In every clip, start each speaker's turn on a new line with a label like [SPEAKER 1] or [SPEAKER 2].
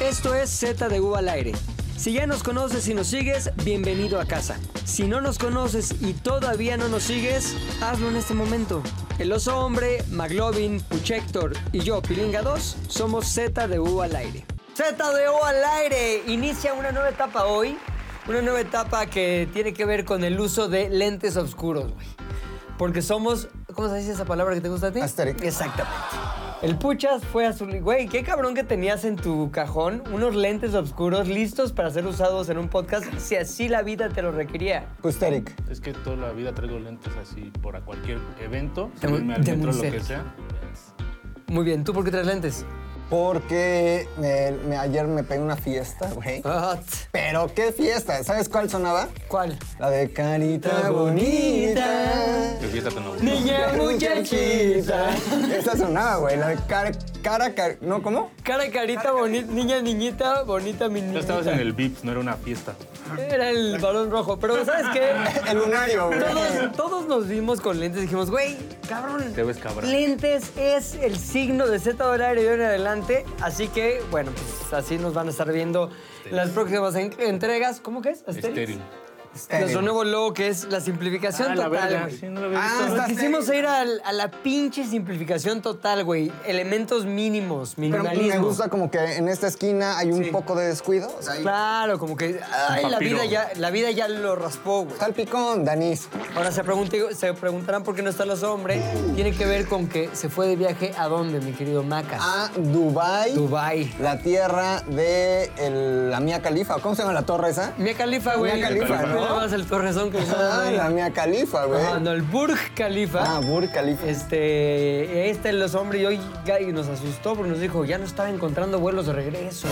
[SPEAKER 1] Esto es Z de U al aire. Si ya nos conoces y nos sigues, bienvenido a casa. Si no nos conoces y todavía no nos sigues, hazlo en este momento. El oso hombre, Maglovin, Puchector y yo, Pilinga 2, somos Z de U al aire. Z de U al aire inicia una nueva etapa hoy. Una nueva etapa que tiene que ver con el uso de lentes oscuros, güey. Porque somos, ¿cómo se dice esa palabra que te gusta a ti?
[SPEAKER 2] Asterix.
[SPEAKER 1] Exactamente. El Puchas fue azul. Güey, qué cabrón que tenías en tu cajón unos lentes oscuros listos para ser usados en un podcast si así la vida te lo requería.
[SPEAKER 2] Custeric.
[SPEAKER 3] Es que toda la vida traigo lentes así para cualquier evento,
[SPEAKER 1] De mu-
[SPEAKER 3] subirme al
[SPEAKER 1] de
[SPEAKER 3] metro, lo
[SPEAKER 1] Montserrat.
[SPEAKER 3] que sea.
[SPEAKER 1] Muy bien, ¿tú por qué traes lentes?
[SPEAKER 2] Porque eh, me- ayer me pegué una fiesta, güey.
[SPEAKER 1] Ah,
[SPEAKER 2] Pero qué fiesta. ¿Sabes cuál sonaba?
[SPEAKER 1] ¿Cuál?
[SPEAKER 2] La de Carita Bonita.
[SPEAKER 3] De fiesta tan aburrida.
[SPEAKER 1] Niña muchachita.
[SPEAKER 2] Esa sonaba, güey. La de cara, cara, car- ¿No? ¿Cómo?
[SPEAKER 1] Cara carita bonita, niña niñita, bonita mi
[SPEAKER 3] Tú
[SPEAKER 1] niñita.
[SPEAKER 3] estabas en el VIPS, no era una fiesta.
[SPEAKER 1] Era el balón rojo, pero ¿sabes qué?
[SPEAKER 2] El lunario, güey.
[SPEAKER 1] Todos, todos nos vimos con lentes y dijimos, güey, cabrón,
[SPEAKER 3] Te ves cabrón.
[SPEAKER 1] Lentes es el signo de Z del aire de hoy en adelante. Así que, bueno, pues así nos van a estar viendo las próximas en- entregas. ¿Cómo que es? ¿Asterix?
[SPEAKER 3] Estéril.
[SPEAKER 2] Eh,
[SPEAKER 1] Nuestro nuevo logo que es la simplificación
[SPEAKER 3] Ah, la
[SPEAKER 1] total,
[SPEAKER 3] verga,
[SPEAKER 1] güey.
[SPEAKER 3] sí, no lo había
[SPEAKER 2] Ah,
[SPEAKER 3] visto.
[SPEAKER 2] está-
[SPEAKER 1] Nos quisimos ir al- a, la pinche simplificación total, güey. Elementos mínimos,
[SPEAKER 2] pero
[SPEAKER 1] minimalismo.
[SPEAKER 2] me gusta como que en esta esquina hay un poco de descuido. O sea, ahí
[SPEAKER 1] Claro, como que ay, la,
[SPEAKER 3] papiro.
[SPEAKER 1] vida ya, la vida ya lo raspó, güey.
[SPEAKER 2] está el picón, Danís.
[SPEAKER 1] Ahora se, pregunte- se preguntarán por qué no están los hombres. Tiene que ver con que se fue de viaje a dónde, mi querido Macas.
[SPEAKER 3] Ah.
[SPEAKER 2] A Dubai,
[SPEAKER 1] Dubai.
[SPEAKER 2] La tierra de el- la Mía Califa. ¿Cómo se llama la torre esa?
[SPEAKER 1] Mia Califa, güey.
[SPEAKER 2] Mia Khalifa,
[SPEAKER 1] Mira
[SPEAKER 2] ¿no?
[SPEAKER 1] nada más el torrezón que
[SPEAKER 2] Ah, la
[SPEAKER 1] está
[SPEAKER 2] Mía Califa, güey.
[SPEAKER 1] Cuando el Burj Khalifa.
[SPEAKER 2] Ah, Burj Khalifa.
[SPEAKER 1] Este, este los hombres y hoy Gaby nos asustó porque nos dijo, ya no estaba encontrando vuelos de regreso.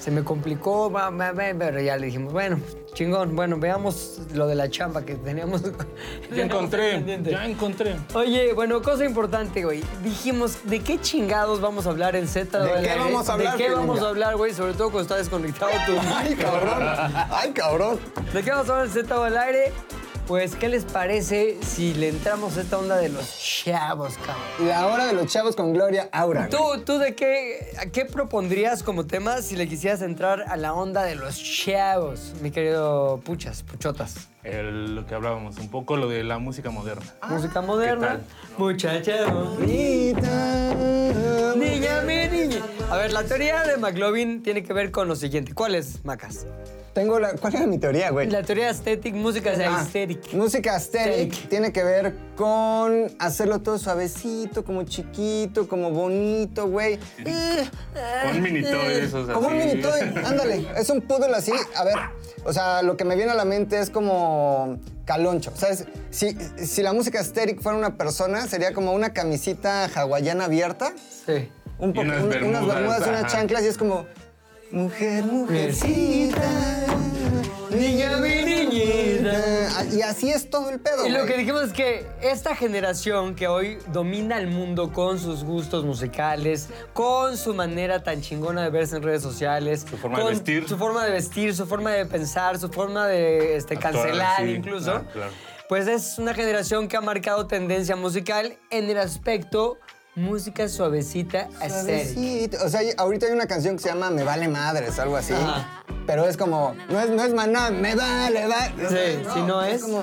[SPEAKER 1] Se me complicó, va, va, va, pero ya le dijimos, bueno, chingón, bueno, veamos lo de la chamba que teníamos.
[SPEAKER 3] Ya encontré,
[SPEAKER 1] pendiente.
[SPEAKER 3] ya encontré.
[SPEAKER 1] Oye, bueno, cosa importante, güey. Dijimos, ¿de qué chingados vamos a hablar en Z?
[SPEAKER 2] ¿De
[SPEAKER 1] güey?
[SPEAKER 2] qué vamos a hablar,
[SPEAKER 1] ¿De qué vamos
[SPEAKER 2] Pilinga?
[SPEAKER 1] a hablar, güey? Sobre todo cuando está desconectado tu...
[SPEAKER 2] Ay, cabrón. Ay, cabrón.
[SPEAKER 1] ¿De qué vamos a hablar en Z o al aire? Pues, ¿qué les parece si le entramos a esta onda de los chavos, cabrón?
[SPEAKER 2] La hora de los chavos con Gloria Aura. güey.
[SPEAKER 1] ¿Tú, tú de qué, a qué propondrías como tema si le quisieras entrar a la onda de los chavos, mi querido Puchas, Puchotas?
[SPEAKER 3] El- lo que hablábamos, un poco lo de la música moderna.
[SPEAKER 1] Música moderna,
[SPEAKER 3] tal?
[SPEAKER 1] muchacha
[SPEAKER 2] Bonita.
[SPEAKER 1] Niña, mi niña. A ver, la teoría de McLovin tiene que ver con lo siguiente. ¿Cuál es, Macas?
[SPEAKER 2] Tengo la. ¿Cuál era mi teoría, güey?
[SPEAKER 1] La teoría aesthetic, música de
[SPEAKER 2] Ah,
[SPEAKER 1] aesthetic.
[SPEAKER 2] Música aesthetic
[SPEAKER 1] Aesthetic.
[SPEAKER 2] tiene que ver con hacerlo todo suavecito, como chiquito, como bonito, güey. Eh, eh,
[SPEAKER 3] Un mini toy de esos
[SPEAKER 2] Como un
[SPEAKER 3] así.
[SPEAKER 2] mini toy, ándale. Es un poodle así. A ver, o sea, lo que me viene a la mente es como caloncho. ¿Sabes? Si, si la música aesthetic fuera una persona, sería como una camisita hawaiana abierta.
[SPEAKER 1] Sí.
[SPEAKER 2] un
[SPEAKER 3] Y
[SPEAKER 2] poco,
[SPEAKER 3] unas
[SPEAKER 2] un- unas
[SPEAKER 3] bermudas,
[SPEAKER 2] bermudas,
[SPEAKER 3] ajá.
[SPEAKER 2] unas chanclas y es como mujer, mujercita, niña, mi niñita. Ah, Y así es todo el pedo.
[SPEAKER 1] Y lo
[SPEAKER 2] güey.
[SPEAKER 1] que dijimos es que esta generación que hoy domina el mundo con sus gustos musicales, con su manera tan chingona de verse en redes sociales, su
[SPEAKER 3] forma de vestir.
[SPEAKER 1] su forma de vestir, su forma de pensar, su forma de este,
[SPEAKER 3] Actuar,
[SPEAKER 1] cancelar
[SPEAKER 3] sí.
[SPEAKER 1] incluso,
[SPEAKER 3] Ah, claro.
[SPEAKER 1] pues es una generación que ha marcado tendencia musical en el aspecto música suavecita, aesthetic.
[SPEAKER 2] Suavecito. O sea, hay- ahorita hay una canción que se llama Me vale madres, algo así.
[SPEAKER 1] Ajá.
[SPEAKER 2] Pero es como, no es, no es maná, me vale, vale.
[SPEAKER 1] Sí, si no es.
[SPEAKER 2] como,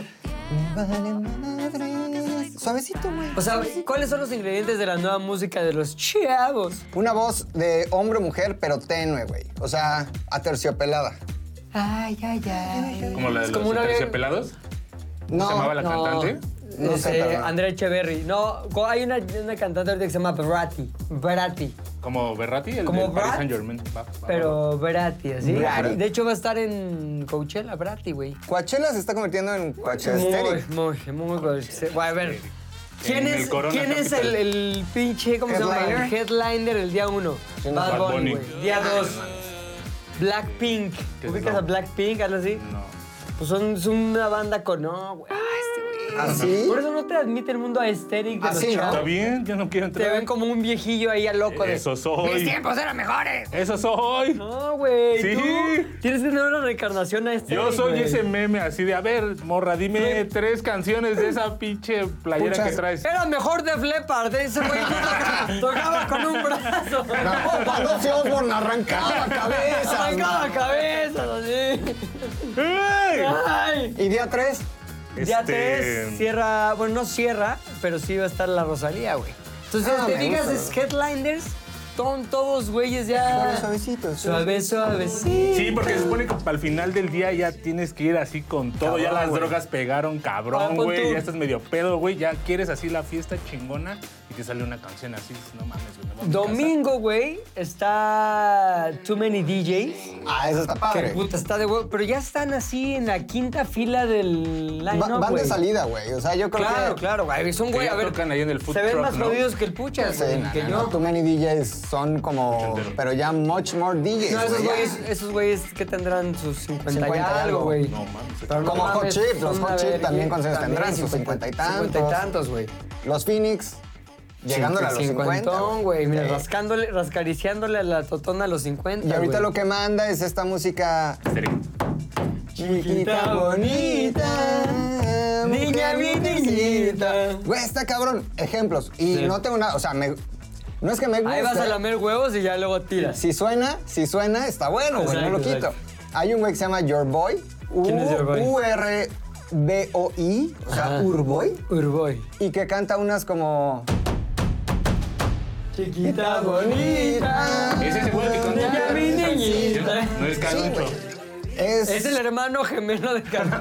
[SPEAKER 2] me vale madres. Suavecito, güey.
[SPEAKER 1] O sea, ¿cuáles son los ingredientes de la nueva música de los chavos?
[SPEAKER 2] Una voz de hombre o mujer, pero tenue, güey. O sea, aterciopelada.
[SPEAKER 1] Ay, ay, ay.
[SPEAKER 3] Como la de
[SPEAKER 1] Es como
[SPEAKER 3] los
[SPEAKER 1] una-
[SPEAKER 3] terciopelados.
[SPEAKER 2] No.
[SPEAKER 3] ¿Se llamaba la
[SPEAKER 1] No,
[SPEAKER 3] cantante?
[SPEAKER 2] No
[SPEAKER 1] es,
[SPEAKER 2] sé,
[SPEAKER 1] eh,
[SPEAKER 2] cabrón.
[SPEAKER 1] Andrea Echeverry. No, co- hay una, una cantante ahorita que se llama Brati. Brati.
[SPEAKER 3] Como Berrati, el
[SPEAKER 1] Como
[SPEAKER 3] de Paris
[SPEAKER 1] Brat,
[SPEAKER 3] Saint Germain. Va, va, va.
[SPEAKER 1] Pero Brati, así.
[SPEAKER 2] Brati.
[SPEAKER 1] De hecho, va a estar en Coachella, Brati, güey.
[SPEAKER 2] Coachella se está convirtiendo en Coachella
[SPEAKER 1] Muy,
[SPEAKER 2] Aesthetic.
[SPEAKER 1] muy, muy. güey. Se- güey, a ver. ¿Quién
[SPEAKER 3] En el
[SPEAKER 1] es,
[SPEAKER 3] Corona
[SPEAKER 1] ¿quién es el,
[SPEAKER 3] Capital.
[SPEAKER 1] el pinche, cómo se llama? El headliner el día 1.
[SPEAKER 2] Sí, no,
[SPEAKER 1] Bad
[SPEAKER 3] Bad
[SPEAKER 1] Bunny,
[SPEAKER 3] Bunny. Ah,
[SPEAKER 1] güey. Día 2. Blackpink.
[SPEAKER 3] Que
[SPEAKER 1] ¿Ubicas
[SPEAKER 3] no.
[SPEAKER 1] a Blackpink? Hazlo así.
[SPEAKER 3] No.
[SPEAKER 1] Pues son, es una banda con. No, güey. Ah, este güey.
[SPEAKER 2] Así.
[SPEAKER 1] Por eso no te admite el mundo estéril de
[SPEAKER 2] Así,
[SPEAKER 1] los
[SPEAKER 2] ¿no?
[SPEAKER 1] chavos.
[SPEAKER 3] Está bien, yo no quiero entrar.
[SPEAKER 1] Te ven como un viejillo ahí a loco de...
[SPEAKER 3] Eso soy.
[SPEAKER 4] eran mejores.
[SPEAKER 3] Eso soy.
[SPEAKER 1] No, güey.
[SPEAKER 3] Sí.
[SPEAKER 1] tú Tienes que tener una reencarnación a este.
[SPEAKER 3] Yo soy
[SPEAKER 1] güey.
[SPEAKER 3] ese meme así de, a ver, morra, dime tres canciones de esa pinche playera
[SPEAKER 2] Pucha.
[SPEAKER 3] que traes.
[SPEAKER 1] Era mejor de Leppard, ese güey no tocaba, tocaba con un brazo.
[SPEAKER 2] No, cuando Ozzy Osbourne arrancaba cabezas.
[SPEAKER 1] Arrancaba cabezas, así.
[SPEAKER 3] ¡Ey!
[SPEAKER 1] Ay.
[SPEAKER 2] Y día 3,
[SPEAKER 1] Día
[SPEAKER 3] Este,
[SPEAKER 1] tres, cierra, bueno, no cierra, pero sí va a estar la Rosalía, güey. Entonces,
[SPEAKER 2] Ah,
[SPEAKER 1] te
[SPEAKER 2] me
[SPEAKER 1] digas,
[SPEAKER 2] gusta.
[SPEAKER 1] es headliners, son todos güeyes ya...
[SPEAKER 2] suavecitos.
[SPEAKER 1] Suave, suavecito.
[SPEAKER 3] Sí, porque se supone que al final del día ya tienes que ir así con todo. ya
[SPEAKER 2] Cabrón,
[SPEAKER 3] las
[SPEAKER 2] güey.
[SPEAKER 3] drogas pegaron,
[SPEAKER 1] Ah,
[SPEAKER 3] cabrón,
[SPEAKER 1] pon tú.
[SPEAKER 3] güey. Ya estás medio pedo, güey. Ya quieres así la fiesta chingona y te sale una canción así. dices, No mames, güey. me voy a mi
[SPEAKER 1] Domingo, güey, está Too Many DJs.
[SPEAKER 2] Ah, eso está
[SPEAKER 1] Que
[SPEAKER 2] padre.
[SPEAKER 1] puta, está de huevo. Pero ya están así en la quinta fila del
[SPEAKER 2] Va-
[SPEAKER 1] line
[SPEAKER 2] van de salida, güey. O sea, yo creo
[SPEAKER 1] Claro,
[SPEAKER 2] que.
[SPEAKER 1] claro, güey. Son güey,
[SPEAKER 3] ya
[SPEAKER 1] a ver.
[SPEAKER 3] tocan ahí en el food
[SPEAKER 1] se ven
[SPEAKER 3] truck,
[SPEAKER 1] más
[SPEAKER 3] ¿no?
[SPEAKER 1] jodidos que el puchas,
[SPEAKER 2] Sí,
[SPEAKER 1] güey,
[SPEAKER 2] no,
[SPEAKER 1] que
[SPEAKER 2] no,
[SPEAKER 1] yo.
[SPEAKER 2] no, Too many DJs son como. Pero ya much more DJs.
[SPEAKER 1] No, esos
[SPEAKER 2] güey, ya.
[SPEAKER 1] güeyes, esos güeyes que tendrán sus 50, y
[SPEAKER 2] 50 y
[SPEAKER 1] algo,
[SPEAKER 2] algo.
[SPEAKER 1] güey.
[SPEAKER 3] No mames.
[SPEAKER 1] Pero no
[SPEAKER 2] Como Hot
[SPEAKER 1] mames,
[SPEAKER 2] Chip, los
[SPEAKER 1] son
[SPEAKER 2] Hot
[SPEAKER 1] una
[SPEAKER 2] Chip
[SPEAKER 1] verga,
[SPEAKER 2] también con- tendrán sus 50 y
[SPEAKER 1] 50 y
[SPEAKER 2] tantos.
[SPEAKER 1] tantos, güey.
[SPEAKER 2] Los Phoenix, llegándole a los 50.
[SPEAKER 1] Cincuentón, güey. Mira,
[SPEAKER 2] Sí.
[SPEAKER 1] rascándole, rascariciándole a la totona a los 50.
[SPEAKER 2] Y ahorita
[SPEAKER 1] güey.
[SPEAKER 2] lo que manda es esta música.
[SPEAKER 3] casa.
[SPEAKER 2] Chiquita bonita.
[SPEAKER 1] Niña,
[SPEAKER 2] mujer
[SPEAKER 1] mi
[SPEAKER 2] niñita.
[SPEAKER 1] niñita.
[SPEAKER 2] Güey, está cabrón. Ejemplos. Y no tengo nada. O sea, me- no es que me guste.
[SPEAKER 1] Ahí vas a lamer huevos y ya luego tiras.
[SPEAKER 2] Si suena, si suena, está bueno, güey, no
[SPEAKER 1] Exacto,
[SPEAKER 2] lo quito.
[SPEAKER 1] exacto.
[SPEAKER 2] Hay un güey que se llama Your Boy.
[SPEAKER 1] ¿Quién es Your Boy?
[SPEAKER 2] U-R-B-O-I, o sea,
[SPEAKER 1] Ajá.
[SPEAKER 2] Urboy.
[SPEAKER 1] Urboy.
[SPEAKER 2] Y que canta unas como...
[SPEAKER 1] Chiquita bonita.
[SPEAKER 3] Es ese güey que
[SPEAKER 1] Niña, mi niñita.
[SPEAKER 3] No es
[SPEAKER 2] Sí,
[SPEAKER 3] Carloncho.
[SPEAKER 2] güey. Es,
[SPEAKER 1] Es el hermano gemelo de Carlos.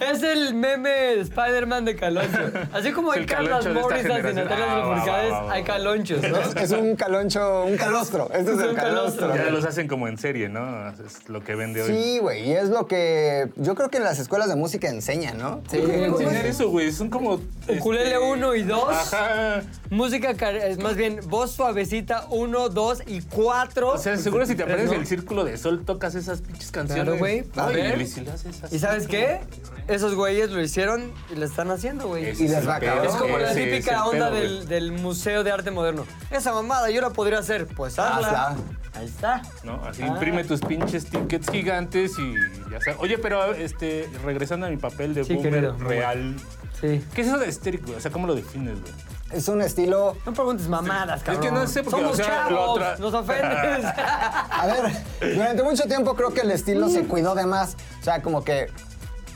[SPEAKER 1] es el meme de Spider-Man de Caloncho. Así como
[SPEAKER 3] Es
[SPEAKER 1] hay
[SPEAKER 3] el
[SPEAKER 1] Carlos
[SPEAKER 3] Caloncho de esta
[SPEAKER 1] Morisas y
[SPEAKER 3] generación.
[SPEAKER 1] Natalia
[SPEAKER 3] Ah, va, va,
[SPEAKER 1] Lafourcades,
[SPEAKER 3] va, va.
[SPEAKER 1] hay Calonchos, ¿no?
[SPEAKER 2] es un caloncho, un calostro. Este es,
[SPEAKER 1] Es
[SPEAKER 2] el
[SPEAKER 1] un calostro.
[SPEAKER 2] calostro.
[SPEAKER 3] Ya
[SPEAKER 2] güey.
[SPEAKER 3] los hacen como en serie, ¿no? Es lo que vende hoy.
[SPEAKER 2] Sí, güey, y es lo que yo creo que en las escuelas de música enseñan, ¿no?
[SPEAKER 1] Sí,
[SPEAKER 2] Porque-
[SPEAKER 1] güey.
[SPEAKER 3] Enseñar eso, güey. Son como.
[SPEAKER 1] Ukulele
[SPEAKER 3] este,
[SPEAKER 1] uno y dos.
[SPEAKER 3] Ajá.
[SPEAKER 1] Música, car- es más bien, voz suavecita, uno, dos y cuatro.
[SPEAKER 3] O sea, seguro si te
[SPEAKER 1] Tres,
[SPEAKER 3] aparece
[SPEAKER 1] ¿no?
[SPEAKER 3] el círculo de sol, tocas esas pinches canciones.
[SPEAKER 1] Claro, güey. A
[SPEAKER 3] Ay,
[SPEAKER 1] ver.
[SPEAKER 3] Y si lo haces así.
[SPEAKER 1] ¿Y sabes qué? Esos güeyes lo hicieron y lo están haciendo, güey.
[SPEAKER 3] Ese
[SPEAKER 2] Y les
[SPEAKER 3] el
[SPEAKER 2] va a
[SPEAKER 3] pedo,
[SPEAKER 2] acabar.
[SPEAKER 1] Es como la
[SPEAKER 3] ese es el
[SPEAKER 1] típica onda
[SPEAKER 3] pedo,
[SPEAKER 1] del,
[SPEAKER 3] güey.
[SPEAKER 1] del Museo de Arte Moderno. Esa mamada yo la podría hacer. Pues hazla.
[SPEAKER 2] Hazla.
[SPEAKER 1] Ahí está.
[SPEAKER 3] ¿no? Así
[SPEAKER 1] Ah.
[SPEAKER 3] imprime tus pinches tickets gigantes y ya sabes. Oye, pero este, regresando a mi papel de
[SPEAKER 1] Sí,
[SPEAKER 3] boomer
[SPEAKER 1] querido.
[SPEAKER 3] real.
[SPEAKER 1] Sí.
[SPEAKER 3] ¿Qué es eso de estérico? güey? O sea, ¿cómo lo defines, güey?
[SPEAKER 2] Es un estilo...
[SPEAKER 1] No preguntes mamadas, cabrón.
[SPEAKER 3] Este, que no sé, porque,
[SPEAKER 1] Somos
[SPEAKER 3] o sea, lo
[SPEAKER 1] chavos,
[SPEAKER 3] otra-
[SPEAKER 1] nos ofendes.
[SPEAKER 2] A ver, durante mucho tiempo creo que el estilo se cuidó de más. O sea, como que.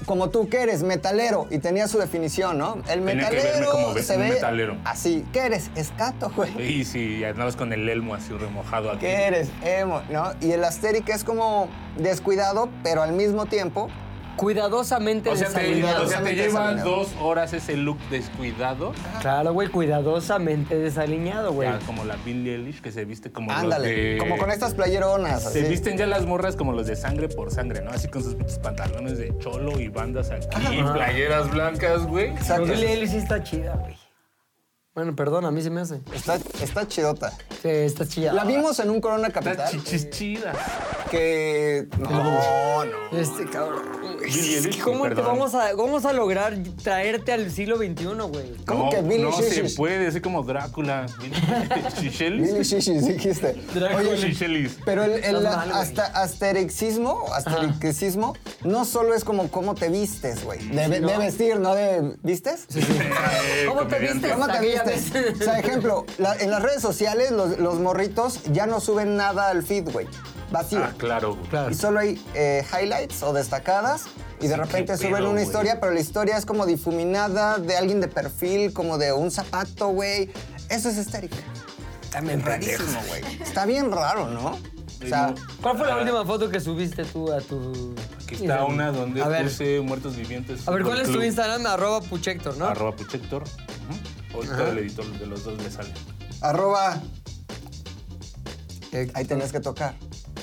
[SPEAKER 2] Como tú que eres metalero y tenía su definición, ¿no? El
[SPEAKER 3] Tenía que verme
[SPEAKER 2] metalero
[SPEAKER 3] como ve-
[SPEAKER 2] se
[SPEAKER 3] un
[SPEAKER 2] ve
[SPEAKER 3] metalero.
[SPEAKER 2] así. ¿Qué eres? Escato, güey.
[SPEAKER 3] Y si andabas con el elmo así remojado aquí.
[SPEAKER 2] ¿Qué eres? Emo, ¿no? Y el asteric es como descuidado, pero al mismo tiempo.
[SPEAKER 1] Cuidadosamente
[SPEAKER 3] O sea, te,
[SPEAKER 1] desalineado.
[SPEAKER 3] o sea, te
[SPEAKER 2] Totalmente
[SPEAKER 3] lleva
[SPEAKER 2] desalineado.
[SPEAKER 3] dos horas ese look descuidado.
[SPEAKER 1] Claro, güey, cuidadosamente desalineado, güey.
[SPEAKER 3] Ya, como la Billie Eilish que se viste como los
[SPEAKER 2] Ándale.
[SPEAKER 3] de-
[SPEAKER 2] Como con estas playeronas.
[SPEAKER 3] Se
[SPEAKER 2] así.
[SPEAKER 3] visten ya las morras como los de sangre por sangre, ¿no? Así con sus pinches pantalones de cholo y bandas aquí, playeras blancas, güey.
[SPEAKER 1] Pero
[SPEAKER 2] Exacto.
[SPEAKER 1] Billie Eilish sí está chida, güey. Bueno, perdón, a mí se me hace.
[SPEAKER 2] Está, está chidota.
[SPEAKER 1] Sí, está chida.
[SPEAKER 2] La vimos en un Corona Capital
[SPEAKER 3] Estas chichis chidas.
[SPEAKER 2] que. No, no.
[SPEAKER 1] Este cabrón. güey.
[SPEAKER 3] Billie Eilish,
[SPEAKER 1] ¿Cómo te
[SPEAKER 3] perdón.
[SPEAKER 1] vamos a, vamos a lograr traerte al siglo XXI, güey?
[SPEAKER 2] ¿Cómo
[SPEAKER 3] no,
[SPEAKER 2] que Billie
[SPEAKER 3] No
[SPEAKER 2] Eilish?
[SPEAKER 3] se puede, soy como Drácula.
[SPEAKER 2] Billy
[SPEAKER 3] Chichelis.
[SPEAKER 2] Shishi, dijiste.
[SPEAKER 1] Drácula.
[SPEAKER 3] Chichelis.
[SPEAKER 2] Pero el, el
[SPEAKER 1] Estás mal, güey.
[SPEAKER 2] hasta, asterixismo, astericismo, no solo es como cómo te vistes, güey. De, ve- de vestir, no de. ¿Vistes?
[SPEAKER 1] ¿Cómo te
[SPEAKER 3] Eh, comediante.
[SPEAKER 1] viste?
[SPEAKER 2] ¿Cómo te
[SPEAKER 1] Aquella vez.
[SPEAKER 2] vistes? O sea, ejemplo, la- en las redes sociales los, los morritos ya no suben nada al feed, güey. Vacío.
[SPEAKER 3] Ah, claro, güey.
[SPEAKER 1] Claro.
[SPEAKER 2] Y solo hay eh, highlights o destacadas y de repente
[SPEAKER 3] qué
[SPEAKER 2] suben
[SPEAKER 3] pedo,
[SPEAKER 2] una
[SPEAKER 3] güey.
[SPEAKER 2] historia, pero la historia es como difuminada de alguien de perfil, como de un zapato, güey. Eso es estérico.
[SPEAKER 1] También
[SPEAKER 2] Rarísimo, güey. Está bien raro, ¿no? O sea,
[SPEAKER 1] ¿Cuál fue la última foto que subiste tú a tu.
[SPEAKER 3] Aquí ah, está una donde
[SPEAKER 1] A ver.
[SPEAKER 3] puse muertos vivientes.
[SPEAKER 1] A ver,
[SPEAKER 3] Fútbol
[SPEAKER 1] ¿cuál es tu
[SPEAKER 3] Club,
[SPEAKER 1] Instagram? Arroba Puchector, ¿no?
[SPEAKER 3] Arroba Puchector. Ujú. Ahorita el editor de los dos le sale.
[SPEAKER 2] arroba. eh,
[SPEAKER 1] Héctor.
[SPEAKER 2] Ahí tenés que tocar.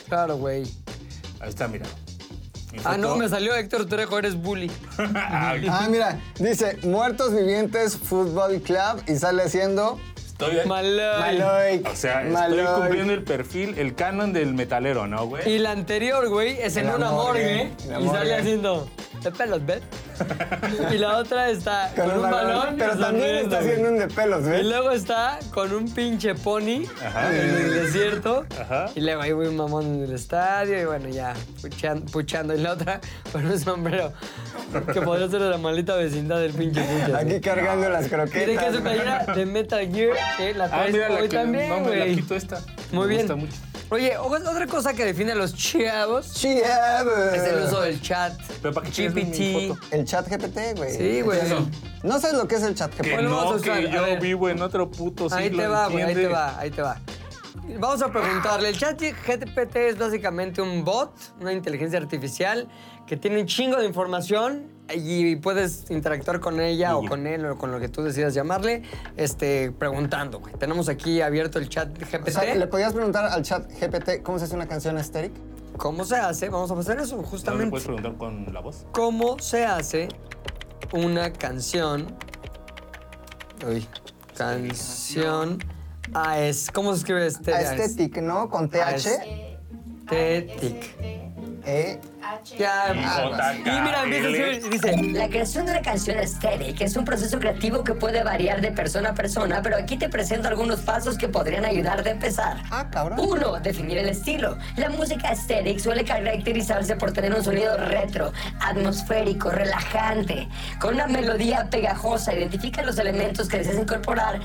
[SPEAKER 1] Claro, güey.
[SPEAKER 3] Ahí está, mira. Mi
[SPEAKER 1] Ah,
[SPEAKER 3] foto.
[SPEAKER 1] no, me salió Héctor Trejo, eres bully.
[SPEAKER 3] Ay,
[SPEAKER 2] Ah, mira, dice Muertos Vivientes Fútbol Club y sale haciendo
[SPEAKER 3] Estoy
[SPEAKER 1] Malay.
[SPEAKER 2] Maloik.
[SPEAKER 3] O sea,
[SPEAKER 2] Maloik.
[SPEAKER 3] estoy cumpliendo el perfil, el canon del metalero, ¿no, güey?
[SPEAKER 1] Y la anterior, güey, es en
[SPEAKER 2] La
[SPEAKER 1] una morgue.
[SPEAKER 3] eh.
[SPEAKER 2] morgue, la
[SPEAKER 1] y sale
[SPEAKER 2] morgue.
[SPEAKER 1] haciendo. ¿Te pelos, Bet? Y la otra está con, un balón.
[SPEAKER 2] Pero
[SPEAKER 1] y
[SPEAKER 2] también
[SPEAKER 1] sonriendo,
[SPEAKER 2] está
[SPEAKER 1] güey.
[SPEAKER 2] haciendo un de pelos,
[SPEAKER 1] Y
[SPEAKER 2] ¿ves?
[SPEAKER 1] luego está con un pinche pony en el desierto.
[SPEAKER 3] Ajá.
[SPEAKER 1] Y luego ahí voy un mamón en el estadio. Y bueno, ya puchan- puchando. Y la otra con un sombrero. Que podría ser de la maldita vecindad del pinche pucha.
[SPEAKER 2] Aquí cargando las
[SPEAKER 1] Y de que
[SPEAKER 2] croquetas.
[SPEAKER 1] su playera de Metal Gear, que la
[SPEAKER 3] Ah,
[SPEAKER 1] traes
[SPEAKER 3] mira, la
[SPEAKER 1] pues, hoy
[SPEAKER 3] que no,
[SPEAKER 1] también,
[SPEAKER 3] me la
[SPEAKER 1] güey.
[SPEAKER 3] quito esta.
[SPEAKER 1] Muy
[SPEAKER 3] Me
[SPEAKER 1] bien.
[SPEAKER 3] gusta mucho.
[SPEAKER 1] Oye, o- otra cosa que define a los chavos
[SPEAKER 2] eh, Chieve.
[SPEAKER 1] es el uso del chat,
[SPEAKER 3] Pero ¿para qué quieres ver mi
[SPEAKER 1] GPT.
[SPEAKER 3] foto?
[SPEAKER 2] El chat GPT, güey.
[SPEAKER 1] Sí, güey.
[SPEAKER 3] ¿Qué es eso?
[SPEAKER 2] ¿No sabes lo que es el chat GPT?
[SPEAKER 3] Que
[SPEAKER 1] Bueno, vamos a
[SPEAKER 3] no,
[SPEAKER 1] usar,
[SPEAKER 3] que
[SPEAKER 1] a
[SPEAKER 3] yo
[SPEAKER 1] ver.
[SPEAKER 3] vivo en otro puto siglo.
[SPEAKER 1] Ahí te va, güey, ahí te
[SPEAKER 3] ¿entiendes?
[SPEAKER 1] va, ahí te va. Vamos a preguntarle, el chat GPT es básicamente un bot, una inteligencia artificial que tiene un chingo de información y puedes interactuar con ella o con él o con lo que tú decidas llamarle, este, preguntando, güey. Tenemos aquí abierto el chat GPT.
[SPEAKER 2] O sea, ¿le podías preguntar al chat GPT cómo se hace una canción estéril?
[SPEAKER 1] ¿Cómo se hace? Vamos a hacer eso,
[SPEAKER 3] ¿No me
[SPEAKER 1] justamente.
[SPEAKER 3] puedes preguntar con la voz?
[SPEAKER 1] ¿Cómo se hace una canción? Uy, canción a es. ¿Cómo se escribe este?
[SPEAKER 2] Aesthetic, ¿no? Con TH.
[SPEAKER 1] Tetic.
[SPEAKER 2] E.
[SPEAKER 1] Ya. pues,
[SPEAKER 3] Ah,
[SPEAKER 1] Y mira, empieza a escribir y dice.
[SPEAKER 4] La creación de una canción estéril, que es un proceso creativo que puede variar de persona a persona, pero aquí te presento algunos pasos que podrían ayudar de empezar.
[SPEAKER 2] Ah, cabrón.
[SPEAKER 4] 1. Definir el estilo. La música aesthetic suele caracterizarse por tener un sonido retro, atmosférico, relajante, con una melodía pegajosa. Identifica los elementos que deseas incorporar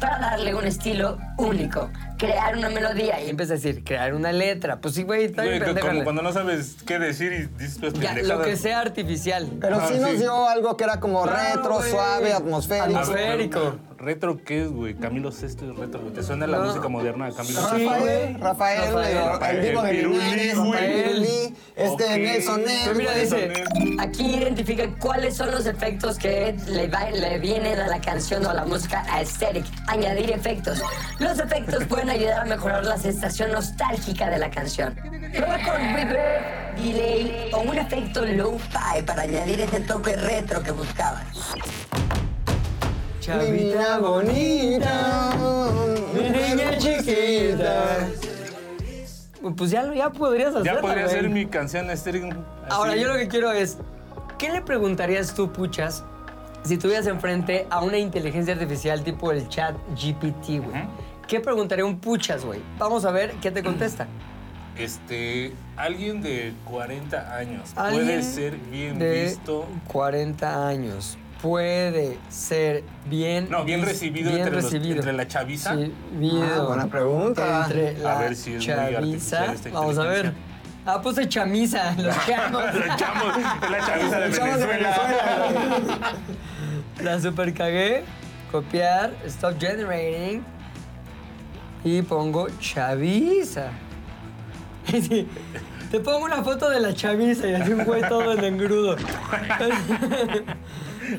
[SPEAKER 4] para darle un estilo único. Crear una melodía
[SPEAKER 1] Y
[SPEAKER 4] y
[SPEAKER 1] empieza a decir, crear una letra. Pues sí, güey, está bien
[SPEAKER 3] Güey, que
[SPEAKER 1] pendeja
[SPEAKER 3] como
[SPEAKER 1] la-
[SPEAKER 3] cuando no sabes qué decir y dices pues
[SPEAKER 1] Ya, lo que sea artificial.
[SPEAKER 2] Pero
[SPEAKER 3] Ah,
[SPEAKER 2] sí, nos
[SPEAKER 3] sí.
[SPEAKER 2] dio algo que era como
[SPEAKER 1] Claro,
[SPEAKER 2] retro,
[SPEAKER 1] güey.
[SPEAKER 2] suave, atmosférico.
[SPEAKER 1] Atmos- Esférico.
[SPEAKER 3] ¿Retro qué es, güey? Camilo Sesto es retro, güey. ¿Te suena la
[SPEAKER 1] No.
[SPEAKER 3] música moderna de Camilo
[SPEAKER 1] Sí,
[SPEAKER 3] Sesto?
[SPEAKER 1] güey.
[SPEAKER 2] Rafael, Rafael,
[SPEAKER 1] Rafael.
[SPEAKER 2] eh,
[SPEAKER 3] Rafael,
[SPEAKER 2] el Diego de
[SPEAKER 3] Pirulí,
[SPEAKER 2] Linares,
[SPEAKER 3] güey.
[SPEAKER 2] Rafael Pirulí, este
[SPEAKER 3] Ok.
[SPEAKER 2] Nelson
[SPEAKER 1] Pero
[SPEAKER 2] Ned,
[SPEAKER 1] mira,
[SPEAKER 2] güey.
[SPEAKER 1] dice.
[SPEAKER 4] Aquí identifica cuáles son los efectos que le, va- le vienen a la canción o a la música aesthetic. Añadir efectos. Los efectos pueden ayudar a mejorar la sensación nostálgica de la canción. Prueba con reverb, delay o un efecto low-fi para añadir ese toque retro que buscabas.
[SPEAKER 2] Mi niña
[SPEAKER 1] Chavita
[SPEAKER 2] bonita,
[SPEAKER 1] Mi niña chiquita. Pues ya, lo- ya podrías hacerlo.
[SPEAKER 3] Ya podría ser mi canción estéril.
[SPEAKER 1] Ahora, yo lo que quiero es, ¿qué le preguntarías tú, Puchas, si tuvieras enfrente a una inteligencia artificial tipo el chat GPT, güey? ¿Qué preguntaría un Puchas, güey? Vamos a ver qué te contesta.
[SPEAKER 3] Este, alguien de 40 años
[SPEAKER 1] Alguien
[SPEAKER 3] puede ser bien
[SPEAKER 1] de
[SPEAKER 3] visto.
[SPEAKER 1] 40 años. Puede ser bien...
[SPEAKER 3] No, bien
[SPEAKER 1] vis-
[SPEAKER 3] recibido,
[SPEAKER 1] bien
[SPEAKER 3] entre, los-
[SPEAKER 1] recibido.
[SPEAKER 3] entre la chaviza.
[SPEAKER 1] Sí, bien.
[SPEAKER 2] Ah, buena pregunta.
[SPEAKER 1] Entre
[SPEAKER 3] A
[SPEAKER 1] la
[SPEAKER 3] ver si es muy
[SPEAKER 1] chaviza.
[SPEAKER 3] artificial esta
[SPEAKER 1] Vamos a ver.
[SPEAKER 3] inteligencia.
[SPEAKER 1] Ah, puse chamisa, los chamos.
[SPEAKER 3] La chamos, es la chaviza de
[SPEAKER 2] Chavos de
[SPEAKER 3] Venezuela.
[SPEAKER 2] Venezuela, güey.
[SPEAKER 1] La super cagué. Copiar, stop generating. Y pongo chaviza. Y sí, Te pongo una foto de la chaviza y así un güey todo en engrudo.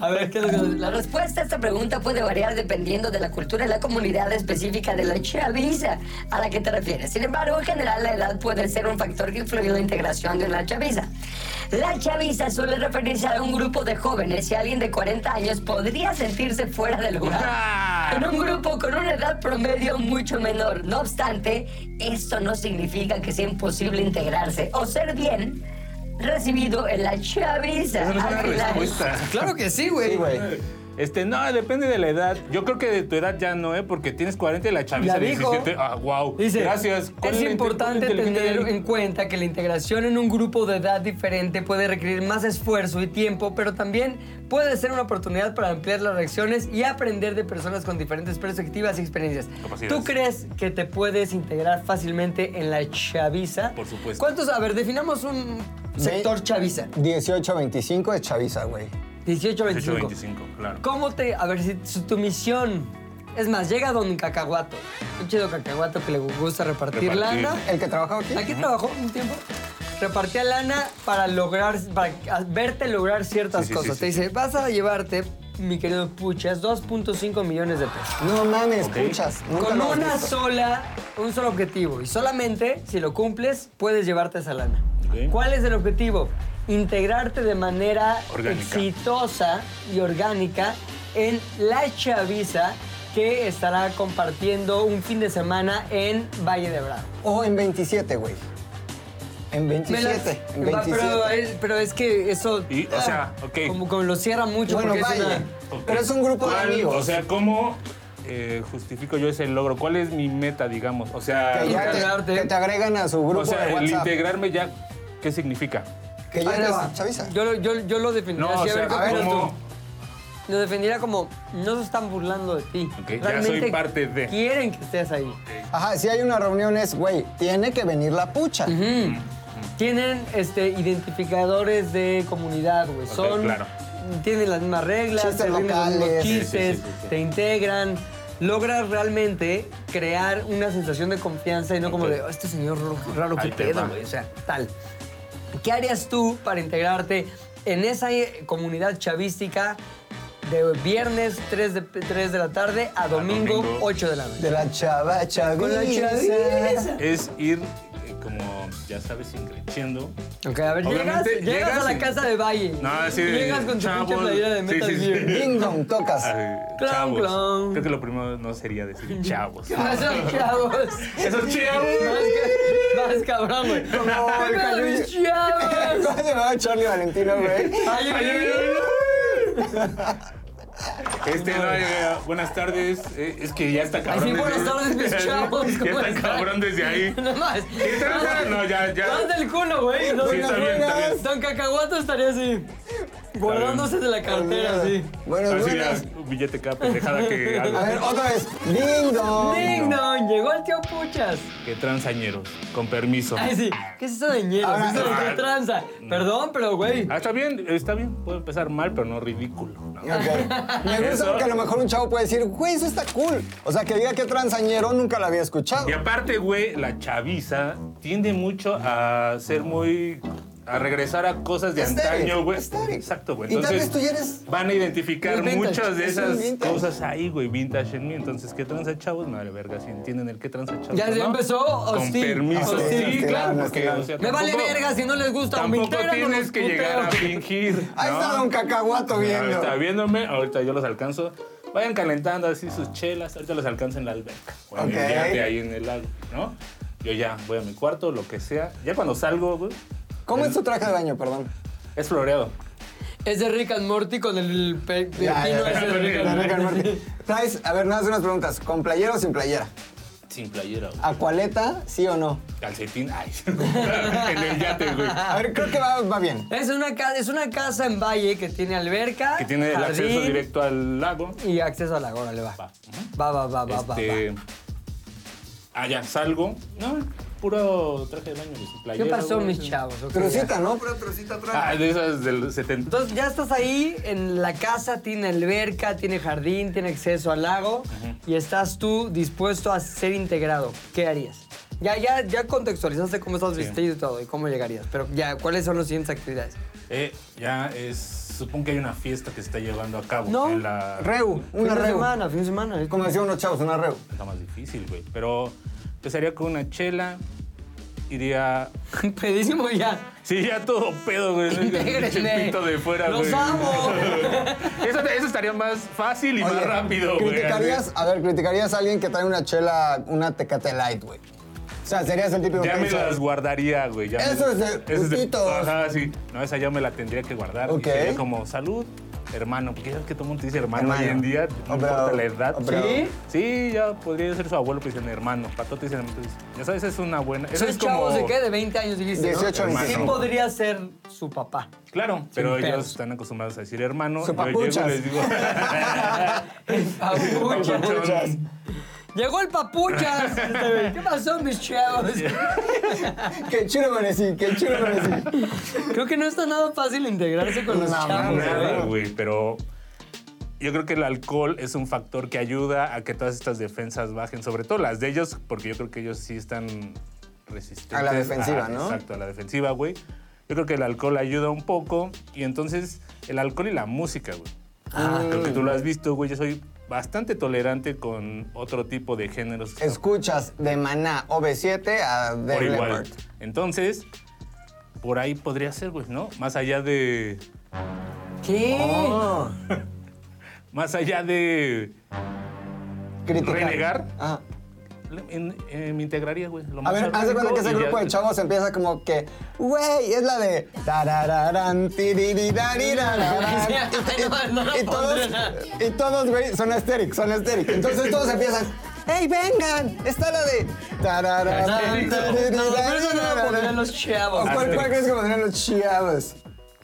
[SPEAKER 1] A ver, ¿qué es lo que-
[SPEAKER 4] La respuesta a esta pregunta puede variar dependiendo de la cultura y la comunidad específica de la chaviza a la que te refieres. Sin embargo, en general, la edad puede ser un factor que influye en la integración de la chaviza. La chaviza suele referirse a un grupo de jóvenes y alguien de 40 años podría sentirse fuera del
[SPEAKER 3] Ah.
[SPEAKER 4] lugar. En un grupo con una edad promedio mucho menor. No obstante, esto no significa que sea imposible integrarse o ser bien recibido en la chaviza.
[SPEAKER 3] Esa no es una
[SPEAKER 4] Al final,
[SPEAKER 3] respuesta.
[SPEAKER 1] Claro que sí, güey.
[SPEAKER 2] Sí, güey.
[SPEAKER 3] Este, no, depende de la edad. Yo creo que de tu edad ya no, ¿eh? Porque tienes 40 y la chaviza
[SPEAKER 1] Ya
[SPEAKER 3] de
[SPEAKER 1] dijo.
[SPEAKER 3] 17. Ah, wow.
[SPEAKER 1] Dice,
[SPEAKER 3] Gracias. ¿Cuál
[SPEAKER 1] Es
[SPEAKER 3] la inte-
[SPEAKER 1] importante
[SPEAKER 3] cuál la inteligencia
[SPEAKER 1] tener
[SPEAKER 3] del-
[SPEAKER 1] en cuenta que la integración en un grupo de edad diferente puede requerir más esfuerzo y tiempo, pero también puede ser una oportunidad para ampliar las reacciones y aprender de personas con diferentes perspectivas y experiencias.
[SPEAKER 3] Capacidades.
[SPEAKER 1] ¿Tú crees que te puedes integrar fácilmente en la chaviza?
[SPEAKER 3] Por supuesto.
[SPEAKER 1] ¿Cuántos? A ver, definamos un sector chaviza.
[SPEAKER 2] 18, 25 es chaviza, güey.
[SPEAKER 1] 18, 25.
[SPEAKER 3] 18-25, claro.
[SPEAKER 1] ¿Cómo te.? A ver, si tu, tu misión. Es más, llega Don Cacahuato. Un chido cacahuato que le gusta repartir,
[SPEAKER 3] Repartir.
[SPEAKER 1] lana.
[SPEAKER 2] El que trabajaba aquí.
[SPEAKER 1] Aquí trabajó un tiempo. Repartía lana para lograr, para verte lograr ciertas
[SPEAKER 3] Sí, sí,
[SPEAKER 1] cosas.
[SPEAKER 3] sí,
[SPEAKER 1] Te
[SPEAKER 3] sí,
[SPEAKER 1] dice, vas a llevarte, mi querido Puchas, 2.5 millones de pesos.
[SPEAKER 2] No mames,
[SPEAKER 3] Ok.
[SPEAKER 2] puchas. Nunca
[SPEAKER 1] Con
[SPEAKER 2] lo has
[SPEAKER 1] una
[SPEAKER 2] visto.
[SPEAKER 1] sola, un solo objetivo. Y solamente, si lo cumples, puedes llevarte esa lana.
[SPEAKER 3] Ok.
[SPEAKER 1] ¿Cuál es el objetivo? Integrarte de manera
[SPEAKER 3] Orgánica.
[SPEAKER 1] exitosa y orgánica en La Chaviza, que estará compartiendo un fin de semana en Valle de Bravo.
[SPEAKER 2] O en 27, güey. En 27. En
[SPEAKER 1] Va,
[SPEAKER 2] 27.
[SPEAKER 1] Pero es, pero es que eso. ah,
[SPEAKER 3] Y, o sea, ok.
[SPEAKER 1] Como, como lo cierra mucho
[SPEAKER 2] Bueno,
[SPEAKER 1] porque es
[SPEAKER 2] vaya.
[SPEAKER 1] una.
[SPEAKER 3] Ok.
[SPEAKER 2] Pero es un grupo de
[SPEAKER 3] ¿Cuál-
[SPEAKER 2] amigos.
[SPEAKER 3] O sea, ¿cómo eh, justifico yo ese logro? ¿Cuál es mi meta, digamos? O sea,
[SPEAKER 2] que, ya
[SPEAKER 1] integrarte.
[SPEAKER 2] te, que te agregan a su grupo
[SPEAKER 3] o sea
[SPEAKER 2] de
[SPEAKER 3] el
[SPEAKER 2] WhatsApp.
[SPEAKER 3] integrarme ya, ¿qué significa?
[SPEAKER 2] Que ya
[SPEAKER 1] Ahí le va.
[SPEAKER 2] eres chaviza.
[SPEAKER 1] Yo, lo- yo, yo lo defendiría
[SPEAKER 3] No, o
[SPEAKER 1] así,
[SPEAKER 3] sea,
[SPEAKER 1] a ver, ¿qué opinas
[SPEAKER 3] ¿cómo?
[SPEAKER 1] tú? Lo defendiría como, no se están burlando de ti.
[SPEAKER 3] Ok, ya
[SPEAKER 1] Realmente
[SPEAKER 3] soy parte de.
[SPEAKER 1] Quieren que estés ahí.
[SPEAKER 2] Ajá, si hay una reunión es, güey, tiene que venir la pucha.
[SPEAKER 1] Mm. Tienen este, identificadores de comunidad, güey.
[SPEAKER 3] Ok,
[SPEAKER 1] Son.
[SPEAKER 3] claro.
[SPEAKER 1] Tienen las mismas reglas,
[SPEAKER 2] Chistes
[SPEAKER 1] te rinden los mismos
[SPEAKER 2] locales.
[SPEAKER 1] chistes,
[SPEAKER 3] Sí, sí, sí, sí, sí.
[SPEAKER 1] te integran. Logras realmente crear una sensación de confianza y no como
[SPEAKER 3] Ok.
[SPEAKER 1] de, "Oh, este señor ro- raro que
[SPEAKER 3] Ahí te
[SPEAKER 1] pedo,
[SPEAKER 3] va.
[SPEAKER 1] güey. O sea, tal. ¿Qué harías tú para integrarte en esa eh, comunidad chavística de viernes 3 de, 3 de la tarde a domingo,
[SPEAKER 3] domingo.
[SPEAKER 1] 8 de la noche?
[SPEAKER 2] De la chava chaviza.
[SPEAKER 1] Con la chaviza.
[SPEAKER 3] Es ir, eh, como ya sabes, increciendo.
[SPEAKER 1] Ok, a ver, llegas,
[SPEAKER 3] Obviamente,
[SPEAKER 1] llegas,
[SPEAKER 3] llegas
[SPEAKER 1] a la
[SPEAKER 3] y-
[SPEAKER 1] casa de Valle.
[SPEAKER 3] No, así de-
[SPEAKER 1] Llegas con tu pinche
[SPEAKER 3] chavos,
[SPEAKER 1] playera de
[SPEAKER 3] sí,
[SPEAKER 1] Metal
[SPEAKER 3] sí, sí.
[SPEAKER 1] Gear.
[SPEAKER 2] Ding dong, tocas.
[SPEAKER 1] Clon,
[SPEAKER 3] chavos.
[SPEAKER 1] clon.
[SPEAKER 3] Creo que lo primero no sería decir chavos.
[SPEAKER 1] Esos chavos.
[SPEAKER 3] Esos chavos.
[SPEAKER 1] Más, ca- más cabrón, güey.
[SPEAKER 2] Como el
[SPEAKER 1] ¿Qué pedo,
[SPEAKER 2] Calvillo.
[SPEAKER 1] mis chavos?
[SPEAKER 2] ¿Cómo se llamaba Charlie Valentino, güey?
[SPEAKER 1] Ay, ay, ay.
[SPEAKER 3] Este, no, eh, buenas tardes. Eh, es que ya está cabrón.
[SPEAKER 1] Así, buenas
[SPEAKER 3] desde-
[SPEAKER 1] tardes, mis chavos.
[SPEAKER 3] Ya
[SPEAKER 1] ¿cómo
[SPEAKER 3] está
[SPEAKER 1] están?
[SPEAKER 3] cabrón desde ahí.
[SPEAKER 1] No más.
[SPEAKER 3] ¿Qué tal? No, ya, ya.
[SPEAKER 1] Más del culo, güey. Don,
[SPEAKER 3] Sí, está bien, está bien.
[SPEAKER 1] Don Cacahuato estaría así, guardándose de la cartera, así.
[SPEAKER 2] Bueno,
[SPEAKER 3] Así ya,
[SPEAKER 2] buenas.
[SPEAKER 3] un billete cada pendejada que
[SPEAKER 2] A ver, otra vez. Ding dong.
[SPEAKER 1] Ding dong, llegó el tío Puchas.
[SPEAKER 3] Que transañeros, con permiso.
[SPEAKER 1] Ay, sí. ¿Qué es eso de ñeros?
[SPEAKER 2] Ahora-
[SPEAKER 3] Ah,
[SPEAKER 1] Eso es de
[SPEAKER 3] Ahora-
[SPEAKER 1] tranza. Perdón, pero, güey.
[SPEAKER 3] Ah, está bien, está bien. Puede empezar mal, pero no ridículo. ¿no?
[SPEAKER 2] Ok. Me gusta
[SPEAKER 3] Eso.
[SPEAKER 2] porque a lo mejor un chavo puede decir, güey, eso está cool. O sea, que diga que transañero nunca la había escuchado.
[SPEAKER 3] Y aparte, güey, la chaviza tiende mucho a ser muy. a regresar a cosas de
[SPEAKER 2] Estéril,
[SPEAKER 3] antaño, güey.
[SPEAKER 2] estéril.
[SPEAKER 3] Exacto, güey.
[SPEAKER 2] Y tal vez
[SPEAKER 3] Entonces,
[SPEAKER 2] tú ya eres-
[SPEAKER 3] van a identificar
[SPEAKER 1] Muy vintage,
[SPEAKER 3] muchas de
[SPEAKER 2] es un
[SPEAKER 3] esas
[SPEAKER 2] vintage.
[SPEAKER 3] cosas ahí, güey, vintage en mí. Entonces, ¿qué tranza, chavos? Madre verga, si entienden el qué tranza, chavos.
[SPEAKER 1] Ya
[SPEAKER 3] ¿no?
[SPEAKER 1] se empezó,
[SPEAKER 3] Con
[SPEAKER 1] hostil,
[SPEAKER 3] permiso.
[SPEAKER 1] hostil.
[SPEAKER 3] Sí, claro,
[SPEAKER 2] Hostilando,
[SPEAKER 3] porque,
[SPEAKER 2] hostilando.
[SPEAKER 3] o sea,
[SPEAKER 1] Me vale
[SPEAKER 3] tampoco-
[SPEAKER 1] verga si no les gusta. o me
[SPEAKER 3] Tampoco
[SPEAKER 1] integran o
[SPEAKER 3] tienes
[SPEAKER 1] los
[SPEAKER 3] que llegar a
[SPEAKER 1] puteo.
[SPEAKER 3] fingir.
[SPEAKER 2] Ahí
[SPEAKER 3] ¿no?
[SPEAKER 2] está don Cacahuato viendo.
[SPEAKER 3] Ahorita viéndome, ahorita yo los alcanzo. Vayan calentando así sus chelas, ahorita los alcanzo en la alberca. Bueno,
[SPEAKER 2] Ok.
[SPEAKER 3] ya ahí en el lago, ¿no? Yo ya voy a mi cuarto, lo que sea. Ya cuando salgo, güey,
[SPEAKER 2] ¿Cómo es tu traje de baño, perdón?
[SPEAKER 3] es floreado.
[SPEAKER 1] Es de Rick and Morty con el pe- pepino
[SPEAKER 2] Ya, ya,
[SPEAKER 1] ese de
[SPEAKER 3] ya,
[SPEAKER 1] Rick
[SPEAKER 3] ya,
[SPEAKER 1] and
[SPEAKER 2] La
[SPEAKER 1] Morty.
[SPEAKER 2] Rick and Morty. Traes, a ver, nada más unas preguntas. ¿Con playera o sin playera?
[SPEAKER 3] Sin playera, güey.
[SPEAKER 2] ¿Acualeta, sí o no?
[SPEAKER 3] Calcetín, ay. en el yate, güey.
[SPEAKER 2] A ver, creo que va, va bien.
[SPEAKER 1] Es una, ca- es una casa en Valle que tiene alberca,
[SPEAKER 3] Que tiene el
[SPEAKER 1] jardín
[SPEAKER 3] acceso directo al lago.
[SPEAKER 1] y acceso a la gora, le va.
[SPEAKER 3] Va.
[SPEAKER 1] Va, va, va, va, va,
[SPEAKER 3] Este. Allá salgo. No, puro traje de baño, güey, sin
[SPEAKER 1] va.
[SPEAKER 3] playera.
[SPEAKER 1] ¿Qué pasó,
[SPEAKER 3] güey.
[SPEAKER 1] mis chavos? Ok, ya.
[SPEAKER 2] Trucita, ¿no? Pero trucita
[SPEAKER 3] Ah, de esas del 70.
[SPEAKER 1] Entonces ya estás ahí en la casa, tiene alberca, tiene jardín, tiene acceso al lago y estás tú dispuesto a ser integrado. ¿Qué harías? Ya, ya, ya contextualizaste cómo estás vestido y todo y cómo llegarías, pero ya, ¿cuáles son las siguientes actividades?
[SPEAKER 3] Eh, ya es. Supongo que hay una fiesta que se está llevando a cabo.
[SPEAKER 1] No.
[SPEAKER 3] En la,
[SPEAKER 2] Reu,
[SPEAKER 1] fin
[SPEAKER 2] una
[SPEAKER 1] de
[SPEAKER 2] reu.
[SPEAKER 1] semana, fin de semana.
[SPEAKER 2] Como decían unos chavos, una reu.
[SPEAKER 3] está más difícil, güey. Pero empezaría con una chela. Iría.
[SPEAKER 1] Pedísimo ya.
[SPEAKER 3] Sí, ya todo pedo, güey.
[SPEAKER 1] Intégrenme.
[SPEAKER 3] El pito de fuera,
[SPEAKER 1] Los
[SPEAKER 3] güey.
[SPEAKER 1] amo.
[SPEAKER 3] eso, eso estaría más fácil y más
[SPEAKER 2] Oye,
[SPEAKER 3] rápido, güey.
[SPEAKER 2] ¿Criticarías, a ver, criticarías a alguien que trae una chela, una Tecate Light, güey? O sea, serías el típico
[SPEAKER 3] Ya
[SPEAKER 2] que
[SPEAKER 3] me
[SPEAKER 2] dice,
[SPEAKER 3] las guardaría, güey. ya me-
[SPEAKER 2] Eso es de
[SPEAKER 3] eso
[SPEAKER 2] putitos.
[SPEAKER 3] Ajá, sí. No, esa yo me la tendría que guardar.
[SPEAKER 2] Ok.
[SPEAKER 3] Y sería como salud, hermano. Porque ya ves que todo el mundo te dice hermano,
[SPEAKER 2] Hermano.
[SPEAKER 3] hoy en día, no
[SPEAKER 2] Oh,
[SPEAKER 3] importa
[SPEAKER 2] bravo.
[SPEAKER 3] la edad.
[SPEAKER 2] Oh, bravo.
[SPEAKER 1] ¿Sí?
[SPEAKER 3] Sí, ya podría ser su abuelo, pues dicen hermano. Pato te dicen hermano. entonces, Ya sabes, es una buena. Eso
[SPEAKER 1] Soy
[SPEAKER 3] es
[SPEAKER 1] chavos
[SPEAKER 3] como.
[SPEAKER 1] de qué? De 20 años dijiste. ¿no?
[SPEAKER 2] 18
[SPEAKER 1] Sí
[SPEAKER 3] hermano.
[SPEAKER 1] podría ser su papá.
[SPEAKER 3] Claro, pero ellos
[SPEAKER 1] pedos.
[SPEAKER 3] están acostumbrados a decir hermano.
[SPEAKER 2] Su
[SPEAKER 3] yo llego y
[SPEAKER 2] papuchas.
[SPEAKER 3] les digo.
[SPEAKER 1] Papuchas.
[SPEAKER 2] Papuchas.
[SPEAKER 1] Llegó el papuchas. Este, güey, ¿Qué pasó, mis chavos?
[SPEAKER 2] Qué chulo amanecí, qué chulo amanecí.
[SPEAKER 1] Creo que no está nada fácil integrarse con los
[SPEAKER 2] No,
[SPEAKER 1] chavos.
[SPEAKER 2] no,
[SPEAKER 1] Ah, güey.
[SPEAKER 3] Nada, güey, pero yo creo que el alcohol es un factor que ayuda a que todas estas defensas bajen, sobre todo las de ellos, porque yo creo que ellos sí están resistentes.
[SPEAKER 2] A la defensiva,
[SPEAKER 3] Ah,
[SPEAKER 2] ¿no?
[SPEAKER 3] Exacto, a la defensiva, güey. Yo creo que el alcohol ayuda un poco y entonces el alcohol y la música, güey.
[SPEAKER 2] Ah,
[SPEAKER 3] Ah, Creo que tú lo has visto, güey. Yo soy bastante tolerante con otro tipo de géneros.
[SPEAKER 2] Escuchas de Maná OV7 a
[SPEAKER 3] por
[SPEAKER 2] Def
[SPEAKER 3] igual.
[SPEAKER 2] Leppard.
[SPEAKER 3] Entonces, por ahí podría ser, güey, ¿no? Más allá de
[SPEAKER 1] ¿Qué?
[SPEAKER 2] Oh,
[SPEAKER 3] más allá de
[SPEAKER 2] criticar.
[SPEAKER 3] renegar,
[SPEAKER 2] Ah,
[SPEAKER 3] en- en- me integraría, güey. Lo
[SPEAKER 2] A
[SPEAKER 3] más
[SPEAKER 2] ver, haz de cuenta
[SPEAKER 3] orgánico
[SPEAKER 2] que ese
[SPEAKER 3] y ya,
[SPEAKER 2] grupo de
[SPEAKER 3] güey.
[SPEAKER 2] chavos empieza como que, güey, es la de. tarararán, tiririrarirararán".
[SPEAKER 5] No, no lo
[SPEAKER 2] Y todos,
[SPEAKER 5] pondría.
[SPEAKER 2] y todos, güey, son Asterix, son Asterix. Entonces todos empiezan, ¡hey, vengan! Está la de. tarararán,
[SPEAKER 5] No, no, no, pero eso no lo pondrían los
[SPEAKER 2] ¿O
[SPEAKER 5] chavos.
[SPEAKER 2] ¿Cuál cuál crees que pondrían los chavos?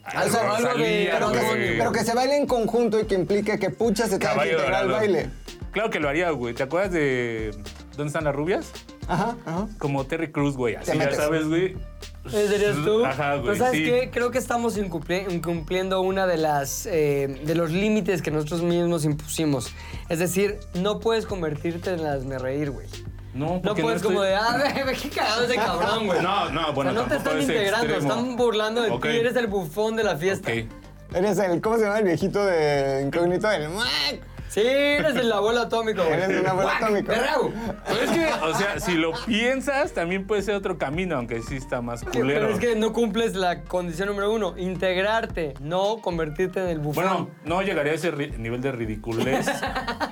[SPEAKER 3] Ay,
[SPEAKER 2] Algo- algo
[SPEAKER 3] Rosalía,
[SPEAKER 2] Pero que, se,
[SPEAKER 3] Ah, güey.
[SPEAKER 2] pero que se baile en conjunto y que implique que pucha se tenga que
[SPEAKER 3] Caballo
[SPEAKER 2] integrar al
[SPEAKER 3] dorado.
[SPEAKER 2] baile.
[SPEAKER 3] Claro que lo haría, güey. ¿Te acuerdas de dónde están las rubias?
[SPEAKER 2] Ajá, ajá.
[SPEAKER 3] Como Terry Cruz, güey. Así
[SPEAKER 2] Te
[SPEAKER 3] ya
[SPEAKER 2] metes.
[SPEAKER 3] sabes, güey.
[SPEAKER 1] ¿Ese ¿Serías tú?
[SPEAKER 3] Ajá, güey.
[SPEAKER 1] Pero ¿sabes
[SPEAKER 3] sí.
[SPEAKER 1] qué? Creo que estamos incumpli- incumpliendo una de las eh, de los límites que nosotros mismos impusimos. Es decir, no puedes convertirte en las me reír, güey.
[SPEAKER 3] No,
[SPEAKER 1] No
[SPEAKER 3] porque
[SPEAKER 1] puedes
[SPEAKER 3] estoy-
[SPEAKER 1] como de, ah, ve, ve, qué cagado ese cabrón, güey.
[SPEAKER 3] No, no, bueno,
[SPEAKER 1] o sea, no te
[SPEAKER 3] tampoco
[SPEAKER 1] están
[SPEAKER 3] ese
[SPEAKER 1] integrando,
[SPEAKER 3] extremo.
[SPEAKER 1] están burlando de
[SPEAKER 3] Ok.
[SPEAKER 1] ti, eres el bufón de la fiesta.
[SPEAKER 3] Ok.
[SPEAKER 2] Eres el, ¿cómo se llama el viejito de incógnito? El Mac.
[SPEAKER 1] Sí, eres el abuelo atómico, güey.
[SPEAKER 2] Eres un abuelo
[SPEAKER 1] Guac,
[SPEAKER 2] atómico.
[SPEAKER 1] perrao.
[SPEAKER 3] Pero es que, o sea, si lo piensas, también puede ser otro camino, aunque sí está más
[SPEAKER 1] Que-
[SPEAKER 3] culero.
[SPEAKER 1] Pero es que no cumples la condición número uno, integrarte, no convertirte en el bufón.
[SPEAKER 3] Bueno, no llegaría a ese ri- nivel de ridiculez,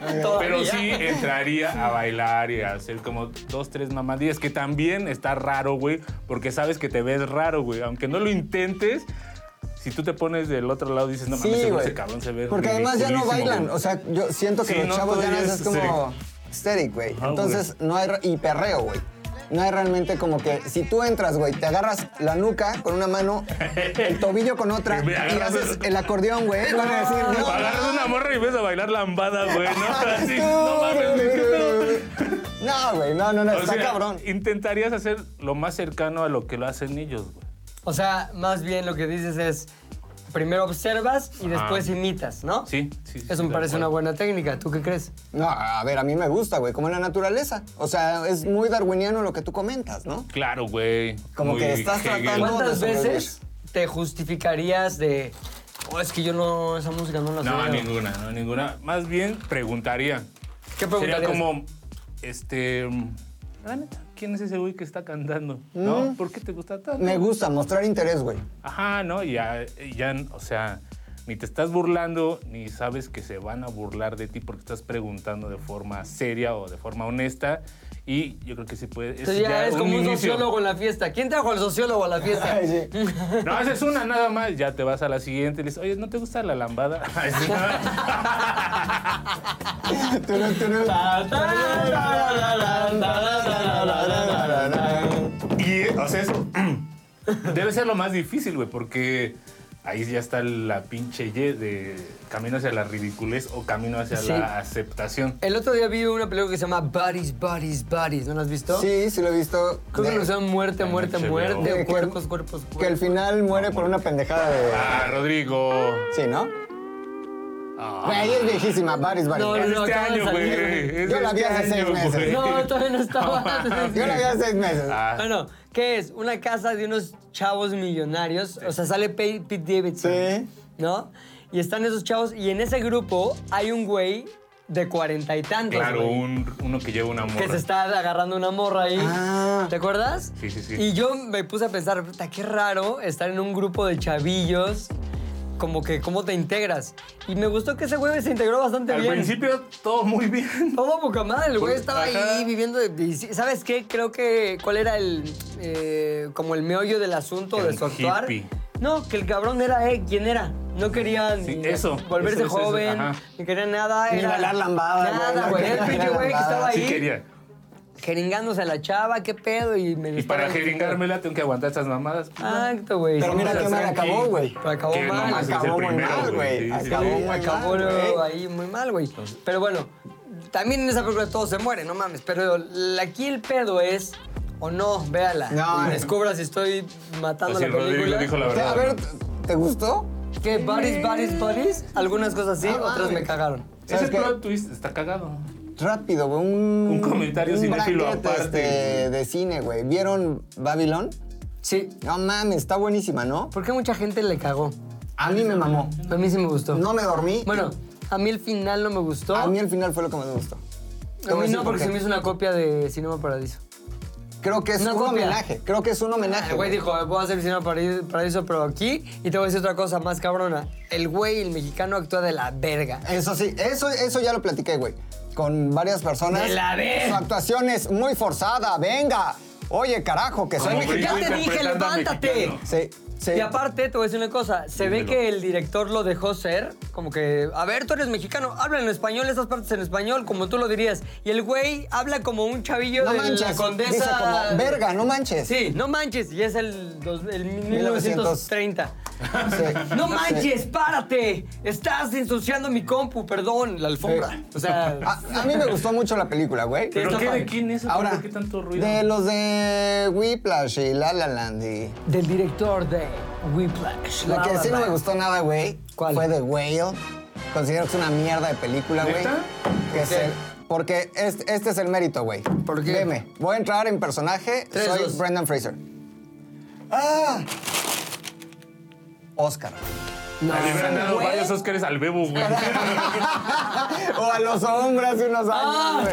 [SPEAKER 3] pero
[SPEAKER 1] Todavía.
[SPEAKER 3] sí entraría a bailar y a hacer como dos, tres mamadillas, que también está raro, güey, porque sabes que te ves raro, güey. Aunque no lo intentes, si tú te pones del otro lado dices, no mames,
[SPEAKER 2] Sí,
[SPEAKER 3] seguro
[SPEAKER 2] güey.
[SPEAKER 3] ese cabrón se ve
[SPEAKER 2] Porque además ya no
[SPEAKER 3] ridiculísimo,
[SPEAKER 2] bailan.
[SPEAKER 3] güey".
[SPEAKER 2] O sea, yo siento que
[SPEAKER 3] Sí,
[SPEAKER 2] los
[SPEAKER 3] no,
[SPEAKER 2] chavos ya
[SPEAKER 3] todavía
[SPEAKER 2] nada más
[SPEAKER 3] es
[SPEAKER 2] es como aesthetic, güey.
[SPEAKER 3] Ajá,
[SPEAKER 2] Entonces no hay. re- Y perreo, güey. No hay realmente como que si tú entras, güey, te agarras la nuca con una mano, el tobillo con otra
[SPEAKER 3] Y me
[SPEAKER 2] y
[SPEAKER 3] agarras-
[SPEAKER 2] haces el acordeón, güey. Van a decir, no,
[SPEAKER 3] Agarras una morra y ves a bailar lambada, güey, ¿no? Así, no mames, ¿de qué pedo?
[SPEAKER 2] No, güey, no, no, no,
[SPEAKER 3] O
[SPEAKER 2] está
[SPEAKER 3] sea,
[SPEAKER 2] cabrón.
[SPEAKER 3] Intentarías hacer lo más cercano a lo que lo hacen ellos, güey.
[SPEAKER 1] O sea, más bien lo que dices es, primero observas y después imitas, ¿no?
[SPEAKER 3] Sí, sí, sí,
[SPEAKER 1] Eso me
[SPEAKER 3] de
[SPEAKER 1] parece
[SPEAKER 3] acuerdo.
[SPEAKER 1] una buena técnica. ¿Tú qué crees?
[SPEAKER 2] No, a ver, a mí me gusta, güey, como en la naturaleza. O sea, es muy darwiniano lo que tú comentas, ¿no?
[SPEAKER 3] Claro, güey.
[SPEAKER 2] Como
[SPEAKER 3] Muy
[SPEAKER 2] que estás
[SPEAKER 3] Hegel.
[SPEAKER 2] tratando- No,
[SPEAKER 1] ¿Cuántas
[SPEAKER 2] no, no, no,
[SPEAKER 1] veces te justificarías de, oh, es que yo no, esa música no la sé?
[SPEAKER 3] No, ninguna, no, ninguna. Más bien preguntaría.
[SPEAKER 1] ¿Qué preguntarías?
[SPEAKER 3] Sería como, este... la neta, ¿Quién es ese güey que está cantando?
[SPEAKER 1] Mm.
[SPEAKER 3] ¿No? ¿Por qué te gusta tanto?
[SPEAKER 2] Me gusta mostrar interés, güey.
[SPEAKER 3] Ajá, ¿no? Y Ya, ya, o sea, ni te estás burlando, ni sabes que se van a burlar de ti porque estás preguntando de forma seria o de forma honesta. Y yo creo que sí puede. es
[SPEAKER 1] Entonces ya eres como un
[SPEAKER 3] inicio.
[SPEAKER 1] sociólogo en la fiesta. ¿Quién trajo al sociólogo a la fiesta?
[SPEAKER 2] Ay, sí.
[SPEAKER 3] No, haces una nada más, ya te vas a la siguiente y le dices, oye, ¿no te gusta la lambada? Ay, sí, no.
[SPEAKER 2] Turun, turun.
[SPEAKER 3] y, o sea, es- debe ser lo más difícil, güey, porque ahí ya está la pinche Y de camino hacia la ridiculez o camino hacia
[SPEAKER 1] Sí.
[SPEAKER 3] la aceptación.
[SPEAKER 1] El otro día vi una película que se llama Bodies, Bodies, Bodies. ¿No la has visto?
[SPEAKER 2] Sí, sí lo he visto.
[SPEAKER 1] Creo que
[SPEAKER 2] De-
[SPEAKER 1] lo usaron muerte, muerte,
[SPEAKER 3] Anoche
[SPEAKER 1] muerte.
[SPEAKER 2] veo.
[SPEAKER 1] o Cuerpos, cuerpos, cuerpos.
[SPEAKER 2] Que al final muere por una pendejada de.
[SPEAKER 3] Ah, Rodrigo.
[SPEAKER 2] Sí, ¿no? Güey, es viejísima, Baris, Baris.
[SPEAKER 1] No,
[SPEAKER 3] Es
[SPEAKER 1] no,
[SPEAKER 3] este
[SPEAKER 1] acaba de
[SPEAKER 3] año, güey.
[SPEAKER 1] salir,
[SPEAKER 3] Es
[SPEAKER 2] Yo la vi
[SPEAKER 3] este
[SPEAKER 2] hace seis
[SPEAKER 3] año,
[SPEAKER 2] meses.
[SPEAKER 3] güey.
[SPEAKER 1] No, todavía no estaba.
[SPEAKER 2] Yo la vi hace seis meses.
[SPEAKER 3] Ah,
[SPEAKER 1] Bueno, ¿qué es? Una casa de unos chavos millonarios. O sea, sale Pe- Pete Davidson.
[SPEAKER 2] Sí.
[SPEAKER 1] ¿No? Y están esos chavos. Y en ese grupo hay un güey de cuarenta y tantos.
[SPEAKER 3] claro,
[SPEAKER 1] güey,
[SPEAKER 3] un- uno que lleva una morra.
[SPEAKER 1] Que se está agarrando una morra ahí.
[SPEAKER 2] Ah.
[SPEAKER 1] ¿Te acuerdas?
[SPEAKER 3] Sí, sí, sí.
[SPEAKER 1] Y yo me puse a pensar, puta, qué raro estar en un grupo de chavillos. Como que, ¿cómo te integras? Y me gustó que ese güey se integró bastante
[SPEAKER 3] Al
[SPEAKER 1] bien.
[SPEAKER 3] principio todo muy bien.
[SPEAKER 1] Todo poca madre, el güey estaba
[SPEAKER 3] Pues, Ajá.
[SPEAKER 1] ahí viviendo. de- y sí, ¿Sabes qué? Creo que. ¿Cuál era el. eh, como el meollo del asunto
[SPEAKER 3] Era
[SPEAKER 1] de
[SPEAKER 3] un
[SPEAKER 1] su actuar?
[SPEAKER 3] hippie.
[SPEAKER 1] No, que el cabrón era eh, quien era. No quería
[SPEAKER 3] Sí,
[SPEAKER 1] ni
[SPEAKER 3] eso,
[SPEAKER 1] volverse
[SPEAKER 3] eso, eso, eso,
[SPEAKER 1] joven,
[SPEAKER 3] ajá.
[SPEAKER 1] ni quería nada.
[SPEAKER 2] Ni
[SPEAKER 1] era,
[SPEAKER 2] bailar lambada, güey,
[SPEAKER 1] Nada,
[SPEAKER 2] no
[SPEAKER 1] güey.
[SPEAKER 2] quería
[SPEAKER 1] Era el pinche
[SPEAKER 2] bailar
[SPEAKER 1] güey que estaba
[SPEAKER 2] lambada.
[SPEAKER 1] ahí
[SPEAKER 3] Sí quería.
[SPEAKER 1] jeringándose a la chava, qué pedo. Y, me
[SPEAKER 3] Y para
[SPEAKER 1] estaba-
[SPEAKER 3] jeringármela tengo que aguantar estas mamadas.
[SPEAKER 1] Exacto, güey.
[SPEAKER 2] Pero
[SPEAKER 1] Sí,
[SPEAKER 2] mira
[SPEAKER 1] me
[SPEAKER 2] qué
[SPEAKER 1] la-
[SPEAKER 2] mal acabó, güey.
[SPEAKER 1] Pero acabó
[SPEAKER 3] Que no
[SPEAKER 1] mal.
[SPEAKER 3] mames, es el
[SPEAKER 2] Acabó muy
[SPEAKER 3] primero,
[SPEAKER 2] mal, güey.
[SPEAKER 3] Sí, sí, sí.
[SPEAKER 2] Acabó
[SPEAKER 1] Sí,
[SPEAKER 2] muy
[SPEAKER 1] acabó
[SPEAKER 2] mal, güey.
[SPEAKER 1] ahí muy mal, güey. Pero bueno, también en esa película todo se muere, no mames. Pero la- aquí el pedo es, o no, véala.
[SPEAKER 2] No,
[SPEAKER 1] y
[SPEAKER 2] no. eh.
[SPEAKER 1] descubra si estoy matando
[SPEAKER 3] O sea,
[SPEAKER 1] la
[SPEAKER 3] Rodrigo
[SPEAKER 1] película.
[SPEAKER 3] dijo la
[SPEAKER 2] O sea,
[SPEAKER 3] verdad.
[SPEAKER 2] A ver, ¿te gustó?
[SPEAKER 1] Que buddies, buddies, buddies. Algunas cosas sí,
[SPEAKER 2] Ah,
[SPEAKER 1] otras me
[SPEAKER 2] mames.
[SPEAKER 1] cagaron.
[SPEAKER 3] Ese
[SPEAKER 2] ¿sabes qué?
[SPEAKER 3] plot twist está cagado.
[SPEAKER 2] Rápido, güey. Un,
[SPEAKER 3] Un comentario
[SPEAKER 2] un
[SPEAKER 3] cinéfilo
[SPEAKER 2] bracket,
[SPEAKER 3] aparte.
[SPEAKER 2] este, de cine, güey. ¿Vieron Babylon?
[SPEAKER 1] Sí.
[SPEAKER 2] No mames, está buenísima, ¿no?
[SPEAKER 1] ¿Por qué mucha gente le cagó?
[SPEAKER 2] A mí me mamó.
[SPEAKER 1] A mí sí me gustó.
[SPEAKER 2] No me dormí.
[SPEAKER 1] Bueno, a mí el final no me gustó.
[SPEAKER 2] A mí al final fue lo que más me gustó. Te
[SPEAKER 1] A
[SPEAKER 2] voy
[SPEAKER 1] mí
[SPEAKER 2] a decir
[SPEAKER 1] no,
[SPEAKER 2] por
[SPEAKER 1] porque
[SPEAKER 2] qué.
[SPEAKER 1] se me hizo una copia de Cinema Paradiso.
[SPEAKER 2] Creo que es
[SPEAKER 1] Una
[SPEAKER 2] un
[SPEAKER 1] copia.
[SPEAKER 2] homenaje. Creo que es un homenaje.
[SPEAKER 1] El güey
[SPEAKER 2] Ah, güey.
[SPEAKER 1] dijo, voy a hacer Cinema Paradi- Paradiso, pero aquí. Y te voy a decir otra cosa más cabrona. El güey, el mexicano, actúa de la verga.
[SPEAKER 2] Eso sí, eso, eso ya lo platiqué, güey. con varias personas.
[SPEAKER 5] Me la ve.
[SPEAKER 2] Su actuación es muy forzada, venga. Oye, carajo, que soy
[SPEAKER 3] Como
[SPEAKER 2] mexicano.
[SPEAKER 1] Ya
[SPEAKER 3] gringo
[SPEAKER 1] te dije,
[SPEAKER 3] interpretando a
[SPEAKER 1] levántate.
[SPEAKER 3] mexicano.
[SPEAKER 2] Sí, sí.
[SPEAKER 1] Y aparte, te voy a decir una cosa, se ve
[SPEAKER 3] Dímelo.
[SPEAKER 1] que el director lo dejó ser, como que, a ver, tú eres mexicano, habla en español, esas partes en español, como tú lo dirías. Y el güey habla como un chavillo
[SPEAKER 2] no
[SPEAKER 1] de
[SPEAKER 2] manches.
[SPEAKER 1] la condesa.
[SPEAKER 2] Dice como, verga, no manches.
[SPEAKER 1] Sí, no manches, y es el, dos- el
[SPEAKER 2] 1900.
[SPEAKER 1] 1930.
[SPEAKER 2] Sí.
[SPEAKER 1] No
[SPEAKER 2] Sí.
[SPEAKER 1] manches, párate, estás ensuciando mi compu, perdón, la alfombra.
[SPEAKER 2] Sí. Ah.
[SPEAKER 1] O sea,
[SPEAKER 2] A, a mí me gustó mucho la película, güey.
[SPEAKER 1] Sí,
[SPEAKER 3] ¿Pero
[SPEAKER 1] está
[SPEAKER 3] qué
[SPEAKER 1] padre.
[SPEAKER 3] de quién es?
[SPEAKER 2] Ahora,
[SPEAKER 3] ¿Por qué tanto ruido?
[SPEAKER 2] de los de Whiplash y La La Land y...
[SPEAKER 1] del director de Whiplash.
[SPEAKER 2] La que
[SPEAKER 1] La
[SPEAKER 2] sí
[SPEAKER 1] La
[SPEAKER 2] no me
[SPEAKER 1] Land.
[SPEAKER 2] gustó nada, güey,
[SPEAKER 1] ¿Cuál?
[SPEAKER 2] fue The Whale. Considero que es una mierda de película, güey.
[SPEAKER 3] ¿Neta?
[SPEAKER 2] Que es el- porque este, este es el mérito, güey.
[SPEAKER 1] ¿Por qué?
[SPEAKER 2] Veme, voy a entrar en personaje.
[SPEAKER 1] Tres,
[SPEAKER 2] Soy
[SPEAKER 1] dos.
[SPEAKER 2] Brendan Fraser. ¡Ah! Oscar.
[SPEAKER 3] Le hubieran dado
[SPEAKER 1] güey.
[SPEAKER 3] varios Óscares al Bebo, güey.
[SPEAKER 2] o a los hombres hace unos años,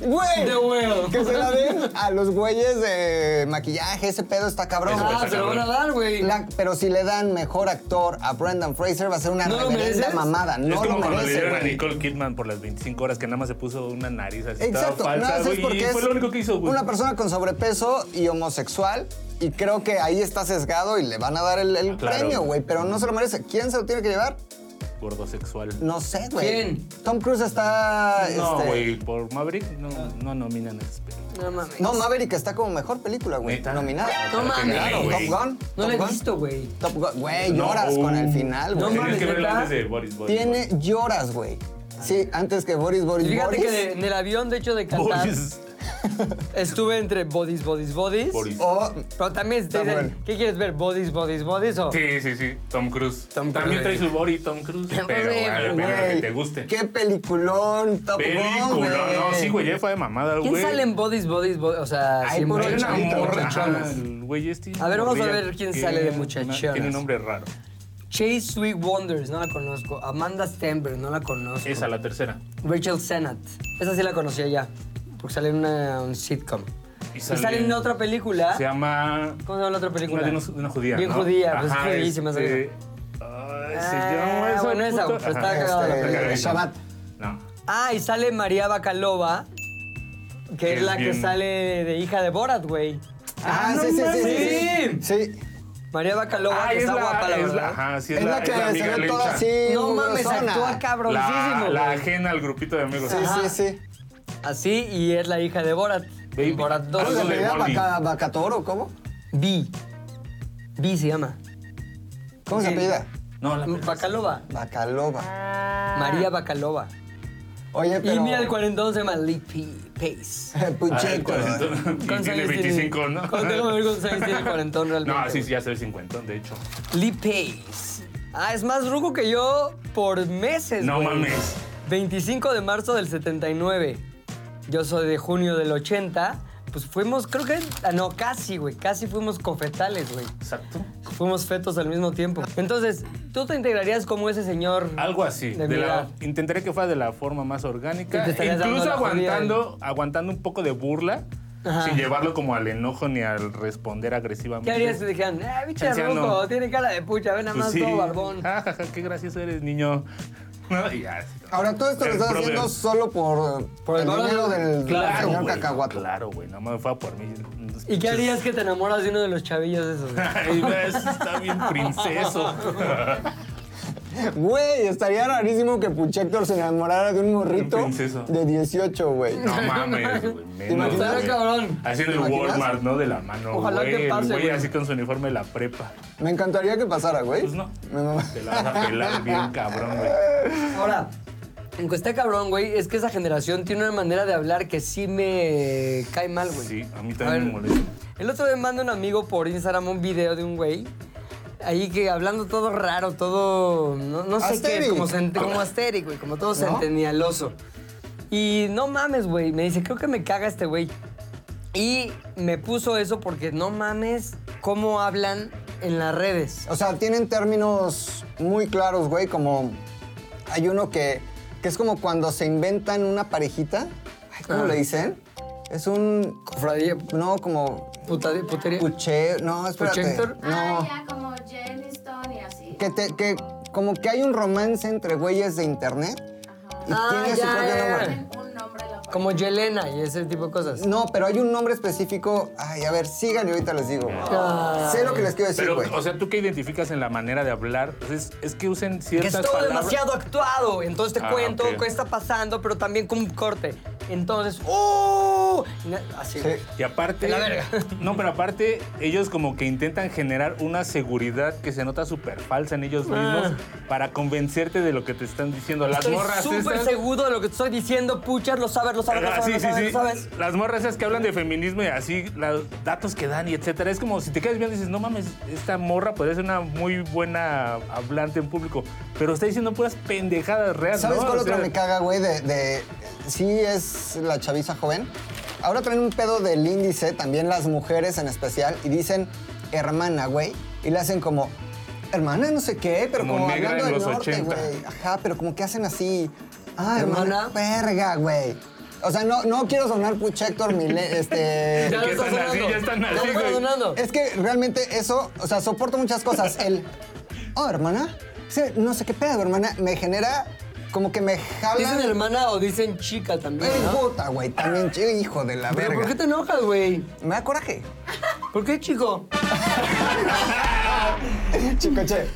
[SPEAKER 2] güey. Güey.
[SPEAKER 1] The Whale.
[SPEAKER 2] Que se la den a los güeyes de maquillaje. Ese pedo está cabrón,
[SPEAKER 3] Eso
[SPEAKER 2] güey.
[SPEAKER 1] Ah, se lo van a dar, güey.
[SPEAKER 2] La- pero si le dan mejor actor a Brendan Fraser, va a ser una
[SPEAKER 1] ¿No lo
[SPEAKER 2] reverenda
[SPEAKER 1] mereces?
[SPEAKER 2] mamada.
[SPEAKER 3] es
[SPEAKER 2] No
[SPEAKER 3] como
[SPEAKER 2] lo
[SPEAKER 3] cuando le
[SPEAKER 2] merece,
[SPEAKER 3] dieron a
[SPEAKER 2] güey.
[SPEAKER 3] Nicole Kidman por las 25 horas que nada más se puso una nariz así. estaba
[SPEAKER 2] Exacto,
[SPEAKER 3] falsa,
[SPEAKER 2] nada, ¿sabes
[SPEAKER 3] güey,
[SPEAKER 2] por
[SPEAKER 3] y
[SPEAKER 2] qué
[SPEAKER 3] fue
[SPEAKER 2] es
[SPEAKER 3] lo único que hizo, güey.
[SPEAKER 2] Una persona con sobrepeso y homosexual. Y creo que ahí está sesgado y le van a dar el, el
[SPEAKER 3] Ah, Claro.
[SPEAKER 2] premio, güey. Pero no se lo merece. ¿Quién se lo tiene que llevar?
[SPEAKER 3] Gordosexual.
[SPEAKER 2] No sé, güey.
[SPEAKER 1] ¿Quién?
[SPEAKER 2] Tom Cruise está.
[SPEAKER 3] No,
[SPEAKER 2] este,
[SPEAKER 3] güey, por Maverick no, no nominan a esas películas.
[SPEAKER 1] No mames.
[SPEAKER 2] No, Maverick está como mejor película, güey.
[SPEAKER 3] ¿Neta?
[SPEAKER 2] Nominada.
[SPEAKER 1] No mames.
[SPEAKER 2] Claro,
[SPEAKER 3] güey.
[SPEAKER 2] Top Gun.
[SPEAKER 1] No
[SPEAKER 2] Top
[SPEAKER 1] la he
[SPEAKER 2] Gun.
[SPEAKER 1] visto, güey.
[SPEAKER 2] Top Gun. Güey,
[SPEAKER 3] No.
[SPEAKER 2] lloras con el final,
[SPEAKER 1] No
[SPEAKER 2] güey.
[SPEAKER 1] mames,
[SPEAKER 3] Tienes que verla
[SPEAKER 1] ¿neta?
[SPEAKER 3] antes de Boris Boris.
[SPEAKER 2] Tiene lloras, güey. Sí, antes que Boris, Boris,
[SPEAKER 1] Y fíjate
[SPEAKER 2] Boris.
[SPEAKER 1] que de- en el avión, de hecho, de
[SPEAKER 3] Boris.
[SPEAKER 1] Qatar, estuve entre bodies, bodies, bodies.
[SPEAKER 3] Boris.
[SPEAKER 2] O
[SPEAKER 1] Pero también te
[SPEAKER 2] Está
[SPEAKER 1] dicen,
[SPEAKER 2] bueno.
[SPEAKER 1] ¿qué quieres ver? ¿Bodies, bodies, bodies o...?
[SPEAKER 3] Sí, sí, sí. Tom Cruise.
[SPEAKER 1] Tom
[SPEAKER 3] También
[SPEAKER 1] Cruise.
[SPEAKER 3] trae su body Tom Cruise. Pero
[SPEAKER 1] Cruise,
[SPEAKER 3] vale la pena
[SPEAKER 2] Güey,
[SPEAKER 3] que te guste.
[SPEAKER 2] Qué peliculón, Top Gun, güey.
[SPEAKER 3] Película. No, sí, güey, ya fue de mamada, güey.
[SPEAKER 1] ¿Quién sale en bodies, bodies, bodies? O sea,
[SPEAKER 2] Ay,
[SPEAKER 1] sí,
[SPEAKER 2] por
[SPEAKER 3] Era
[SPEAKER 1] mucho-
[SPEAKER 3] una
[SPEAKER 2] Muchachonas.
[SPEAKER 3] morra,
[SPEAKER 2] Muchachonas.
[SPEAKER 3] ajá, el güey este,
[SPEAKER 1] A ver, vamos a
[SPEAKER 3] morrilla,
[SPEAKER 1] ver quién
[SPEAKER 3] que
[SPEAKER 1] sale de
[SPEAKER 3] una-
[SPEAKER 1] muchachonas.
[SPEAKER 3] Tiene un nombre raro.
[SPEAKER 1] Chase Sweet Wonders, no la conozco. Amanda Stenberg, no la conozco.
[SPEAKER 3] Esa, la tercera.
[SPEAKER 1] Rachel Sennett, esa sí la conocía ya, porque sale en una, un sitcom.
[SPEAKER 3] Y
[SPEAKER 1] Y sale,
[SPEAKER 3] sale-
[SPEAKER 1] en otra película.
[SPEAKER 3] Se llama...
[SPEAKER 1] ¿Ah? ¿Cómo se llama la otra película?
[SPEAKER 3] Una de unos- una judía,
[SPEAKER 1] Bien
[SPEAKER 3] ¿no?
[SPEAKER 1] judía, pues
[SPEAKER 3] Ajá,
[SPEAKER 1] es jodidísima esa
[SPEAKER 3] este,
[SPEAKER 1] cosa.
[SPEAKER 3] Ay, se llama
[SPEAKER 1] Ah,
[SPEAKER 3] esa
[SPEAKER 1] bueno, esa,
[SPEAKER 3] puta-
[SPEAKER 1] pero está
[SPEAKER 3] Ajá.
[SPEAKER 1] cagada la
[SPEAKER 2] Este,
[SPEAKER 1] película.
[SPEAKER 3] cagadísima.
[SPEAKER 2] Shabbat.
[SPEAKER 3] No.
[SPEAKER 1] Ah, y sale María Bacalova, que, es,
[SPEAKER 3] es
[SPEAKER 1] la que
[SPEAKER 3] bien-
[SPEAKER 1] sale de hija de Borat, güey.
[SPEAKER 2] Ah,
[SPEAKER 1] no
[SPEAKER 2] sí, sí, sí, sí,
[SPEAKER 1] mames.
[SPEAKER 2] sí. Sí.
[SPEAKER 1] María Bacalova,
[SPEAKER 3] Ah,
[SPEAKER 1] que
[SPEAKER 3] es
[SPEAKER 1] está
[SPEAKER 3] la-
[SPEAKER 1] guapa, la
[SPEAKER 3] es
[SPEAKER 1] verdad.
[SPEAKER 3] la- Ajá, sí,
[SPEAKER 2] Es, la que se
[SPEAKER 3] amiga
[SPEAKER 2] ve toda
[SPEAKER 3] lencha.
[SPEAKER 2] así.
[SPEAKER 1] no mames,
[SPEAKER 2] grosona.
[SPEAKER 1] actúa cabroncísimo.
[SPEAKER 3] La, la
[SPEAKER 1] güey.
[SPEAKER 3] ajena al grupito de amigos.
[SPEAKER 2] Sí, sí, sí.
[SPEAKER 1] Así, y es la hija de Borat.
[SPEAKER 3] Baby.
[SPEAKER 1] Borat
[SPEAKER 3] Ah,
[SPEAKER 2] ¿Cómo se
[SPEAKER 3] Algo de
[SPEAKER 1] B.
[SPEAKER 3] sí.
[SPEAKER 2] apellida?
[SPEAKER 3] Barbie.
[SPEAKER 2] Baca- ¿Bacatoro? ¿Cómo?
[SPEAKER 1] B. se llama.
[SPEAKER 2] ¿Cómo se
[SPEAKER 1] Sí.
[SPEAKER 2] apellida?
[SPEAKER 3] No, la
[SPEAKER 1] Bacalova.
[SPEAKER 2] Bacaloba.
[SPEAKER 1] María Bacalova.
[SPEAKER 3] Ah.
[SPEAKER 2] Oye, pero...
[SPEAKER 1] Y mira el cuarentón se llama Lee P- Pace.
[SPEAKER 2] Puchito.
[SPEAKER 3] Ah, el cuarentón. Y
[SPEAKER 1] ¿Cuántos
[SPEAKER 3] tiene
[SPEAKER 1] años tiene?
[SPEAKER 3] 25, ¿no?
[SPEAKER 1] ¿Cuánto tengo que ver cuántos años tiene el cuarentón realmente?
[SPEAKER 3] No, sí, sí, ya se ve 50, de hecho.
[SPEAKER 1] Lee Pace. Ah, es más ruco que yo por meses.
[SPEAKER 3] No
[SPEAKER 1] güey.
[SPEAKER 3] mames.
[SPEAKER 1] 25 de marzo del 79. Yo soy de junio del 80. Pues fuimos, creo que. ah, no, casi, güey. Casi fuimos cofetales, güey.
[SPEAKER 3] Exacto.
[SPEAKER 1] Fuimos fetos al mismo tiempo. Entonces, ¿tú te integrarías como ese señor?
[SPEAKER 3] Algo así.
[SPEAKER 1] De
[SPEAKER 3] de
[SPEAKER 1] mi
[SPEAKER 3] la-
[SPEAKER 1] edad?
[SPEAKER 3] intentaré que fuera de la forma más
[SPEAKER 1] Y
[SPEAKER 3] orgánica.
[SPEAKER 1] te estarías
[SPEAKER 3] Incluso
[SPEAKER 1] dando la jodida
[SPEAKER 3] aguantando, aguantando un poco de burla.
[SPEAKER 1] Ajá.
[SPEAKER 3] Sin llevarlo como al enojo ni al responder agresivamente.
[SPEAKER 1] ¿Qué harías si te dijeran, eh, bicho
[SPEAKER 3] Anciano.
[SPEAKER 1] ruco, tiene cara de pucha, ven nada
[SPEAKER 3] Pues
[SPEAKER 1] más
[SPEAKER 3] sí.
[SPEAKER 1] todo barbón?
[SPEAKER 3] Ah, jaja, qué gracioso eres, niño. No, y ya, así.
[SPEAKER 2] Ahora, todo esto lo
[SPEAKER 3] El
[SPEAKER 2] estás
[SPEAKER 3] brother.
[SPEAKER 2] haciendo solo por,
[SPEAKER 1] Por el
[SPEAKER 2] el
[SPEAKER 1] valor
[SPEAKER 2] dinero
[SPEAKER 1] de-
[SPEAKER 2] del
[SPEAKER 1] Claro,
[SPEAKER 2] del señor
[SPEAKER 3] güey,
[SPEAKER 2] cacahuato.
[SPEAKER 3] Claro, güey. Nada más me fue a por mí.
[SPEAKER 1] ¿Y qué harías que te enamoras de uno de los chavillos esos? güey?
[SPEAKER 3] Ay, no, eso está bien princeso.
[SPEAKER 2] Güey, estaría rarísimo que Puchector se enamorara de un morrito
[SPEAKER 3] Un princeso.
[SPEAKER 2] de 18, güey.
[SPEAKER 3] No mames, güey. Menos,
[SPEAKER 2] imaginas?
[SPEAKER 3] güey.
[SPEAKER 1] cabrón.
[SPEAKER 3] Así en
[SPEAKER 2] ¿Te
[SPEAKER 3] el
[SPEAKER 2] imaginas?
[SPEAKER 3] Walmart, ¿no? De la mano,
[SPEAKER 1] Ojalá
[SPEAKER 3] güey.
[SPEAKER 1] que
[SPEAKER 3] El
[SPEAKER 1] pase,
[SPEAKER 3] güey
[SPEAKER 1] güey.
[SPEAKER 3] así con su uniforme de la prepa.
[SPEAKER 2] Me encantaría que pasara, güey.
[SPEAKER 3] Pues no.
[SPEAKER 2] Mi mamá-
[SPEAKER 3] Te la vas a pelar bien cabrón, güey.
[SPEAKER 1] Ahora, en que está cabrón, güey, es que esa generación tiene una manera de hablar que sí me cae mal, güey.
[SPEAKER 3] Sí, a mí
[SPEAKER 1] A ver,
[SPEAKER 3] también me molesta.
[SPEAKER 1] El otro día manda un amigo por Instagram un video de un güey. Ahí que hablando todo raro, todo. No, no sé qué,
[SPEAKER 2] Asterix.
[SPEAKER 1] como, se ent-
[SPEAKER 3] Ah.
[SPEAKER 1] como Asterix, güey, como todo se
[SPEAKER 2] ¿No?
[SPEAKER 1] entendía el oso. Y no mames, güey. Me dice, creo que me caga este güey. Y me puso eso porque no mames cómo hablan en las redes.
[SPEAKER 2] O sea, tienen términos muy claros, güey, como hay uno que, que es como cuando se inventan una parejita. Ay, ¿Cómo
[SPEAKER 1] Ah.
[SPEAKER 2] le dicen? Es un...
[SPEAKER 1] Cofradía,
[SPEAKER 2] No, como...
[SPEAKER 1] puta- putería.
[SPEAKER 2] Puche... No, espérate.
[SPEAKER 1] ¿Puchector?
[SPEAKER 2] No.
[SPEAKER 6] Ah, ya, como Jelly Stone y así.
[SPEAKER 2] Que, te, que como que hay un romance entre güeyes de internet y
[SPEAKER 5] Ah,
[SPEAKER 2] tiene su
[SPEAKER 5] ya,
[SPEAKER 2] propio
[SPEAKER 5] ya,
[SPEAKER 2] nombre.
[SPEAKER 5] ya. Como Yelena y ese tipo de cosas.
[SPEAKER 2] No, pero hay un nombre específico. Ay, a ver, sigan y ahorita les digo.
[SPEAKER 5] Ah.
[SPEAKER 2] Sé lo que les quiero decir,
[SPEAKER 3] Pero,
[SPEAKER 2] güey.
[SPEAKER 3] o sea, ¿tú qué identificas en la manera de hablar? O sea, Es, es que usen
[SPEAKER 1] Que
[SPEAKER 3] ciertas
[SPEAKER 1] es todo
[SPEAKER 3] palabras.
[SPEAKER 1] demasiado actuado. Entonces te
[SPEAKER 3] Ah,
[SPEAKER 1] cuento
[SPEAKER 3] ok.
[SPEAKER 1] qué está pasando, pero también con un corte. Entonces, ¡oh! Na- Así.
[SPEAKER 2] Sí.
[SPEAKER 3] Y aparte.
[SPEAKER 1] De la verga.
[SPEAKER 3] No, pero aparte, ellos como que intentan generar una seguridad que se nota súper falsa en ellos mismos para convencerte de lo que te están diciendo. Las
[SPEAKER 1] Ah. Estoy
[SPEAKER 3] morras
[SPEAKER 1] súper
[SPEAKER 3] esas-
[SPEAKER 1] seguro de lo que te estoy diciendo, puchas, lo sabes, lo sabes, lo
[SPEAKER 3] Ah,
[SPEAKER 1] sabes,
[SPEAKER 3] sí,
[SPEAKER 1] lo
[SPEAKER 3] sí,
[SPEAKER 1] sabes,
[SPEAKER 3] sí.
[SPEAKER 1] lo sabes.
[SPEAKER 3] Las morras esas que hablan de feminismo y así, los datos que dan y etcétera. Es como si te quedas viendo y dices, no mames, esta morra podría ser una muy buena hablante en público, pero está diciendo puras pendejadas reales.
[SPEAKER 2] ¿Sabes
[SPEAKER 3] ¿no?
[SPEAKER 2] cuál
[SPEAKER 3] O sea,
[SPEAKER 2] otra me caga, güey? De, de- Sí es la chaviza joven. Ahora traen un pedo del índice, también las mujeres en especial, y dicen hermana, güey. Y le hacen como, hermana no sé qué, pero
[SPEAKER 3] Como
[SPEAKER 2] como,
[SPEAKER 3] negra
[SPEAKER 2] hablando
[SPEAKER 3] en
[SPEAKER 2] del
[SPEAKER 3] los
[SPEAKER 2] norte,
[SPEAKER 3] 80.
[SPEAKER 2] güey. Ajá, pero como que hacen así, ah, hermana,
[SPEAKER 1] Hermana.
[SPEAKER 2] verga, güey. O sea, no, no quiero sonar Puchector, mile- este...
[SPEAKER 3] Ya están así, ya están así,
[SPEAKER 1] Ya lo
[SPEAKER 3] güey.
[SPEAKER 1] estás sonando.
[SPEAKER 2] Es que realmente eso, o sea, soporto muchas cosas. El, oh, hermana, sí, no sé qué pedo, hermana, me genera como que me
[SPEAKER 5] ¿Dicen
[SPEAKER 2] jala.
[SPEAKER 5] hermana o dicen chica
[SPEAKER 2] Ey,
[SPEAKER 5] también, no?
[SPEAKER 2] puta, güey, también,
[SPEAKER 3] Ah.
[SPEAKER 2] ch- hijo de la
[SPEAKER 5] Pero ¿por qué
[SPEAKER 2] verga.
[SPEAKER 5] te enojas, güey?
[SPEAKER 2] Me da coraje.
[SPEAKER 5] ¿Por qué, chico?
[SPEAKER 2] Chicoche,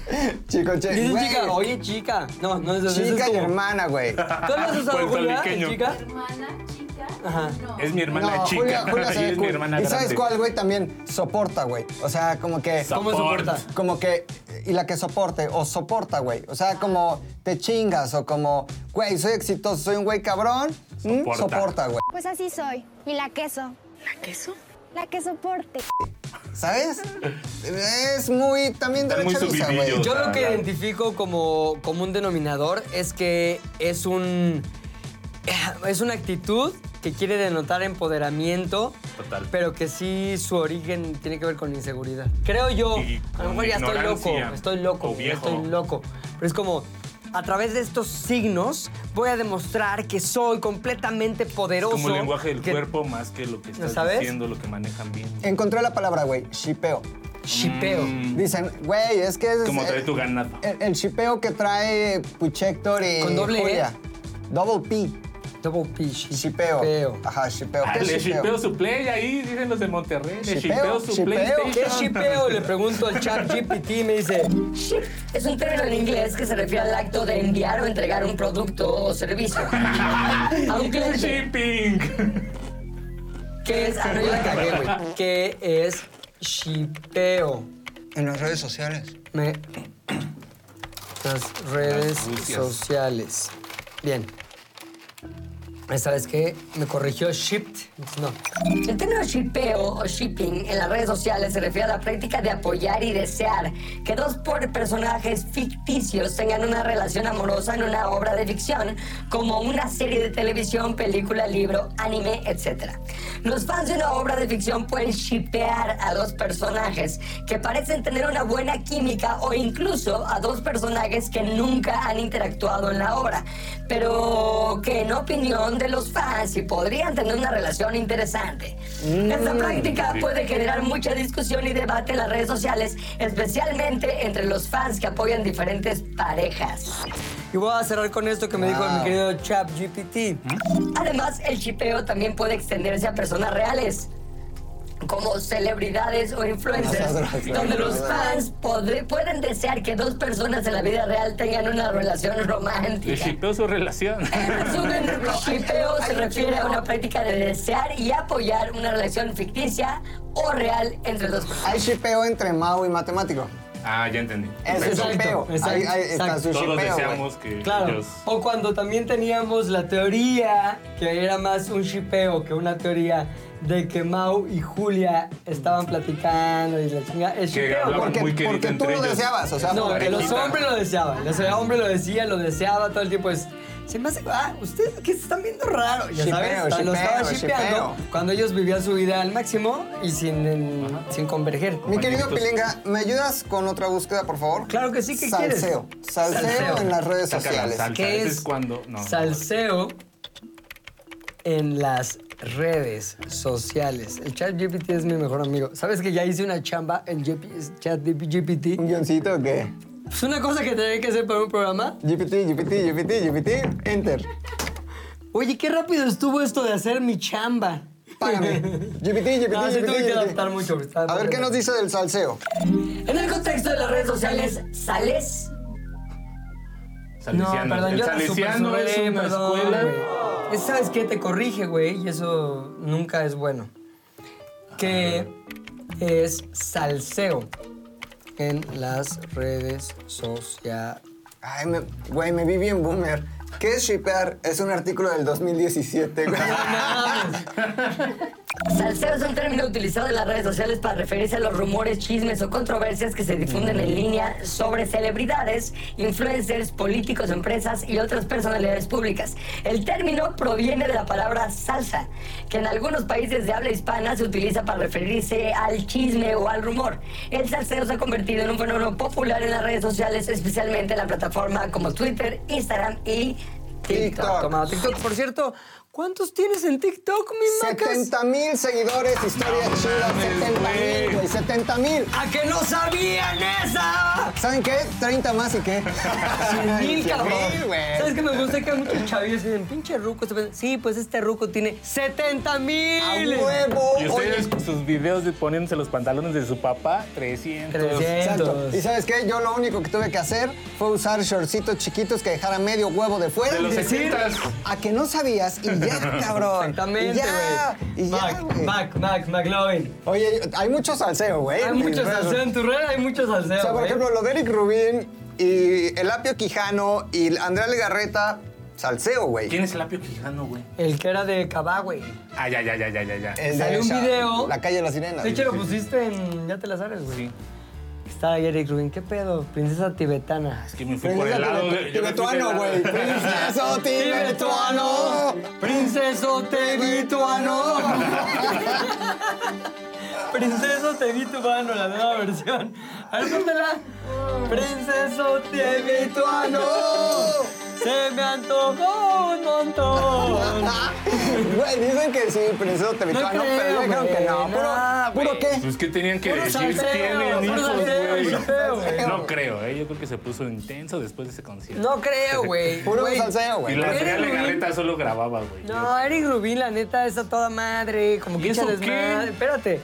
[SPEAKER 2] chicoche.
[SPEAKER 1] Dice
[SPEAKER 2] güey.
[SPEAKER 1] chica, oye chica. No, no es
[SPEAKER 3] pues,
[SPEAKER 1] así. eso es
[SPEAKER 2] Chica y
[SPEAKER 1] como-
[SPEAKER 2] hermana, güey.
[SPEAKER 1] ¿Tú lo has usado, Julia,
[SPEAKER 3] Puertorriqueño.
[SPEAKER 1] chica?
[SPEAKER 6] hermana chica.
[SPEAKER 1] Ajá. Eh.
[SPEAKER 6] No.
[SPEAKER 3] Es mi hermana
[SPEAKER 2] No,
[SPEAKER 3] chica.
[SPEAKER 2] Julia, Julia
[SPEAKER 3] Y
[SPEAKER 2] se ve
[SPEAKER 3] es mi
[SPEAKER 2] cool.
[SPEAKER 3] hermana
[SPEAKER 2] ¿Y sabes
[SPEAKER 3] grande.
[SPEAKER 2] cuál, güey? También soporta, güey. O sea, como que...
[SPEAKER 1] ¿Cómo
[SPEAKER 3] Soporta.
[SPEAKER 1] soporta?
[SPEAKER 2] Como que, y la que soporte, o soporta, güey. O sea, como te chingas, o como, güey, soy exitoso, soy un güey cabrón. Mm,
[SPEAKER 3] Soporta.
[SPEAKER 2] Soporta, güey.
[SPEAKER 7] Pues así soy. Y la queso. ¿La queso? La que soporte.
[SPEAKER 2] ¿Sabes? Es muy también de
[SPEAKER 3] Está
[SPEAKER 2] la
[SPEAKER 3] muy
[SPEAKER 2] chaviza, güey.
[SPEAKER 3] subidillo.
[SPEAKER 1] Yo lo que
[SPEAKER 3] Claro.
[SPEAKER 1] identifico como, como un denominador es que es un. eh, Es una actitud que quiere denotar empoderamiento,
[SPEAKER 3] Total.
[SPEAKER 1] pero que sí su origen tiene que ver con inseguridad. Creo yo,
[SPEAKER 3] Y
[SPEAKER 1] a lo
[SPEAKER 3] con
[SPEAKER 1] mejor ya estoy loco,
[SPEAKER 3] ignorancia,
[SPEAKER 1] estoy loco,
[SPEAKER 3] o viejo.
[SPEAKER 1] estoy loco, pero es como a través de estos signos voy a demostrar que soy completamente poderoso.
[SPEAKER 3] Como el lenguaje del
[SPEAKER 1] que-
[SPEAKER 3] cuerpo más que lo que estás
[SPEAKER 1] sabes?
[SPEAKER 3] diciendo, lo que manejan bien.
[SPEAKER 2] Encontré la palabra, güey, shipeo.
[SPEAKER 1] Shipeo.
[SPEAKER 3] Mm.
[SPEAKER 2] Dicen, güey, es que es.
[SPEAKER 3] Como
[SPEAKER 2] eh,
[SPEAKER 3] trae tu ganado.
[SPEAKER 2] El, el shipeo que trae Puchector y.
[SPEAKER 1] Con doble E.
[SPEAKER 2] Julia. Double P.
[SPEAKER 1] Double P. shi-
[SPEAKER 2] Shipeo.
[SPEAKER 1] shipeo.
[SPEAKER 2] Ajá, shipeo.
[SPEAKER 3] Ah,
[SPEAKER 2] ¿Qué es
[SPEAKER 3] le shipeo
[SPEAKER 2] shipeo?
[SPEAKER 3] su play ahí, dicen los de Monterrey. Le
[SPEAKER 2] Shipeo,
[SPEAKER 3] shipeo su
[SPEAKER 2] shipeo.
[SPEAKER 3] PlayStation.
[SPEAKER 1] ¿Qué es shipeo? Le pregunto al chat GPT y me dice,
[SPEAKER 4] Es un término en inglés que se refiere al acto de enviar o entregar un producto o servicio a un cliente,
[SPEAKER 3] Shipping.
[SPEAKER 1] ¿qué es? Ah, no, yo la cagué, güey. ¿Qué es shipeo?
[SPEAKER 2] En las redes sociales.
[SPEAKER 1] Me... Las redes
[SPEAKER 3] Las sucias.
[SPEAKER 1] sociales. Bien. ¿Sabes qué? Me corrigió shipped. No.
[SPEAKER 4] El término shippeo o shipping en las redes sociales se refiere a la práctica de apoyar y desear que dos por- personajes ficticios tengan una relación amorosa en una obra de ficción, como una serie de televisión, película, libro, anime, etc. Los fans de una obra de ficción pueden shippear a dos personajes que parecen tener una buena química o incluso a dos personajes que nunca han interactuado en la obra, pero que en opinión de los fans sí podrían tener una relación interesante. Esta práctica puede generar mucha discusión y debate en las redes sociales, especialmente entre los fans que apoyan diferentes parejas.
[SPEAKER 1] Y voy a cerrar con esto que me dijo
[SPEAKER 2] Wow.
[SPEAKER 1] mi querido chat GPT.
[SPEAKER 3] Mm,
[SPEAKER 4] Además, el chipeo también puede extenderse a personas reales. Como celebridades o influencers,
[SPEAKER 2] No seas grosero.
[SPEAKER 4] donde los fans podre- pueden desear que dos personas en la vida real tengan una relación
[SPEAKER 3] Le
[SPEAKER 4] romántica.
[SPEAKER 3] shipeo su relación.
[SPEAKER 4] En resumen, el shipeo se refiere a una práctica de desear y apoyar una relación ficticia o real entre dos personas.
[SPEAKER 2] Hay shipeo entre Mau y matemático.
[SPEAKER 3] Ah, ya entendí.
[SPEAKER 2] Ese es
[SPEAKER 1] Exacto,
[SPEAKER 2] shipeo.
[SPEAKER 1] exacto,
[SPEAKER 2] Ahí, ahí está
[SPEAKER 1] exacto.
[SPEAKER 2] su
[SPEAKER 3] Todos
[SPEAKER 2] shipeo. güey.
[SPEAKER 3] deseamos que
[SPEAKER 1] Claro.
[SPEAKER 3] ellos...
[SPEAKER 1] O cuando también teníamos la teoría, que era más un shipeo que una teoría de que Mau y Julia estaban platicando y la chingada. El
[SPEAKER 3] Que
[SPEAKER 1] shipeo,
[SPEAKER 3] hablaban
[SPEAKER 1] porque-
[SPEAKER 2] Porque,
[SPEAKER 3] Muy querido
[SPEAKER 2] porque tú
[SPEAKER 3] entre
[SPEAKER 2] lo
[SPEAKER 3] ellos.
[SPEAKER 2] deseabas, o sea,
[SPEAKER 1] No,
[SPEAKER 2] por-
[SPEAKER 1] que los
[SPEAKER 3] Parejita.
[SPEAKER 1] hombres lo deseaban. El hombre lo decía, lo deseaba todo el tiempo. Es, se me hace, ah, ustedes que se están viendo raro. Ya
[SPEAKER 2] Shipeo,
[SPEAKER 1] sabes, lo
[SPEAKER 2] shipeo,
[SPEAKER 1] estaban shipeando
[SPEAKER 2] shipeo.
[SPEAKER 1] cuando ellos vivían su vida al máximo y sin, en- sin converger.
[SPEAKER 2] Mi querido
[SPEAKER 3] Manitos.
[SPEAKER 2] Pilinga, ¿me ayudas con otra búsqueda, por favor?
[SPEAKER 1] Claro que sí, ¿qué quieres?
[SPEAKER 2] Salseo. Salseo.
[SPEAKER 1] Salseo.
[SPEAKER 2] en las redes
[SPEAKER 3] Saca la
[SPEAKER 2] Pues sociales.
[SPEAKER 3] salsa.
[SPEAKER 1] ¿Qué
[SPEAKER 3] Ese
[SPEAKER 1] es
[SPEAKER 3] es cuando- no.
[SPEAKER 1] salseo en las redes sociales? El chat GPT es mi mejor amigo. ¿Sabes que ya hice una chamba en GP chat GPT?
[SPEAKER 2] ¿Un guioncito o qué?
[SPEAKER 1] Es una cosa que tenía que hacer para un programa.
[SPEAKER 2] GPT, GPT, GPT, GPT, enter.
[SPEAKER 1] Oye, qué rápido estuvo esto de hacer mi chamba.
[SPEAKER 2] Págame. GPT, GPT,
[SPEAKER 1] No, se
[SPEAKER 2] GPT,
[SPEAKER 1] tuve que
[SPEAKER 2] GPT.
[SPEAKER 1] adaptar mucho. está
[SPEAKER 2] eh, A ver
[SPEAKER 1] padre.
[SPEAKER 2] qué nos dice del salseo.
[SPEAKER 4] En el contexto de las redes sociales, ¿sales?
[SPEAKER 1] No,
[SPEAKER 3] Salesiano.
[SPEAKER 1] perdón,
[SPEAKER 3] el
[SPEAKER 1] yo la
[SPEAKER 3] salesiano
[SPEAKER 1] supersolé,
[SPEAKER 3] es una
[SPEAKER 1] perdón,
[SPEAKER 3] escuela.
[SPEAKER 1] güey. Es, ¿Sabes qué? Te corrige, güey, y eso nunca es bueno. Que es salseo en las redes sociales.
[SPEAKER 2] Ay, me- güey, me vi bien boomer. ¿Qué es shipear? Es un artículo del 2017, güey. Ah.
[SPEAKER 4] Salseo es un término utilizado en las redes sociales para referirse a los rumores, chismes o controversias que se difunden en línea sobre celebridades, influencers, políticos, empresas y otras personalidades públicas. El término proviene de la palabra salsa, que en algunos países de habla hispana se utiliza para referirse al chisme o al rumor. El salseo se ha convertido en un fenómeno popular en las redes sociales, especialmente en la plataforma como Twitter, Instagram y TikTok.
[SPEAKER 2] TikTok.
[SPEAKER 1] Tomado TikTok. Por cierto, ¿cuántos tienes en TikTok, mi macas?
[SPEAKER 2] 70 mil seguidores, historia chida. 70 mil, güey. 70 mil.
[SPEAKER 1] ¡A que no sabían esa!
[SPEAKER 2] ¿Saben qué? 30 más y qué.
[SPEAKER 1] Mil, cabrón.
[SPEAKER 2] Mil, güey.
[SPEAKER 1] ¿Sabes qué me gusta? Que hay muchos chavillos que dicen, pinche ruco. este pe-". Sí, pues este ruco tiene 70
[SPEAKER 2] ¡A
[SPEAKER 1] mil.
[SPEAKER 2] Ah, huevo!
[SPEAKER 3] Y
[SPEAKER 2] Oye,
[SPEAKER 3] ustedes con sus videos de poniéndose los pantalones de su papá, 300.
[SPEAKER 1] 300.
[SPEAKER 2] Exacto. ¿Y sabes qué? Yo lo único que tuve que hacer fue usar shortcitos chiquitos que dejara medio huevo de fuera.
[SPEAKER 3] De los
[SPEAKER 2] y decir,
[SPEAKER 3] 70s.
[SPEAKER 2] A que no sabías y ya, cabrón. Y
[SPEAKER 1] Exactamente,
[SPEAKER 2] ya,
[SPEAKER 1] güey.
[SPEAKER 2] Y ya,
[SPEAKER 1] Mac,
[SPEAKER 2] güey.
[SPEAKER 1] Mac, Mac, McLovin.
[SPEAKER 2] Oye, hay mucho salseo, güey.
[SPEAKER 1] Hay
[SPEAKER 2] en mis
[SPEAKER 1] mucho
[SPEAKER 2] redes.
[SPEAKER 1] salseo en ¿eh? tu red, hay mucho salseo.
[SPEAKER 2] O sea, por
[SPEAKER 1] güey.
[SPEAKER 2] ejemplo, lo de Eric Rubín y el Apio Quijano y Andrea Legarreta, salseo, güey.
[SPEAKER 3] ¿Quién es el apio quijano, güey?
[SPEAKER 1] El que era de Cabá, güey.
[SPEAKER 3] Ah, ya, ya, ya, ya, ya, ya.
[SPEAKER 2] El
[SPEAKER 1] Salió un
[SPEAKER 2] Sha-
[SPEAKER 1] video.
[SPEAKER 2] La calle de las sirenas.
[SPEAKER 1] De hecho, lo pusiste en. Ya te la sabes, güey.
[SPEAKER 3] Sí.
[SPEAKER 1] Estaba ahí Eric Rubin. ¿Qué pedo? Princesa tibetana.
[SPEAKER 3] Es que me fui por el lado de.
[SPEAKER 2] Princesa
[SPEAKER 3] yo me fui por el
[SPEAKER 2] Tibetuano,
[SPEAKER 3] lado-
[SPEAKER 2] güey.
[SPEAKER 1] Princeso
[SPEAKER 2] Princeso Tibetuano.
[SPEAKER 1] tibetano. Princeso tibetano, la nueva versión. A ver, póntela. Princeso tibetano. Se me antojó un montón.
[SPEAKER 2] Güey, dicen que sí, Princeso Tibetuano, pero
[SPEAKER 1] creo,
[SPEAKER 2] yo creo que no.
[SPEAKER 1] güey,
[SPEAKER 2] Puro,
[SPEAKER 1] no,
[SPEAKER 2] ¿Puro qué?
[SPEAKER 3] Pues, ¿qué tenían que
[SPEAKER 1] Puro
[SPEAKER 3] decir?
[SPEAKER 1] salseo,
[SPEAKER 3] Tienen
[SPEAKER 1] puro
[SPEAKER 3] hijos,
[SPEAKER 1] salseo,
[SPEAKER 3] güey.
[SPEAKER 1] salseo, güey.
[SPEAKER 3] No creo, ¿eh? Yo creo que se puso intenso después de ese concierto.
[SPEAKER 1] No creo, güey.
[SPEAKER 2] Puro
[SPEAKER 1] Güey.
[SPEAKER 2] salseo,
[SPEAKER 3] Y
[SPEAKER 2] güey.
[SPEAKER 3] la
[SPEAKER 1] Pero
[SPEAKER 3] Andrea
[SPEAKER 1] Rubín-
[SPEAKER 3] Legarreta solo grababa, güey.
[SPEAKER 1] No, Eric Rubín, la neta, está toda madre. Como que
[SPEAKER 3] ¿Y
[SPEAKER 1] echa
[SPEAKER 3] eso
[SPEAKER 1] desmadre.
[SPEAKER 3] qué?
[SPEAKER 1] Espérate.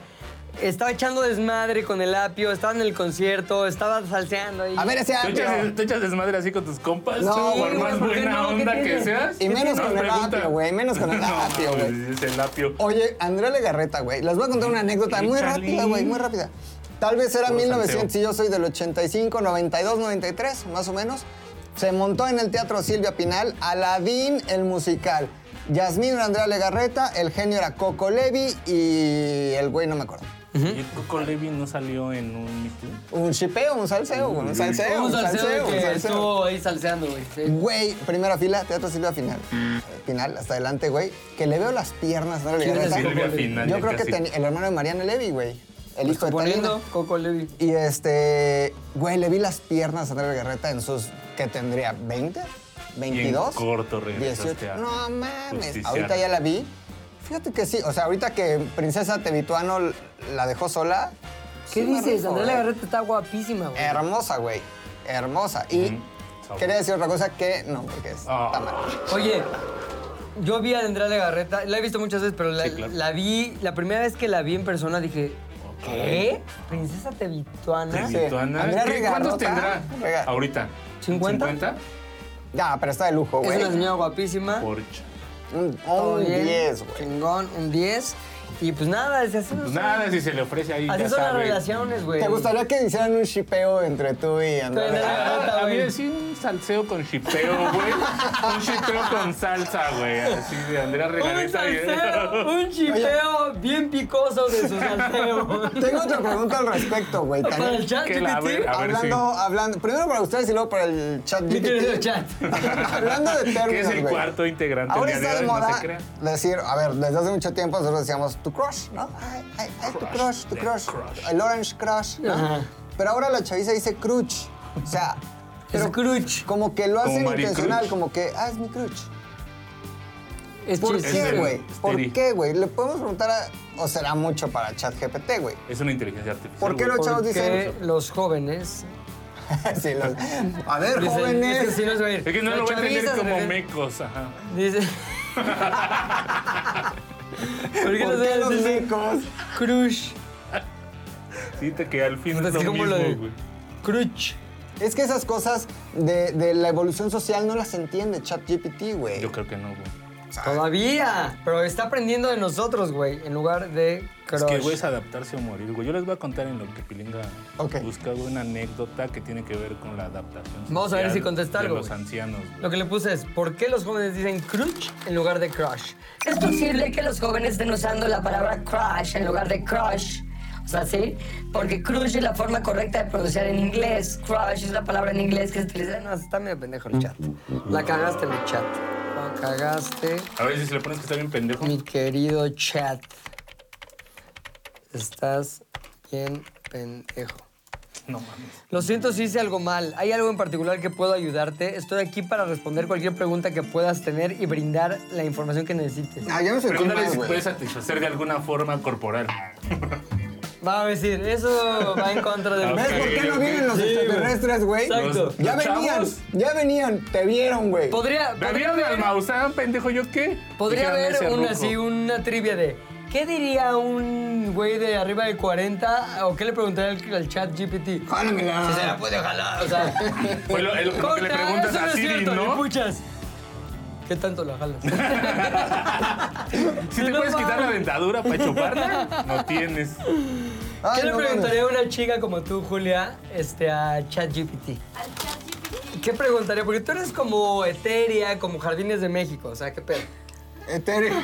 [SPEAKER 1] Estaba echando desmadre con el apio, estaba en el concierto, estaba salseando ahí.
[SPEAKER 2] A ver ese
[SPEAKER 3] ¿Tú echas,
[SPEAKER 2] apio.
[SPEAKER 3] tú echas desmadre así con tus compas?
[SPEAKER 2] No,
[SPEAKER 3] No, por
[SPEAKER 2] güey,
[SPEAKER 3] más
[SPEAKER 1] ¿por qué
[SPEAKER 3] buena
[SPEAKER 1] no? ¿Qué
[SPEAKER 3] onda que
[SPEAKER 1] tiene?
[SPEAKER 3] seas.
[SPEAKER 2] Y menos
[SPEAKER 3] nos
[SPEAKER 2] con el
[SPEAKER 3] preguntan.
[SPEAKER 2] apio, güey, menos con el
[SPEAKER 3] No,
[SPEAKER 2] apio, güey. Oh.
[SPEAKER 3] mames, Es el apio.
[SPEAKER 2] Oye, Andrea Legarreta, güey. Les voy a contar una anécdota muy
[SPEAKER 3] Échale.
[SPEAKER 2] rápida, güey, muy rápida. Tal vez era
[SPEAKER 3] Puro
[SPEAKER 2] 1900 y yo soy del 85, 92, 93, más o menos. Se montó en el Teatro Silvia Pinal Aladín el musical. Yasmín era Andrea Legarreta, el genio era Coco Levi y el güey no me acuerdo.
[SPEAKER 3] ¿Y Coco Levi no salió en un mito?
[SPEAKER 2] Un chipeo, un salseo, güey, un salseo,
[SPEAKER 1] Un salseo
[SPEAKER 2] un
[SPEAKER 1] que
[SPEAKER 2] salseo.
[SPEAKER 1] estuvo ahí salseando, güey. Sí.
[SPEAKER 2] Güey, primera fila, Teatro Silvia Final. Final, hasta adelante, güey. Que le veo las piernas, ¿no?
[SPEAKER 1] ¿Quién es
[SPEAKER 2] Legarreta.
[SPEAKER 3] Silvia Pinal?
[SPEAKER 2] Yo
[SPEAKER 3] Ya
[SPEAKER 2] creo que
[SPEAKER 3] casi.
[SPEAKER 2] tenía- el hermano de Mariana Levy, güey. El hijo de
[SPEAKER 1] Poniendo
[SPEAKER 2] Talina.
[SPEAKER 1] Pues Coco Levi.
[SPEAKER 2] Y este, güey, le vi las piernas a Andrea Garreta en sus, ¿qué tendría? ¿20? ¿22?
[SPEAKER 3] corto regresaste a
[SPEAKER 2] No mames,
[SPEAKER 3] justiciar.
[SPEAKER 2] ahorita ya la vi. Fíjate que sí, o sea, ahorita que Princesa Tevituano la dejó sola.
[SPEAKER 1] ¿Qué
[SPEAKER 2] sí eh. me
[SPEAKER 1] dices?
[SPEAKER 2] rifo,
[SPEAKER 1] Andrea
[SPEAKER 2] güey.
[SPEAKER 1] Legarreta está guapísima, güey.
[SPEAKER 2] Hermosa, güey. Hermosa. Y
[SPEAKER 3] Sabor. Ah.
[SPEAKER 2] quería decir otra cosa que no, porque es está mal.
[SPEAKER 1] Oye, yo vi a Andrea Legarreta, la he visto muchas veces, pero la,
[SPEAKER 3] Sí, claro.
[SPEAKER 1] la vi, la primera vez que la vi en persona dije, ¿qué? ¿Princesa
[SPEAKER 3] Ah,
[SPEAKER 1] tebituana?
[SPEAKER 2] Sí.
[SPEAKER 3] Tevituana.
[SPEAKER 2] Andrea
[SPEAKER 3] ¿Qué-
[SPEAKER 2] Regarota.
[SPEAKER 3] ¿Cuántos tendrá
[SPEAKER 2] Rega-
[SPEAKER 3] ahorita?
[SPEAKER 1] ¿Cincuenta?
[SPEAKER 3] ¿50?
[SPEAKER 2] Ya, pero está de lujo,
[SPEAKER 1] Es
[SPEAKER 2] güey.
[SPEAKER 1] una señora guapísima.
[SPEAKER 3] Por...
[SPEAKER 2] Un
[SPEAKER 1] Todo
[SPEAKER 2] un
[SPEAKER 1] bien,
[SPEAKER 2] 10, güey.
[SPEAKER 1] Chingón, un 10. Y pues nada, es así.
[SPEAKER 3] Pues nada, si se le ofrece ahí,
[SPEAKER 1] Así
[SPEAKER 3] ya
[SPEAKER 1] son las
[SPEAKER 3] sabe.
[SPEAKER 1] relaciones, güey.
[SPEAKER 2] ¿Te gustaría que hicieran un shipeo entre tú y Andrea?
[SPEAKER 1] Tú y Andrea.
[SPEAKER 2] Legarreta?
[SPEAKER 3] Ah,
[SPEAKER 1] Nota,
[SPEAKER 3] A mí
[SPEAKER 1] güey.
[SPEAKER 3] decía un salseo con chipeo, güey. un chipeo con salsa, güey. Así de Andrea
[SPEAKER 1] Un
[SPEAKER 3] Regareta. y-
[SPEAKER 1] salseo, un chipeo bien picoso de su salseo.
[SPEAKER 2] Tengo otra pregunta al respecto, güey.
[SPEAKER 1] Para el
[SPEAKER 2] También.
[SPEAKER 1] chat,
[SPEAKER 3] Que la ve-
[SPEAKER 1] GPT.
[SPEAKER 3] a ver si-
[SPEAKER 2] Hablando, hablando, primero para ustedes y luego para el chat
[SPEAKER 1] ¿Qué quieres
[SPEAKER 2] GPT.
[SPEAKER 1] el chat?
[SPEAKER 2] hablando de términos,
[SPEAKER 3] Que es el
[SPEAKER 2] güey.
[SPEAKER 3] cuarto integrante
[SPEAKER 2] Ahora
[SPEAKER 3] el día
[SPEAKER 2] está de
[SPEAKER 3] hoy, no
[SPEAKER 2] moda
[SPEAKER 3] se crea.
[SPEAKER 2] decir, a ver, desde hace mucho tiempo nosotros decíamos tu crush, ¿no? Ay, ay, ay, tu crush,
[SPEAKER 3] Crush,
[SPEAKER 2] tu
[SPEAKER 3] the
[SPEAKER 2] crush,
[SPEAKER 3] crush.
[SPEAKER 2] el orange crush, ¿no?
[SPEAKER 1] Ajá.
[SPEAKER 2] Pero ahora la chaviza dice crush, o sea,
[SPEAKER 1] Es
[SPEAKER 2] pero
[SPEAKER 1] cruch.
[SPEAKER 2] como que lo
[SPEAKER 3] Como
[SPEAKER 2] hacen
[SPEAKER 3] Mari
[SPEAKER 2] intencional,
[SPEAKER 3] Crush.
[SPEAKER 2] como que, ah, es mi crush.
[SPEAKER 1] Es
[SPEAKER 2] ¿Por
[SPEAKER 1] chiste.
[SPEAKER 3] Es
[SPEAKER 2] qué,
[SPEAKER 3] del
[SPEAKER 2] güey? ¿Por
[SPEAKER 3] Steri.
[SPEAKER 2] qué, güey? Le podemos preguntar a, o será mucho para ChatGPT, güey.
[SPEAKER 3] Es una inteligencia artificial.
[SPEAKER 2] ¿Por qué
[SPEAKER 3] güey.
[SPEAKER 2] lo- chavos
[SPEAKER 1] Porque
[SPEAKER 2] dicen
[SPEAKER 1] los jóvenes
[SPEAKER 2] Sí, los- A ver,
[SPEAKER 1] Dice,
[SPEAKER 2] jóvenes.
[SPEAKER 1] es que sí nos va a ir.
[SPEAKER 3] Es que no
[SPEAKER 1] Los
[SPEAKER 3] lo voy a entender
[SPEAKER 1] chavistas,
[SPEAKER 3] como
[SPEAKER 1] ¿verdad?
[SPEAKER 3] mecos, ajá.
[SPEAKER 1] Dice. ¿Por qué
[SPEAKER 2] ¿Por
[SPEAKER 1] los
[SPEAKER 2] qué los
[SPEAKER 1] dice
[SPEAKER 2] mecos?
[SPEAKER 1] Crush.
[SPEAKER 3] Sí, te- que al fin es
[SPEAKER 1] Pues Así
[SPEAKER 3] lo
[SPEAKER 1] como lo
[SPEAKER 3] mismo,
[SPEAKER 1] de-
[SPEAKER 3] güey.
[SPEAKER 1] Crush.
[SPEAKER 2] Es que esas cosas de, de la evolución social no las entiende ChatGPT, güey.
[SPEAKER 3] Yo creo que no, güey.
[SPEAKER 1] Todavía. Pero está aprendiendo de nosotros, güey. En lugar de
[SPEAKER 3] Es
[SPEAKER 1] crush.
[SPEAKER 3] que, güey, es adaptarse o morir, güey. Yo les voy a contar en lo que Pilinga
[SPEAKER 2] Ok.
[SPEAKER 3] busca, güey, una anécdota que tiene que ver con la adaptación.
[SPEAKER 1] Vamos a ver
[SPEAKER 3] social
[SPEAKER 1] si contesta
[SPEAKER 3] de
[SPEAKER 1] algo,
[SPEAKER 3] los
[SPEAKER 1] güey.
[SPEAKER 3] ancianos, güey.
[SPEAKER 1] Lo que le puse es, ¿por qué los jóvenes dicen crush en lugar de crush?
[SPEAKER 4] Es posible que los jóvenes estén usando la palabra crush en lugar de crush. O sea, sí, porque crush es la forma correcta de pronunciar en inglés. Crush es la palabra en inglés que se utiliza.
[SPEAKER 1] No, está medio pendejo el chat. La cagaste, mi chat. La cagaste,
[SPEAKER 3] A ver si se le pones que está bien pendejo.
[SPEAKER 1] mi querido chat. Estás bien pendejo.
[SPEAKER 3] No mames.
[SPEAKER 1] Lo siento si hice algo mal. ¿Hay algo en particular que puedo ayudarte? Estoy aquí para responder cualquier pregunta que puedas tener y brindar la información que necesites.
[SPEAKER 2] Ah, ya me sentí
[SPEAKER 3] Pregúntale
[SPEAKER 2] mal,
[SPEAKER 3] si
[SPEAKER 2] güey.
[SPEAKER 3] puedes satisfacer de alguna forma corporal.
[SPEAKER 1] Va a decir, eso va en contra de...
[SPEAKER 2] ¿Ves por qué no
[SPEAKER 3] Ah, Ok,
[SPEAKER 2] vienen los
[SPEAKER 1] ok. Sí, güey.
[SPEAKER 2] extraterrestres, güey?
[SPEAKER 1] Exacto.
[SPEAKER 3] Los-
[SPEAKER 2] Ya
[SPEAKER 3] los
[SPEAKER 2] venían,
[SPEAKER 3] chavos.
[SPEAKER 2] ya venían, te vieron, güey.
[SPEAKER 1] Podría... podría
[SPEAKER 3] Bebía de almauzán, pendejo, ¿yo qué?
[SPEAKER 1] Podría
[SPEAKER 3] Dijeron ese
[SPEAKER 1] haber una,
[SPEAKER 3] ruco.
[SPEAKER 1] así, una trivia de ¿qué diría un güey de arriba de 40 o qué le preguntaría al, al chat GPT?
[SPEAKER 2] Jálamela.
[SPEAKER 1] Si se la puede jalar, o sea.
[SPEAKER 3] Fue lo- el- lo que le
[SPEAKER 1] Corta,
[SPEAKER 3] preguntas
[SPEAKER 1] eso
[SPEAKER 3] a
[SPEAKER 1] no es
[SPEAKER 3] Siri,
[SPEAKER 1] cierto,
[SPEAKER 3] ¿no?
[SPEAKER 1] ni puchas. ¿Qué tanto la jalas?
[SPEAKER 3] Si te
[SPEAKER 1] No
[SPEAKER 3] puedes quitar la
[SPEAKER 1] mames.
[SPEAKER 3] dentadura para chuparla, no tienes.
[SPEAKER 2] Ay,
[SPEAKER 1] ¿Qué le
[SPEAKER 2] no mames.
[SPEAKER 1] preguntaría a una chica como tú, Julia, este, a ChatGPT? ¿Qué preguntaría? Porque tú eres como etérea, como Jardines de México, o sea, qué pedo.
[SPEAKER 2] Etéreo.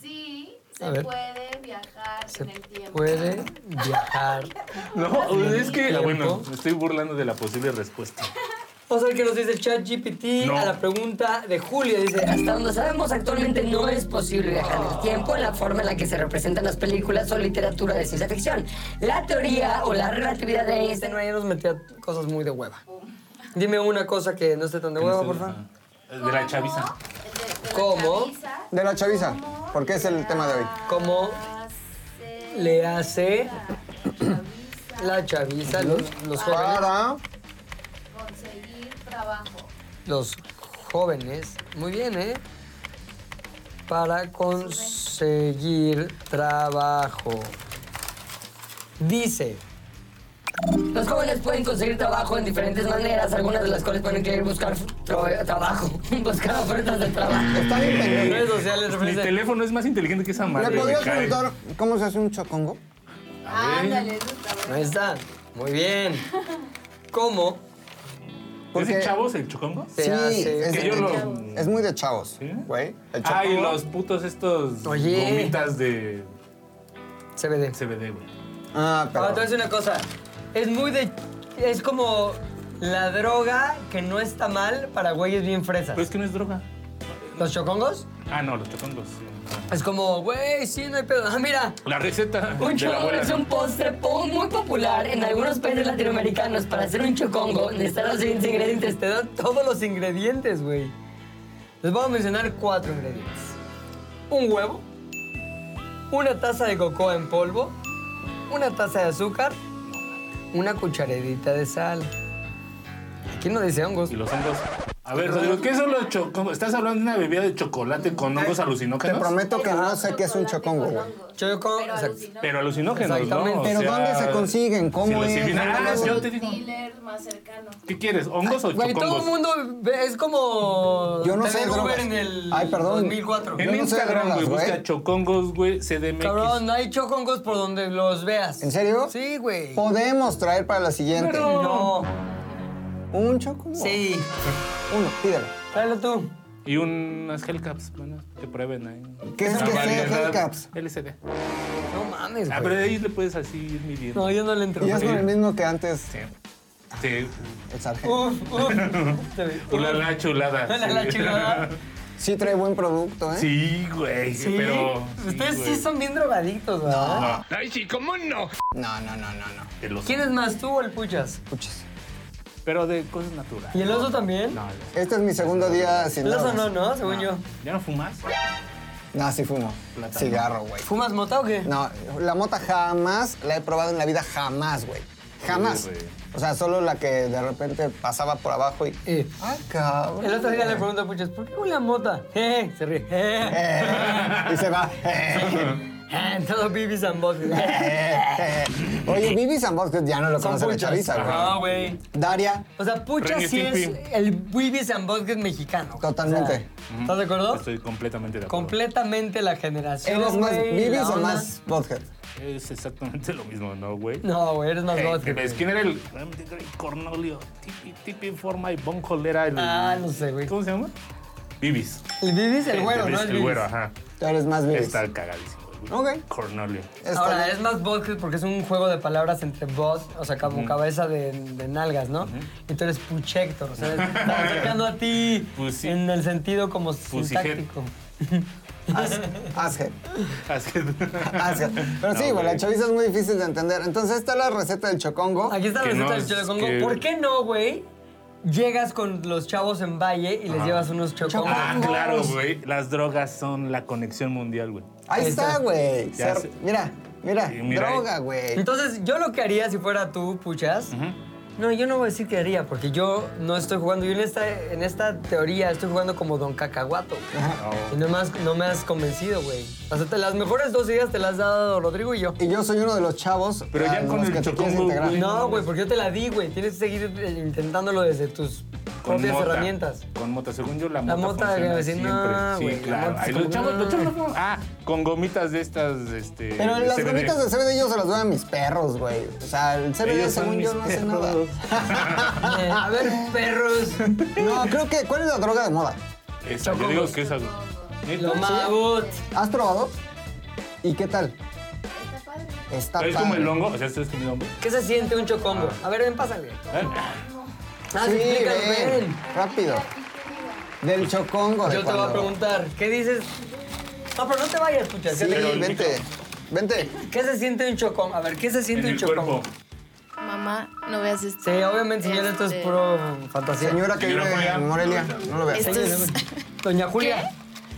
[SPEAKER 8] Sí,
[SPEAKER 1] A
[SPEAKER 8] se
[SPEAKER 1] ver.
[SPEAKER 8] puede viajar
[SPEAKER 1] Se
[SPEAKER 8] en el tiempo.
[SPEAKER 1] puede viajar.
[SPEAKER 3] No, es que.
[SPEAKER 1] Tiempo.
[SPEAKER 3] Ah, Bueno, me estoy burlando de la posible respuesta.
[SPEAKER 1] Vamos a ver qué nos dice ChatGPT
[SPEAKER 3] No.
[SPEAKER 1] a la pregunta de Julia. Dice, "Ah,
[SPEAKER 4] Hasta donde sabemos, actualmente no es posible viajar en el tiempo en la forma en la que se representan las películas o literatura de ciencia ficción. La teoría o la relatividad de
[SPEAKER 1] Este
[SPEAKER 4] Einstein
[SPEAKER 1] no, ya nos metía cosas muy de hueva. Dime una cosa que no esté tan de hueva, por favor.
[SPEAKER 3] De la chaviza.
[SPEAKER 1] ¿Cómo?
[SPEAKER 2] De la chaviza, porque es el tema de hoy.
[SPEAKER 1] ¿Cómo le hace la chaviza, los, los jóvenes,
[SPEAKER 2] Para.
[SPEAKER 8] Conseguir trabajo.
[SPEAKER 1] los jóvenes, muy bien, ¿eh? Para conseguir trabajo. Dice,
[SPEAKER 4] Los jóvenes pueden conseguir trabajo en diferentes maneras, algunas de las cuales pueden incluir buscar tro- trabajo, buscar ofertas de trabajo.
[SPEAKER 2] Está bien, pendejo.
[SPEAKER 1] redes sociales,
[SPEAKER 3] Pues, Mi
[SPEAKER 1] referencia-
[SPEAKER 3] teléfono es más inteligente que esa madre.
[SPEAKER 2] ¿Le
[SPEAKER 3] me
[SPEAKER 2] podrías
[SPEAKER 3] cae.
[SPEAKER 2] preguntar cómo se hace un chocongo?
[SPEAKER 8] Ándale, eso está bueno.
[SPEAKER 1] Ahí está, muy bien. ¿Cómo
[SPEAKER 3] ¿Es
[SPEAKER 2] Porque-
[SPEAKER 3] el chavos el chocongo?
[SPEAKER 1] se hace?
[SPEAKER 2] es,
[SPEAKER 3] Que yo lo-
[SPEAKER 2] es muy de chavos,
[SPEAKER 3] ¿Sí?
[SPEAKER 2] güey. El
[SPEAKER 3] Ah, y
[SPEAKER 2] chocongo.
[SPEAKER 3] los putos estos
[SPEAKER 1] Oye.
[SPEAKER 3] gomitas de
[SPEAKER 1] CBD.
[SPEAKER 3] CBD, güey.
[SPEAKER 2] Ah,
[SPEAKER 1] Ahora te voy a
[SPEAKER 2] pero.
[SPEAKER 1] decir una cosa. Es muy de. Es como la droga que no está mal para güeyes bien fresas.
[SPEAKER 3] Pero es que no es droga.
[SPEAKER 1] Los chocongos
[SPEAKER 3] Ah, no, los chocongos. sí.
[SPEAKER 1] es como, güey, sí, no hay pedo. Ah, mira.
[SPEAKER 3] La receta
[SPEAKER 4] Un
[SPEAKER 3] de la
[SPEAKER 4] chocongo
[SPEAKER 3] abuela.
[SPEAKER 4] es un postre po- muy popular en algunos países latinoamericanos. Para hacer un chocongo necesitan los siguientes ingredientes.
[SPEAKER 1] Te dan todos los ingredientes, güey. Les voy a mencionar cuatro ingredientes: un huevo, una taza de cocoa en polvo, una taza de azúcar, una cucharadita de sal. Aquí no dice hongos.
[SPEAKER 3] Y los hongos. A ver, Rodrigo, ¿qué son los chocongos? Estás hablando de una bebida de chocolate con hongos
[SPEAKER 2] Te
[SPEAKER 3] alucinógenos.
[SPEAKER 2] prometo que no sé qué es un chocongo,
[SPEAKER 8] Chocolate
[SPEAKER 2] güey.
[SPEAKER 8] con
[SPEAKER 1] Choco-
[SPEAKER 8] hongos. Pero
[SPEAKER 1] exacto.
[SPEAKER 8] alucinó.
[SPEAKER 3] Pero alucinógenos,
[SPEAKER 1] Exactamente.
[SPEAKER 3] ¿no? O
[SPEAKER 2] Pero
[SPEAKER 3] sea,
[SPEAKER 2] ¿dónde se consiguen? ¿Cómo
[SPEAKER 3] si los
[SPEAKER 2] es?
[SPEAKER 3] adivinas-
[SPEAKER 2] ¿Dónde
[SPEAKER 3] Ah,
[SPEAKER 2] los-
[SPEAKER 3] yo te digo.
[SPEAKER 8] Dealer más cercano.
[SPEAKER 3] ¿Qué quieres? ¿Hongos o
[SPEAKER 1] Güey, todo el
[SPEAKER 3] chocongos?
[SPEAKER 1] mundo ve- es como.
[SPEAKER 2] Yo no
[SPEAKER 1] TV
[SPEAKER 2] sé
[SPEAKER 1] Uber
[SPEAKER 2] drogas.
[SPEAKER 1] en el
[SPEAKER 2] Ay, perdón.
[SPEAKER 1] 2004.
[SPEAKER 2] Yo
[SPEAKER 3] En
[SPEAKER 2] no sé
[SPEAKER 3] Instagram,
[SPEAKER 2] drogas,
[SPEAKER 3] güey,
[SPEAKER 2] güey.
[SPEAKER 3] busca chocongos, güey, CDMX.
[SPEAKER 1] Cabrón, no hay chocongos por donde los veas.
[SPEAKER 2] ¿En serio? Oh.
[SPEAKER 1] Sí, güey.
[SPEAKER 2] Podemos traer para la siguiente.
[SPEAKER 1] No.
[SPEAKER 2] ¿Un chocongo?
[SPEAKER 1] Sí.
[SPEAKER 2] Uno, pídelo.
[SPEAKER 1] Tráelo tú.
[SPEAKER 3] Y unas Hellcaps, bueno, que prueben ahí. Ah,
[SPEAKER 2] ¿Qué es
[SPEAKER 3] La
[SPEAKER 2] que sea
[SPEAKER 3] variedad
[SPEAKER 2] Hellcaps?
[SPEAKER 3] LCD.
[SPEAKER 1] No mames,
[SPEAKER 3] Ah, pero
[SPEAKER 1] güey.
[SPEAKER 3] de ahí le puedes así ir midiendo.
[SPEAKER 1] No, yo no le entro.
[SPEAKER 2] Y es con
[SPEAKER 3] Sí.
[SPEAKER 2] el mismo que antes
[SPEAKER 3] Sí. Sí.
[SPEAKER 2] el sargento.
[SPEAKER 1] Uf, uf. Te vi.
[SPEAKER 3] Ulala chulada.
[SPEAKER 1] Ulala, la chulada.
[SPEAKER 2] Sí trae buen producto, ¿eh?
[SPEAKER 3] Sí, güey.
[SPEAKER 1] Sí.
[SPEAKER 3] Pero.
[SPEAKER 1] Ustedes sí,
[SPEAKER 3] güey.
[SPEAKER 1] son bien drogadictos, ¿verdad?
[SPEAKER 3] No,
[SPEAKER 2] No, no, no, no, no.
[SPEAKER 3] el oso.
[SPEAKER 1] ¿Quién es más, tú o el Puchas?
[SPEAKER 2] Puches.
[SPEAKER 3] Pero de cosas naturales.
[SPEAKER 1] ¿Y el oso también?
[SPEAKER 3] No, el oso.
[SPEAKER 2] Este es mi segundo día sin
[SPEAKER 1] El oso
[SPEAKER 2] drogas.
[SPEAKER 1] no, ¿no? Según yo.
[SPEAKER 3] ¿Ya no fumas?
[SPEAKER 2] No, sí fumo. Cigarro, güey.
[SPEAKER 1] ¿Fumas mota o qué?
[SPEAKER 2] No, la mota jamás la he probado en la vida, jamás, güey. Jamás.
[SPEAKER 3] Sí, güey.
[SPEAKER 2] O sea, solo la que de repente pasaba por abajo y.
[SPEAKER 1] Eh.
[SPEAKER 2] ¡Ah, cabrón!
[SPEAKER 1] El otro día le pregunto a Puchas, ¿por qué huele a mota? Eh, se ríe. Eh,
[SPEAKER 2] Eh, y se va.
[SPEAKER 1] eh, todo bibis and boxes.
[SPEAKER 2] Oye, Vivi Zambosco ya no lo
[SPEAKER 1] Son
[SPEAKER 2] conoce la
[SPEAKER 1] puchas.
[SPEAKER 2] chaviza,
[SPEAKER 1] Ajá,
[SPEAKER 2] güey.
[SPEAKER 1] güey.
[SPEAKER 2] Daria,
[SPEAKER 1] O sea, Puchas sí es
[SPEAKER 3] Reñetipi.
[SPEAKER 1] el bibis and boxes mexicano. güey.
[SPEAKER 2] Totalmente.
[SPEAKER 1] O sea, ¿Estás de acuerdo?
[SPEAKER 3] Estoy completamente de acuerdo.
[SPEAKER 1] Completamente la generación.
[SPEAKER 2] ¿eres más
[SPEAKER 1] güey,
[SPEAKER 2] Vivis
[SPEAKER 1] la
[SPEAKER 2] o
[SPEAKER 1] onda.
[SPEAKER 2] más Bothead?
[SPEAKER 3] es exactamente lo mismo, ¿no, güey?
[SPEAKER 1] No, güey, eres más
[SPEAKER 3] Eh,
[SPEAKER 1] gótico.
[SPEAKER 3] ¿Ves quién era el I'm the Great Cornolio? Tipi, tipi en forma y bonjolera el.
[SPEAKER 1] Ah, no sé, güey.
[SPEAKER 3] ¿Cómo se llama? Bibis.
[SPEAKER 1] El bibis, el güero,
[SPEAKER 3] Bibis,
[SPEAKER 1] ¿no?
[SPEAKER 3] El,
[SPEAKER 1] bibis.
[SPEAKER 3] güero, ajá.
[SPEAKER 2] Tú eres más Vivis.
[SPEAKER 3] Está cagadísimo.
[SPEAKER 2] Ok.
[SPEAKER 3] güey. Cornolio.
[SPEAKER 2] Está
[SPEAKER 1] Ahora,
[SPEAKER 2] bien.
[SPEAKER 1] es más boxes porque es un juego de palabras entre bot, o sea, como cabeza de, de nalgas, ¿no? Y tú eres puchector, o sea, te están atacando a ti
[SPEAKER 3] Pussy.
[SPEAKER 1] en el sentido como
[SPEAKER 3] Pussyhead.
[SPEAKER 1] sintáctico.
[SPEAKER 2] Asger.
[SPEAKER 3] Así que-
[SPEAKER 2] Asger. Pero sí, güey,
[SPEAKER 3] No,
[SPEAKER 2] la
[SPEAKER 3] güey.
[SPEAKER 2] chaviza es muy difícil de entender. Entonces, esta es la receta del chocongo.
[SPEAKER 1] Aquí está la
[SPEAKER 3] Que
[SPEAKER 1] receta
[SPEAKER 3] no,
[SPEAKER 1] del
[SPEAKER 3] es
[SPEAKER 1] chocongo.
[SPEAKER 3] que-
[SPEAKER 1] ¿Por qué no, güey? Llegas con los chavos en Valle y les llevas unos chocongos.
[SPEAKER 3] Ah, claro, güey. Las drogas son la conexión mundial, güey.
[SPEAKER 2] Ahí está, güey.
[SPEAKER 3] Ya
[SPEAKER 2] Ser-
[SPEAKER 3] sé.
[SPEAKER 2] Mira, mira,
[SPEAKER 3] Sí, mira ahí.
[SPEAKER 2] droga, güey.
[SPEAKER 1] Entonces, yo lo que haría si fuera tú, puchas. No, yo no voy a decir que haría, porque yo no estoy jugando. Yo en esta, en esta teoría estoy jugando como Don Cacahuato. güey. Y no me, has, no me has convencido, güey. O sea, te- las mejores dos ideas te las has dado Rodrigo y yo.
[SPEAKER 2] Y yo soy uno de los chavos
[SPEAKER 3] Pero
[SPEAKER 2] a
[SPEAKER 3] ya con
[SPEAKER 2] los
[SPEAKER 3] el
[SPEAKER 2] que te quieres
[SPEAKER 3] chocongo,
[SPEAKER 2] integrar.
[SPEAKER 3] güey.
[SPEAKER 1] No, güey, porque yo te la di, güey. Tienes que seguir eh, intentándolo desde tus propias
[SPEAKER 3] mota.
[SPEAKER 1] herramientas.
[SPEAKER 3] Con mota, según yo, la
[SPEAKER 1] La
[SPEAKER 3] mota.
[SPEAKER 1] mota,
[SPEAKER 3] funciona
[SPEAKER 1] güey, sí,
[SPEAKER 3] siempre.
[SPEAKER 1] no,
[SPEAKER 3] sí,
[SPEAKER 1] güey, la
[SPEAKER 3] claro.
[SPEAKER 1] mota es
[SPEAKER 3] Ahí
[SPEAKER 1] como-
[SPEAKER 3] los chavos, los chavos, no. Ah, con gomitas de estas, este.
[SPEAKER 2] Pero
[SPEAKER 3] de
[SPEAKER 2] las
[SPEAKER 3] CBD.
[SPEAKER 2] gomitas de CBD yo se las doy a mis perros, güey. O sea, el CBD
[SPEAKER 3] Ellos son
[SPEAKER 2] según yo
[SPEAKER 3] mis
[SPEAKER 2] no hace nada.
[SPEAKER 3] perros.
[SPEAKER 1] Eh, a ver, perros.
[SPEAKER 2] No, creo que ¿cuál es la droga de moda?
[SPEAKER 3] Esa, yo digo que esa. güey.
[SPEAKER 1] Lo
[SPEAKER 3] ¿Neta?
[SPEAKER 1] magot.
[SPEAKER 2] ¿Has probado? ¿Y qué tal?
[SPEAKER 9] Está padre.
[SPEAKER 2] Está
[SPEAKER 3] ¿Es como el hongo? O sea, ¿esto es como el hongo?
[SPEAKER 1] ¿Qué se siente un chocongo? A ver, ven, pásale.
[SPEAKER 3] Ah,
[SPEAKER 1] Ah,
[SPEAKER 2] Sí,
[SPEAKER 1] explícalo,
[SPEAKER 2] ven,
[SPEAKER 1] ven.
[SPEAKER 2] Rápido. Del chocongo. de
[SPEAKER 1] Yo te voy a
[SPEAKER 2] cuando-
[SPEAKER 1] preguntar, ¿qué dices? No, pero no te vayas, pucha.
[SPEAKER 2] Sí, vente. Vente.
[SPEAKER 1] ¿Qué se siente un chocón? A ver, ¿qué se
[SPEAKER 3] En
[SPEAKER 1] siente un
[SPEAKER 3] el
[SPEAKER 1] chocón?
[SPEAKER 3] cuerpo.
[SPEAKER 8] Mamá, no veas esto.
[SPEAKER 1] Sí, obviamente, señora, esto es
[SPEAKER 8] Este,
[SPEAKER 1] puro fantasía.
[SPEAKER 2] Señora que
[SPEAKER 3] Señora
[SPEAKER 2] vive
[SPEAKER 3] Julia.
[SPEAKER 2] en Morelia, no lo veas.
[SPEAKER 8] Este-
[SPEAKER 1] Señora,
[SPEAKER 8] es-
[SPEAKER 1] Doña Julia.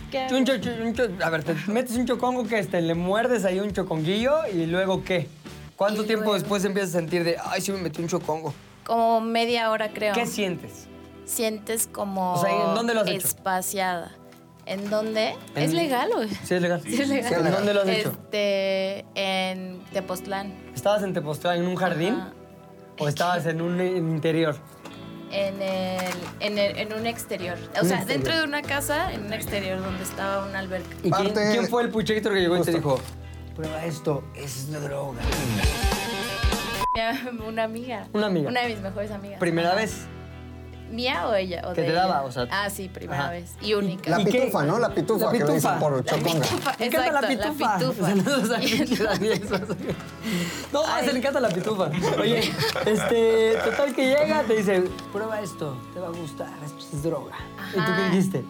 [SPEAKER 8] ¿Qué hago?
[SPEAKER 1] Un cho- cho- un cho- a ver, te metes un chocongo que este, le muerdes ahí un choconguillo y luego qué? ¿Cuánto
[SPEAKER 8] Y
[SPEAKER 1] tiempo
[SPEAKER 8] luego-
[SPEAKER 1] después empiezas a sentir de, ay, sí me metí un chocongo?
[SPEAKER 8] Como media hora, creo.
[SPEAKER 1] ¿Qué sientes?
[SPEAKER 8] Sientes como.
[SPEAKER 1] O sea, ¿en dónde lo has hecho?
[SPEAKER 8] Espaciada. ¿En dónde? Es
[SPEAKER 1] En-
[SPEAKER 8] legal, güey.
[SPEAKER 1] ¿Sí es legal?
[SPEAKER 8] Sí, es legal.
[SPEAKER 2] Sí, es legal.
[SPEAKER 1] ¿Dónde lo has hecho?
[SPEAKER 8] Este. En Tepoztlán.
[SPEAKER 1] ¿Estabas en Tepoztlán en un jardín
[SPEAKER 8] Ajá.
[SPEAKER 1] o estabas en un eh, interior?
[SPEAKER 8] En, el, en, el- en un exterior. O sea, dentro de una casa, en un exterior donde estaba un alberca.
[SPEAKER 1] ¿Y quién,
[SPEAKER 2] Parte-
[SPEAKER 1] quién fue el puchector que llegó y te
[SPEAKER 2] Justo.
[SPEAKER 1] dijo, prueba esto, es droga?
[SPEAKER 8] Una amiga.
[SPEAKER 1] Una amiga.
[SPEAKER 8] Una de mis mejores amigas.
[SPEAKER 1] Primera vez.
[SPEAKER 8] ¿Mía o ella? O
[SPEAKER 1] Que
[SPEAKER 8] de
[SPEAKER 1] te
[SPEAKER 8] ella?
[SPEAKER 1] daba, o sea-
[SPEAKER 8] Ah, sí, primera
[SPEAKER 1] Ajá.
[SPEAKER 8] vez. Y única.
[SPEAKER 2] La
[SPEAKER 1] ¿Y qué?
[SPEAKER 2] pitufa, ¿no? La pitufa,
[SPEAKER 1] La
[SPEAKER 2] que le dicen
[SPEAKER 1] pitufa.
[SPEAKER 2] por
[SPEAKER 8] La
[SPEAKER 2] choconga.
[SPEAKER 8] pitufa,
[SPEAKER 1] Me encanta la
[SPEAKER 8] exacto,
[SPEAKER 1] pitufa. O sea, no sabía que era ni eso. No, a se le encanta la pitufa. Oye, este, total que llega, te dice, prueba esto, te va a gustar, esto es droga. ¿Y tú qué
[SPEAKER 8] Ajá.
[SPEAKER 1] dijiste?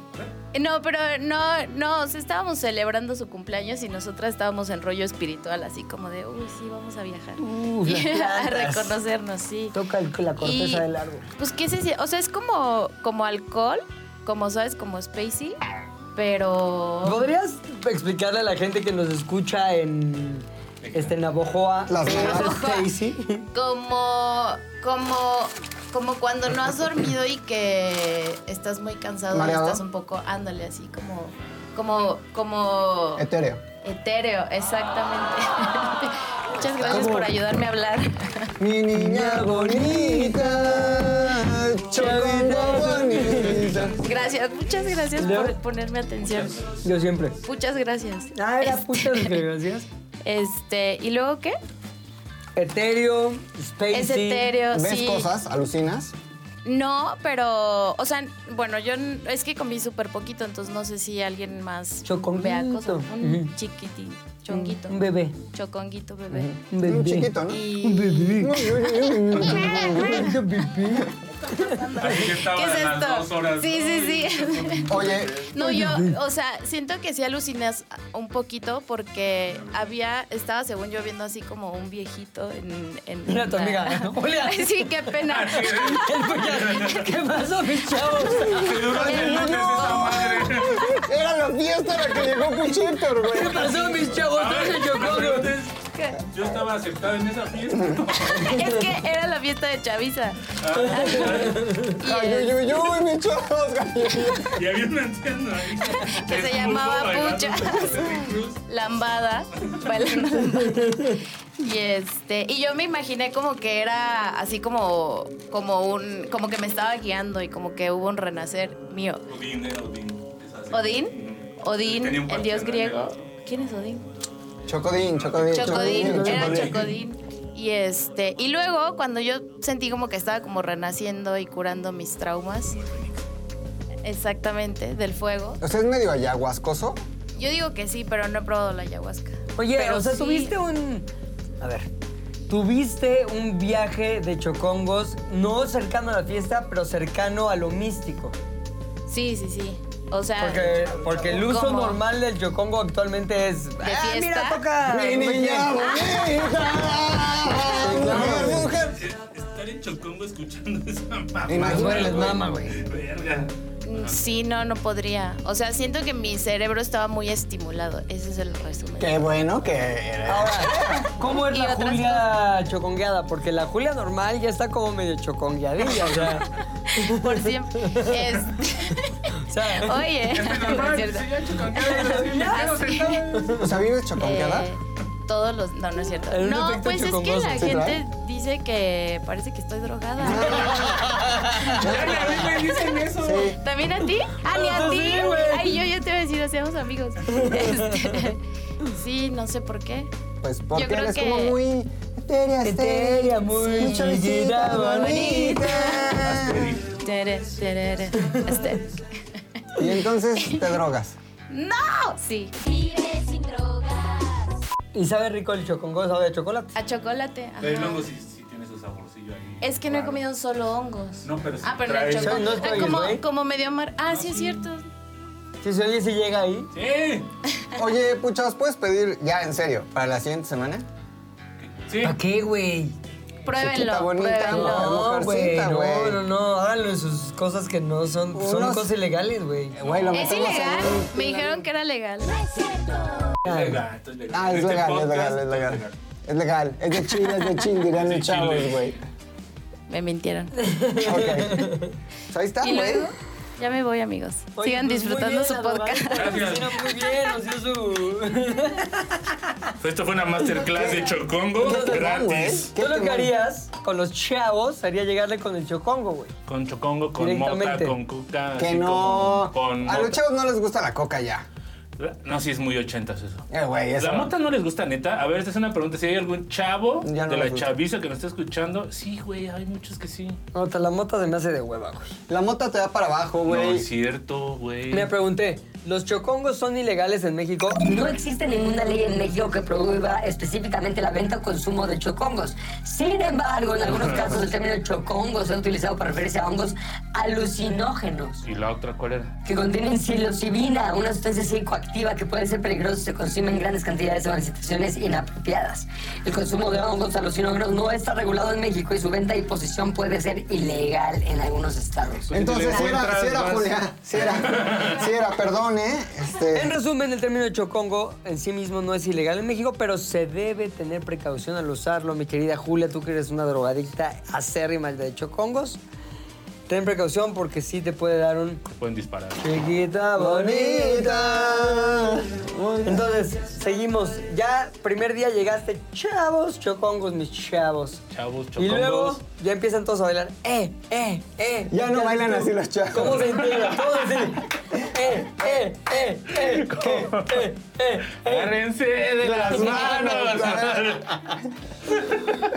[SPEAKER 8] Eh, No, pero no, no, o sea, estábamos celebrando su cumpleaños y nosotras estábamos en rollo espiritual, así como de, uy, sí, vamos a viajar.
[SPEAKER 1] Uf,
[SPEAKER 8] Y
[SPEAKER 1] las
[SPEAKER 8] a
[SPEAKER 1] plantas.
[SPEAKER 8] reconocernos, sí.
[SPEAKER 1] Toca el- la corteza
[SPEAKER 8] Y,
[SPEAKER 1] del árbol.
[SPEAKER 8] Pues, ¿qué se sie- O sea, es como, como alcohol, como, ¿sabes? Como Spacey, pero...
[SPEAKER 1] ¿Podrías explicarle a la gente que nos escucha en, este, Navojoa?
[SPEAKER 2] Las
[SPEAKER 1] Stacy.
[SPEAKER 8] Como, como, como cuando no has dormido y que estás muy cansado, y
[SPEAKER 2] Mareado.
[SPEAKER 8] estás un poco, ándale, así como, como, como...
[SPEAKER 2] Etéreo.
[SPEAKER 8] Etéreo, exactamente. Muchas gracias por ayudarme a hablar.
[SPEAKER 2] Mi niña bonita, chocongo bonita.
[SPEAKER 8] Gracias, muchas gracias por ponerme atención.
[SPEAKER 1] Yo siempre.
[SPEAKER 8] Muchas gracias.
[SPEAKER 1] Ah, era puta de
[SPEAKER 8] este,
[SPEAKER 1] gracias.
[SPEAKER 8] este, ¿y luego qué?
[SPEAKER 1] Etéreo, Spacey.
[SPEAKER 8] Es etéreo,
[SPEAKER 2] ¿Ves
[SPEAKER 8] sí.
[SPEAKER 2] cosas? ¿Alucinas?
[SPEAKER 8] No, pero, o sea, bueno, yo n- es que comí súper poquito, entonces no sé si alguien más
[SPEAKER 1] Choconguito.
[SPEAKER 8] vea cosas. Un
[SPEAKER 1] Ujú.
[SPEAKER 8] chiquitín, chonguito.
[SPEAKER 1] Un bebé.
[SPEAKER 8] Choconguito bebé.
[SPEAKER 1] Un bebé.
[SPEAKER 2] Un chiquito, ¿no?
[SPEAKER 8] Y
[SPEAKER 1] Un bebé.
[SPEAKER 3] Así que estaba
[SPEAKER 8] ¿Qué es
[SPEAKER 3] en las dos
[SPEAKER 8] esto?
[SPEAKER 3] horas.
[SPEAKER 8] Sí, sí, sí.
[SPEAKER 2] Oye,
[SPEAKER 8] No, yo, o sea, siento que sí alucinas un poquito porque había, estaba según yo viendo así como un viejito en. en
[SPEAKER 1] Mira tu
[SPEAKER 8] una-
[SPEAKER 1] amiga, Julia.
[SPEAKER 8] Ay, sí, qué
[SPEAKER 3] Ah,
[SPEAKER 8] pena.
[SPEAKER 1] ¿Qué pasó, mis chavos?
[SPEAKER 3] Se duró diez
[SPEAKER 8] No.
[SPEAKER 3] minutos esa madre.
[SPEAKER 2] era la fiesta la que llegó Puchito,
[SPEAKER 1] ¿Qué
[SPEAKER 2] güey.
[SPEAKER 1] pasó, mis chavos?
[SPEAKER 3] A ver,
[SPEAKER 1] Traje chocongo.
[SPEAKER 3] entonces,
[SPEAKER 8] ¿Qué?
[SPEAKER 3] Yo estaba aceptado en esa fiesta.
[SPEAKER 8] Es que era la fiesta de Chavisa. Ah. Y,
[SPEAKER 2] Ay, uy,
[SPEAKER 8] eh,
[SPEAKER 2] uy, uy, mis chavos,
[SPEAKER 3] Y había una anciana ahí.
[SPEAKER 8] Que se
[SPEAKER 3] desnudo
[SPEAKER 8] llamaba
[SPEAKER 3] bailando
[SPEAKER 8] Puchas.
[SPEAKER 3] con Pepe Cruz.
[SPEAKER 8] lambada, bailando lambada. Y este, y yo me imaginé como que era así como como un como que me estaba guiando y como que hubo un renacer mío.
[SPEAKER 3] Odín era Odín. es así.
[SPEAKER 8] Odín, Odín,
[SPEAKER 3] Tenía un
[SPEAKER 8] el dios
[SPEAKER 3] parche, ¿no?
[SPEAKER 8] griego. ¿Quién es Odín?
[SPEAKER 2] Chocodín, chocodín.
[SPEAKER 8] Chocodín, era
[SPEAKER 2] chocodín.
[SPEAKER 8] Chocodín. Y este, y luego cuando yo sentí como que estaba como renaciendo y curando mis traumas. Exactamente, del fuego.
[SPEAKER 2] ¿Usted es medio ayahuascoso?
[SPEAKER 8] Yo digo que sí, pero no he probado la ayahuasca.
[SPEAKER 1] Oye,
[SPEAKER 8] Pero
[SPEAKER 1] o sea,
[SPEAKER 8] sí.
[SPEAKER 1] tuviste un. A ver. Tuviste un viaje de chocongos, no cercano a la fiesta, pero cercano a lo místico.
[SPEAKER 8] Sí, sí, sí. O sea,
[SPEAKER 1] Porque, porque el uso
[SPEAKER 8] Ah, ¿Cómo?
[SPEAKER 1] normal del chocongo actualmente es. ¿De
[SPEAKER 8] fiesta?
[SPEAKER 1] mira, toca!
[SPEAKER 2] Mi
[SPEAKER 1] no sé
[SPEAKER 2] niña
[SPEAKER 1] qué".
[SPEAKER 2] bonita. Mujer, mujer.
[SPEAKER 3] Estar en Chocongo escuchando esa mamá.
[SPEAKER 1] Las
[SPEAKER 2] Imagínate.
[SPEAKER 1] güeyes les mama, güey.
[SPEAKER 3] Verga.
[SPEAKER 8] mm, Sí, no, no podría. O sea, siento que mi cerebro estaba muy estimulado. Ese es el resumen.
[SPEAKER 2] Qué bueno que eres.
[SPEAKER 1] Ahora, ¿cómo es
[SPEAKER 8] Y
[SPEAKER 1] la
[SPEAKER 8] otras
[SPEAKER 1] Julia chocongueada? Porque la Julia normal ya está como medio chocongueadilla, o sea.
[SPEAKER 8] Por siempre. Es-
[SPEAKER 1] o sea,
[SPEAKER 8] Oye. por cierto. Eh,
[SPEAKER 2] O sea, ¿vives choconqueada?
[SPEAKER 8] Eh, todos los. No, no es cierto.
[SPEAKER 1] Hay un
[SPEAKER 8] No,
[SPEAKER 1] efecto
[SPEAKER 8] pues es que la
[SPEAKER 1] chocongoso,
[SPEAKER 2] ¿sí, verdad?
[SPEAKER 8] gente dice que parece que estoy drogada.
[SPEAKER 2] Sí.
[SPEAKER 8] ¿También a ti? ¡Ah, ni a
[SPEAKER 1] Pues
[SPEAKER 8] ti!
[SPEAKER 1] sí, güey.
[SPEAKER 8] Ay, yo ya te iba a decir, hacíamos amigos. Este, sí, no sé por qué.
[SPEAKER 2] Pues porque
[SPEAKER 8] Yo creo
[SPEAKER 2] eres
[SPEAKER 8] que-
[SPEAKER 2] como muy etérea,
[SPEAKER 1] Etérea,
[SPEAKER 2] etérea,
[SPEAKER 1] muy
[SPEAKER 2] muy chavita
[SPEAKER 1] bonita.
[SPEAKER 2] bonita.
[SPEAKER 8] Tere, terere, este.
[SPEAKER 2] Y entonces te drogas.
[SPEAKER 8] ¡No! Ah, Sí,
[SPEAKER 1] ¿Y sabe rico el chocongo? ¿Sabe a chocolate?
[SPEAKER 8] a chocolate. ajá.
[SPEAKER 3] Pero luego sí, sí tiene ese saborcillo ahí.
[SPEAKER 8] Es que no he
[SPEAKER 3] raro.
[SPEAKER 8] comido solo hongos.
[SPEAKER 3] No, pero sí
[SPEAKER 8] Ah, pero
[SPEAKER 3] trae-
[SPEAKER 8] el chocolate.
[SPEAKER 1] No eh? es
[SPEAKER 8] ah,
[SPEAKER 1] tragues, güey.
[SPEAKER 8] como, como medio mar. Ah, sí, es cierto.
[SPEAKER 3] Mm.
[SPEAKER 1] Si se oye, si llega ahí.
[SPEAKER 3] Sí.
[SPEAKER 2] Oye, puchas, ¿puedes pedir ya en serio para la siguiente semana?
[SPEAKER 3] Sí.
[SPEAKER 1] ¿Para qué, güey? Ah,
[SPEAKER 8] Pruébenlo.
[SPEAKER 2] Chiquita bonita,
[SPEAKER 8] pruébenlo.
[SPEAKER 2] no. mujercita, güey.
[SPEAKER 1] No, no, no, háganlo en sus cosas que no son, son
[SPEAKER 2] Unos-
[SPEAKER 1] cosas ilegales, güey.
[SPEAKER 2] Eh, Güey, lo
[SPEAKER 8] Es
[SPEAKER 2] metemos
[SPEAKER 8] ilegal.
[SPEAKER 2] en un-
[SPEAKER 8] Me dijeron que era legal.
[SPEAKER 3] Es legal, esto es legal.
[SPEAKER 2] Ah, es
[SPEAKER 3] Este
[SPEAKER 2] legal, es
[SPEAKER 3] podcast,
[SPEAKER 2] legal, es
[SPEAKER 3] esto
[SPEAKER 2] legal. Es legal, es de chile, es de chile, dirán los
[SPEAKER 3] Sí,
[SPEAKER 2] chavos,
[SPEAKER 3] chile.
[SPEAKER 2] güey.
[SPEAKER 8] Me mintieron.
[SPEAKER 2] Ok. Pues ahí está,
[SPEAKER 8] Y
[SPEAKER 2] güey.
[SPEAKER 8] luego, ya me voy, amigos.
[SPEAKER 1] Oye,
[SPEAKER 8] Sigan
[SPEAKER 1] pues,
[SPEAKER 8] disfrutando
[SPEAKER 1] muy bien,
[SPEAKER 8] su
[SPEAKER 1] Adobán,
[SPEAKER 8] podcast.
[SPEAKER 3] Gracias.
[SPEAKER 1] patrocina Muy bien, nos dio su...
[SPEAKER 3] Esto fue una masterclass de Chocongo gratis.
[SPEAKER 1] Tú lo
[SPEAKER 2] temón.
[SPEAKER 1] que harías con los chavos sería llegarle con el chocongo, güey.
[SPEAKER 3] Con Chocongo, con mota,
[SPEAKER 1] Directamente.
[SPEAKER 3] con cuca.
[SPEAKER 2] Que
[SPEAKER 3] así
[SPEAKER 2] no.
[SPEAKER 3] como Con
[SPEAKER 2] A los
[SPEAKER 3] mota.
[SPEAKER 2] chavos no les gusta la coca ya.
[SPEAKER 3] No, sí es muy ochentas eso.
[SPEAKER 2] Eh, güey, eso.
[SPEAKER 3] ¿La mota no les gusta, neta? A ver, esta es una pregunta. Si hay algún chavo
[SPEAKER 2] Ya no
[SPEAKER 3] de la
[SPEAKER 2] les gusta.
[SPEAKER 3] chaviza que nos está escuchando. Sí, güey, hay muchos que sí.
[SPEAKER 1] No, te la mota se me hace de hueva, güey.
[SPEAKER 2] La mota te da para abajo,
[SPEAKER 3] No
[SPEAKER 2] güey.
[SPEAKER 3] es cierto, güey.
[SPEAKER 1] Me pregunté, ¿los chocongos son ilegales en México?
[SPEAKER 4] No existe ninguna ley en México que prohíba específicamente la venta o consumo de chocongos. Sin embargo, en algunos casos el término chocongo se ha utilizado para referirse a hongos alucinógenos
[SPEAKER 3] ¿Y la otra cuál era?
[SPEAKER 4] que contienen psilocibina, una sustancia psicoactiva que puede ser peligrosa si se consume en grandes cantidades en situaciones inapropiadas. El consumo de hongos alucinógenos no está regulado en México y su venta y posesión puede ser ilegal en algunos estados.
[SPEAKER 2] Entonces,
[SPEAKER 3] Pues Si
[SPEAKER 2] sí
[SPEAKER 3] le
[SPEAKER 2] era, sí era,
[SPEAKER 3] encuentras, vas-
[SPEAKER 2] Julia. Sí era. Sí era, perdón, ¿eh?
[SPEAKER 1] En
[SPEAKER 2] Este.
[SPEAKER 1] resumen, el término chocongo en sí mismo no es ilegal en México, pero se debe tener precaución al usarlo. Mi querida Julia, tú que eres una drogadicta acérrima de chocongos, ten precaución porque sí te puede dar un
[SPEAKER 3] Pueden disparar.
[SPEAKER 1] chiquita bonita. Entonces, seguimos. Ya, primer día llegaste, chavos, chocongos, mis chavos.
[SPEAKER 3] Chavos,
[SPEAKER 1] Y luego
[SPEAKER 3] chocongos.
[SPEAKER 1] ya empiezan todos a bailar. ¡Eh, eh, eh!
[SPEAKER 2] Ya no bailan así los chavos.
[SPEAKER 1] ¿Cómo se integra? ¿Cómo se integra? ¡Eh, eh, eh, eh! eh, eh, eh, eh.
[SPEAKER 3] ¡Agárrense de las manos!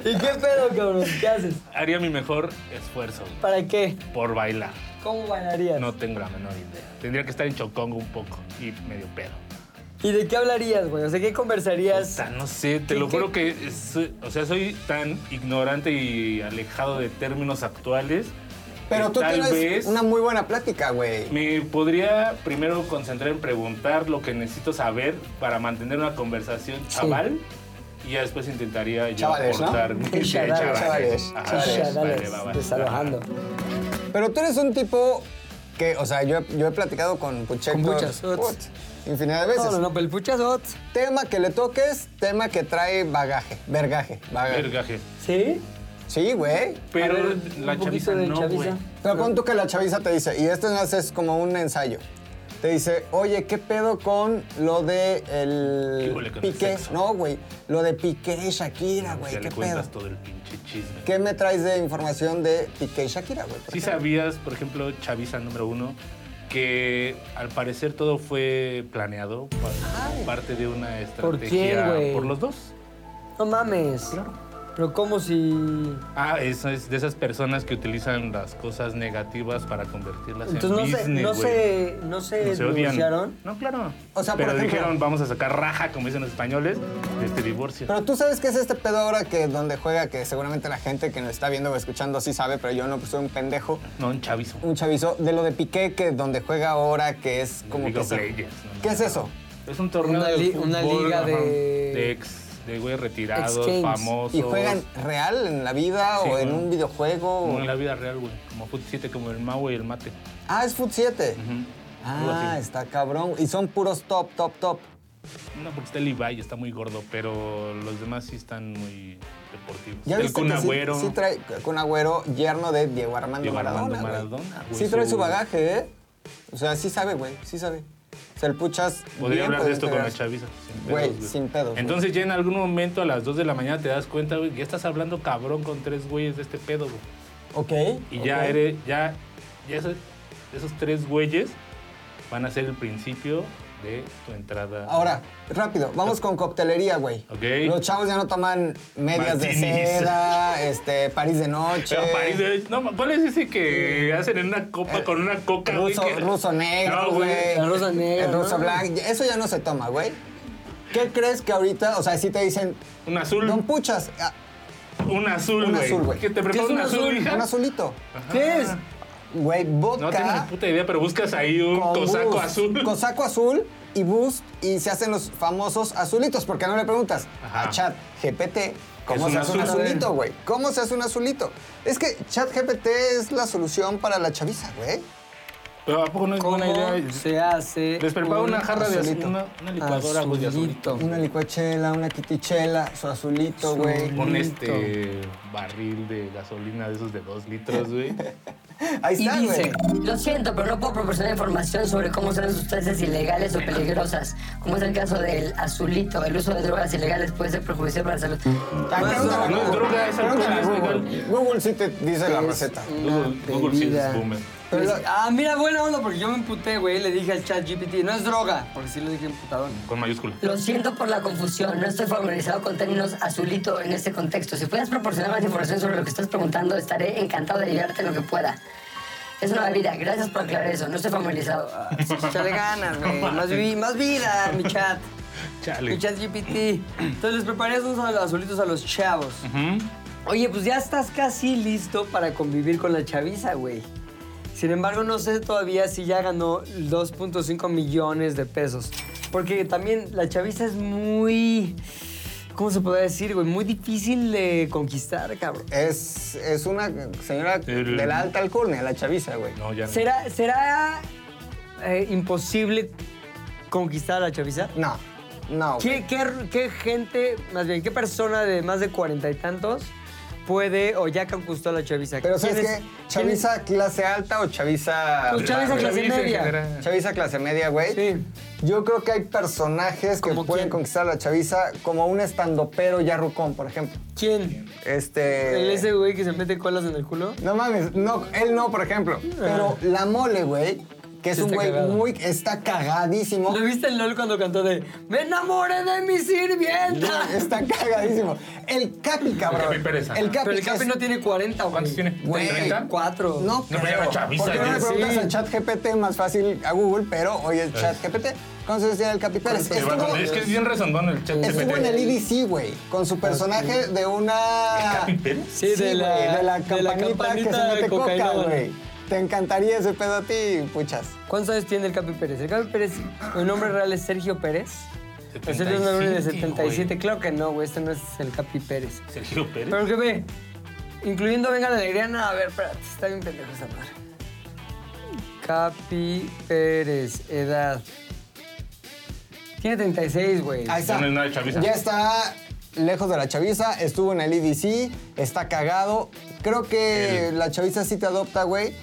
[SPEAKER 1] ¿Y qué pedo, cabrón? ¿Qué haces?
[SPEAKER 3] Haría mi mejor esfuerzo güey,
[SPEAKER 1] ¿Para qué?
[SPEAKER 3] por bailar.
[SPEAKER 1] ¿Cómo bailarías?
[SPEAKER 3] No tengo la menor idea. Tendría que estar en chocongo un poco y medio pedo.
[SPEAKER 1] ¿Y de qué hablarías, güey? O sea, ¿qué
[SPEAKER 3] O
[SPEAKER 1] conversarías?
[SPEAKER 3] sea, no sé, te lo
[SPEAKER 1] ¿Qué-
[SPEAKER 3] juro que es- o sea, soy tan ignorante y alejado de términos actuales.
[SPEAKER 2] Pero
[SPEAKER 3] que
[SPEAKER 2] tú
[SPEAKER 3] tal
[SPEAKER 2] tienes
[SPEAKER 3] vez
[SPEAKER 2] una muy buena plática, güey.
[SPEAKER 3] me podría primero concentrar en preguntar lo que necesito saber para mantener una conversación chaval y ya después intentaría yo
[SPEAKER 2] Chavales, ¿no?
[SPEAKER 3] aportar mi-
[SPEAKER 1] Sí, chavales,
[SPEAKER 2] chavales,
[SPEAKER 3] Ajá,
[SPEAKER 2] chavales.
[SPEAKER 1] Ya, dale,
[SPEAKER 3] vale, va, va.
[SPEAKER 1] desalojando.
[SPEAKER 2] Pero tú eres un tipo que, o sea, yo, he- yo he platicado con Pucheco.
[SPEAKER 1] Con muchas.
[SPEAKER 2] Put. infinidad de veces.
[SPEAKER 1] No, no, no, pero el puchazot.
[SPEAKER 2] Tema que le toques, tema que trae bagaje, vergaje, bagaje.
[SPEAKER 3] Vergaje.
[SPEAKER 1] ¿Sí?
[SPEAKER 2] Sí, güey.
[SPEAKER 3] Pero
[SPEAKER 1] A ver,
[SPEAKER 3] la
[SPEAKER 1] un poquito
[SPEAKER 3] chaviza
[SPEAKER 1] de
[SPEAKER 3] no,
[SPEAKER 1] chaviza.
[SPEAKER 3] güey.
[SPEAKER 2] Pero pon tú que la chaviza te dice, y esto es como un ensayo. Te dice, oye, ¿qué pedo con lo de
[SPEAKER 3] ¿Qué
[SPEAKER 2] el
[SPEAKER 3] huele con el
[SPEAKER 2] Piqué?
[SPEAKER 3] sexo? pues
[SPEAKER 2] no, güey. Lo de Piqué y Shakira, Ah, güey.
[SPEAKER 3] Ya
[SPEAKER 2] ¿Qué
[SPEAKER 3] le
[SPEAKER 2] pedo?
[SPEAKER 3] cuentas todo el pinche chisme.
[SPEAKER 2] ¿Qué me traes de información de Piqué y Shakira, güey?
[SPEAKER 3] Sí sabías, por ejemplo, Chavisa número uno, que al parecer todo fue planeado pa- como parte de una
[SPEAKER 1] ¿Por quién,
[SPEAKER 3] estrategia
[SPEAKER 1] güey?
[SPEAKER 3] los dos.
[SPEAKER 1] No mames. Pero como si.
[SPEAKER 3] Ah, eso es de esas personas que utilizan las cosas negativas para convertirlas
[SPEAKER 1] Entonces no
[SPEAKER 3] en business,
[SPEAKER 1] se, no
[SPEAKER 3] güey.
[SPEAKER 1] se, no
[SPEAKER 3] No
[SPEAKER 1] se
[SPEAKER 3] se odian.
[SPEAKER 1] divorciaron.
[SPEAKER 3] No, claro.
[SPEAKER 2] O sea, por
[SPEAKER 3] Pero
[SPEAKER 2] ejemplo-
[SPEAKER 3] dijeron, vamos a sacar raja, como dicen los españoles, de este divorcio.
[SPEAKER 2] Pero tú sabes qué es este pedo ahora que donde juega, que seguramente la gente que nos está viendo o escuchando sí sabe, pero yo no pues, soy un pendejo,
[SPEAKER 3] No, un chavizo.
[SPEAKER 2] un chavizo, de lo de Piqué, que donde juega ahora, que es como
[SPEAKER 3] League
[SPEAKER 2] que...
[SPEAKER 3] of
[SPEAKER 2] se-
[SPEAKER 3] Legends, no, no,
[SPEAKER 2] ¿Qué es
[SPEAKER 3] no.
[SPEAKER 2] eso?
[SPEAKER 3] Es un torneo
[SPEAKER 1] Una
[SPEAKER 3] de
[SPEAKER 1] li-
[SPEAKER 3] fútbol,
[SPEAKER 1] una liga
[SPEAKER 3] ajá,
[SPEAKER 1] de-
[SPEAKER 3] de ex, de güey retirados,
[SPEAKER 1] Ex-games.
[SPEAKER 3] famosos.
[SPEAKER 2] ¿Y juegan real en la vida
[SPEAKER 3] Sí,
[SPEAKER 2] o en
[SPEAKER 3] güey.
[SPEAKER 2] un videojuego?
[SPEAKER 3] Como en la vida real, güey. Como Foot 7, como el Mau y el Mate.
[SPEAKER 2] Ah, es Food 7.
[SPEAKER 3] Ujú. Algo
[SPEAKER 2] Ah,
[SPEAKER 3] así.
[SPEAKER 2] está cabrón. Y son puros top, top, top.
[SPEAKER 3] No, porque está el Ibai, está muy gordo, pero los demás sí están muy deportivos.
[SPEAKER 2] ¿Ya
[SPEAKER 3] el
[SPEAKER 2] viste
[SPEAKER 3] Kun
[SPEAKER 2] que sí-
[SPEAKER 3] Agüero,
[SPEAKER 2] Sí, trae Kun Agüero, yerno de Diego Armando
[SPEAKER 3] Diego Armando
[SPEAKER 2] Maradona. güey.
[SPEAKER 3] Maradona, güey,
[SPEAKER 2] sí trae
[SPEAKER 3] su-
[SPEAKER 2] su bagaje, ¿eh? O sea, sí sabe, güey, sí sabe. O sea, el Puchas... bien
[SPEAKER 3] Podría hablar de
[SPEAKER 2] puede
[SPEAKER 3] esto con la
[SPEAKER 2] integrar.
[SPEAKER 3] chaviza. sin pedos,
[SPEAKER 2] Güey, sin pedos, güey.
[SPEAKER 3] Entonces ya en algún momento a las 2 de la mañana te das cuenta, güey, que ya estás hablando cabrón con tres güeyes de este pedo, güey.
[SPEAKER 2] Ok.
[SPEAKER 3] Y ya
[SPEAKER 2] ok.
[SPEAKER 3] eres, ya, ya esos, esos tres güeyes van a ser el principio de tu entrada.
[SPEAKER 2] Ahora, rápido, vamos con coctelería, güey.
[SPEAKER 3] Ok.
[SPEAKER 2] Los chavos ya no toman medias de
[SPEAKER 3] Martinis.
[SPEAKER 2] seda, este, París de noche.
[SPEAKER 3] Pero París, eh, no, ¿cuál es ese que hacen en una copa con una coca, güey?
[SPEAKER 2] Ruso,
[SPEAKER 3] que-
[SPEAKER 2] ruso
[SPEAKER 3] No,
[SPEAKER 2] negro,
[SPEAKER 3] güey.
[SPEAKER 2] güey.
[SPEAKER 1] El ruso negro,
[SPEAKER 2] El ruso
[SPEAKER 1] ¿no?
[SPEAKER 2] blanco. Eso ya no se toma, güey. ¿Qué crees que ahorita, o sea, si te dicen,
[SPEAKER 3] Un azul,
[SPEAKER 2] don Puchas, ah,
[SPEAKER 3] un azul,
[SPEAKER 2] Un
[SPEAKER 3] güey.
[SPEAKER 2] azul, güey.
[SPEAKER 3] ¿Qué te
[SPEAKER 1] ¿Qué
[SPEAKER 3] preparas
[SPEAKER 1] es
[SPEAKER 3] un
[SPEAKER 1] un
[SPEAKER 3] azul,
[SPEAKER 1] azul?
[SPEAKER 3] hija?
[SPEAKER 2] un azulito?
[SPEAKER 1] ¿Qué es?
[SPEAKER 2] Güey,
[SPEAKER 3] No tengo ni
[SPEAKER 2] vodka.
[SPEAKER 3] puta idea, pero buscas ahí un
[SPEAKER 2] con
[SPEAKER 3] cosaco
[SPEAKER 2] Boost.
[SPEAKER 3] azul.
[SPEAKER 2] Cosaco azul y boost y se hacen los famosos azulitos, porque no le preguntas
[SPEAKER 3] Ajá.
[SPEAKER 2] a Chat GPT
[SPEAKER 3] Es
[SPEAKER 2] cómo
[SPEAKER 3] un
[SPEAKER 2] se hace un
[SPEAKER 3] azul.
[SPEAKER 2] azulito, güey. ¿Cómo se hace un azulito? Es que Chat GPT es la solución para la chaviza, güey.
[SPEAKER 3] Pero ¿a poco no es
[SPEAKER 1] ¿Cómo
[SPEAKER 3] buena idea?
[SPEAKER 1] se hace?
[SPEAKER 3] Les preparo
[SPEAKER 1] un
[SPEAKER 3] una jarra de azul,
[SPEAKER 2] azulito.
[SPEAKER 3] una, una licuadora, güey, de azulito.
[SPEAKER 1] azulito?
[SPEAKER 2] Una licuachela, una kitichela, su azulito, güey.
[SPEAKER 3] Pon este barril de gasolina de esos de dos litros, güey.
[SPEAKER 2] Ahí
[SPEAKER 1] Y
[SPEAKER 2] está,
[SPEAKER 1] dice,
[SPEAKER 2] güey.
[SPEAKER 4] Lo siento, pero no puedo proporcionar información sobre cómo son las sustancias ilegales o peligrosas, como es el caso del azulito. El uso de drogas ilegales puede ser perjudicial para la salud.
[SPEAKER 2] Ah, pregúntale a
[SPEAKER 3] no es
[SPEAKER 2] Google.
[SPEAKER 3] droga, es alcohol,
[SPEAKER 2] Pregúntale a
[SPEAKER 3] es
[SPEAKER 2] Google.
[SPEAKER 3] legal.
[SPEAKER 2] Google sí te dice la receta.
[SPEAKER 3] Google, Google sí es boomer.
[SPEAKER 1] Pero- ah, mira, buena onda, porque yo me emputé, güey. Le dije al chat GPT, no es droga, porque sí lo dije emputadón.
[SPEAKER 3] Con mayúscula.
[SPEAKER 4] Lo siento por la confusión, no estoy familiarizado con términos azulito en este contexto. Si puedes proporcionar más información sobre lo que estás preguntando, estaré encantado de ayudarte en lo que pueda. Es una bebida, gracias por aclarar eso, no estoy familiarizado.
[SPEAKER 1] Ah, Échale ganas, güey. Más, vi- más vida, mi chat.
[SPEAKER 3] Chale.
[SPEAKER 1] Mi chat GPT. Entonces les preparé unos azulitos a los chavos. Oye, pues ya estás casi listo para convivir con la chaviza, güey. Sin embargo, no sé todavía si ya ganó 2.5 millones de pesos. Porque también la chaviza es muy... ¿Cómo se podría decir, güey? Muy difícil de conquistar, cabrón.
[SPEAKER 2] Es, es una señora
[SPEAKER 3] El-
[SPEAKER 2] de la alta alcurnia, la chaviza, güey.
[SPEAKER 3] No, ya no.
[SPEAKER 1] ¿Será, será eh, imposible conquistar a la chaviza?
[SPEAKER 2] No, no.
[SPEAKER 1] ¿Qué,
[SPEAKER 2] güey.
[SPEAKER 1] qué- qué gente, más bien, qué persona de más de cuarenta y tantos puede o ya conquistó a la chaviza?
[SPEAKER 2] Pero ¿sabes
[SPEAKER 1] ¿Quién es-
[SPEAKER 2] qué?
[SPEAKER 1] quién es-
[SPEAKER 2] ¿Chaviza clase alta o chaviza...
[SPEAKER 1] Pues
[SPEAKER 3] Ah,
[SPEAKER 1] chaviza clase
[SPEAKER 3] Chaviza en
[SPEAKER 1] media.
[SPEAKER 3] general.
[SPEAKER 2] Chaviza clase media, güey.
[SPEAKER 1] Sí.
[SPEAKER 2] Yo creo que hay personajes que
[SPEAKER 1] ¿Como
[SPEAKER 2] pueden
[SPEAKER 1] quién?
[SPEAKER 2] conquistar a la chaviza, como un estandopero ya rucón, por ejemplo.
[SPEAKER 1] ¿Quién?
[SPEAKER 2] Este...
[SPEAKER 1] ¿El ese güey que se mete colas en el culo?
[SPEAKER 2] No mames, no, él no, por ejemplo. Pero la mole, güey, que es
[SPEAKER 1] Ah. Sí
[SPEAKER 2] un
[SPEAKER 1] está
[SPEAKER 2] güey
[SPEAKER 1] cagado.
[SPEAKER 2] muy... Está cagadísimo.
[SPEAKER 1] ¿Lo viste el LOL cuando cantó de Me enamoré de mi sirvienta?
[SPEAKER 2] Está cagadísimo. El Capi, cabrón.
[SPEAKER 3] Capi Pérez, ajá.
[SPEAKER 2] El Capi,
[SPEAKER 1] Pero el
[SPEAKER 2] que
[SPEAKER 1] Capi
[SPEAKER 2] es-
[SPEAKER 1] no tiene 40, güey.
[SPEAKER 3] ¿Cuántos tiene?
[SPEAKER 1] Güey,
[SPEAKER 3] ¿30?
[SPEAKER 1] cuatro.
[SPEAKER 2] No,
[SPEAKER 3] pero
[SPEAKER 2] creo.
[SPEAKER 3] era chaviza,
[SPEAKER 2] ¿Por qué no le
[SPEAKER 3] ya.
[SPEAKER 2] preguntas
[SPEAKER 1] Sí.
[SPEAKER 2] al chat GPT? Más fácil a Google, pero hoy es chat GPT. Entonces tiene el Capi Pérez.
[SPEAKER 3] Te va a
[SPEAKER 2] Estuvo-
[SPEAKER 3] contar, Es que es bien rezongón el chat.
[SPEAKER 2] Estuvo en el EDC, güey, con su personaje de una...
[SPEAKER 3] ¿Capi Pérez?
[SPEAKER 1] Sí, de,
[SPEAKER 2] güey,
[SPEAKER 1] la,
[SPEAKER 2] de la campanita, que se mete coca, güey. Te encantaría ese pedo a ti, puchas.
[SPEAKER 1] ¿Cuántos años tiene el Capi Pérez? El Capi Pérez, el nombre real es Sergio Pérez. El Sergio es un hombre de 77. Claro que no, güey, este no es el Capi Pérez.
[SPEAKER 3] Sergio Pérez.
[SPEAKER 1] Pero que ve, incluyendo Venga la Alegría, no, a ver, espérate, está bien pendejo esa madre. Capi Pérez, edad. Tiene 36, güey.
[SPEAKER 2] Ahí está.
[SPEAKER 3] Ya no es nada de chaviza.
[SPEAKER 2] Ya está lejos de la chaviza, estuvo en el IDC, está cagado. Creo que
[SPEAKER 3] El-
[SPEAKER 2] la chaviza sí te adopta, güey,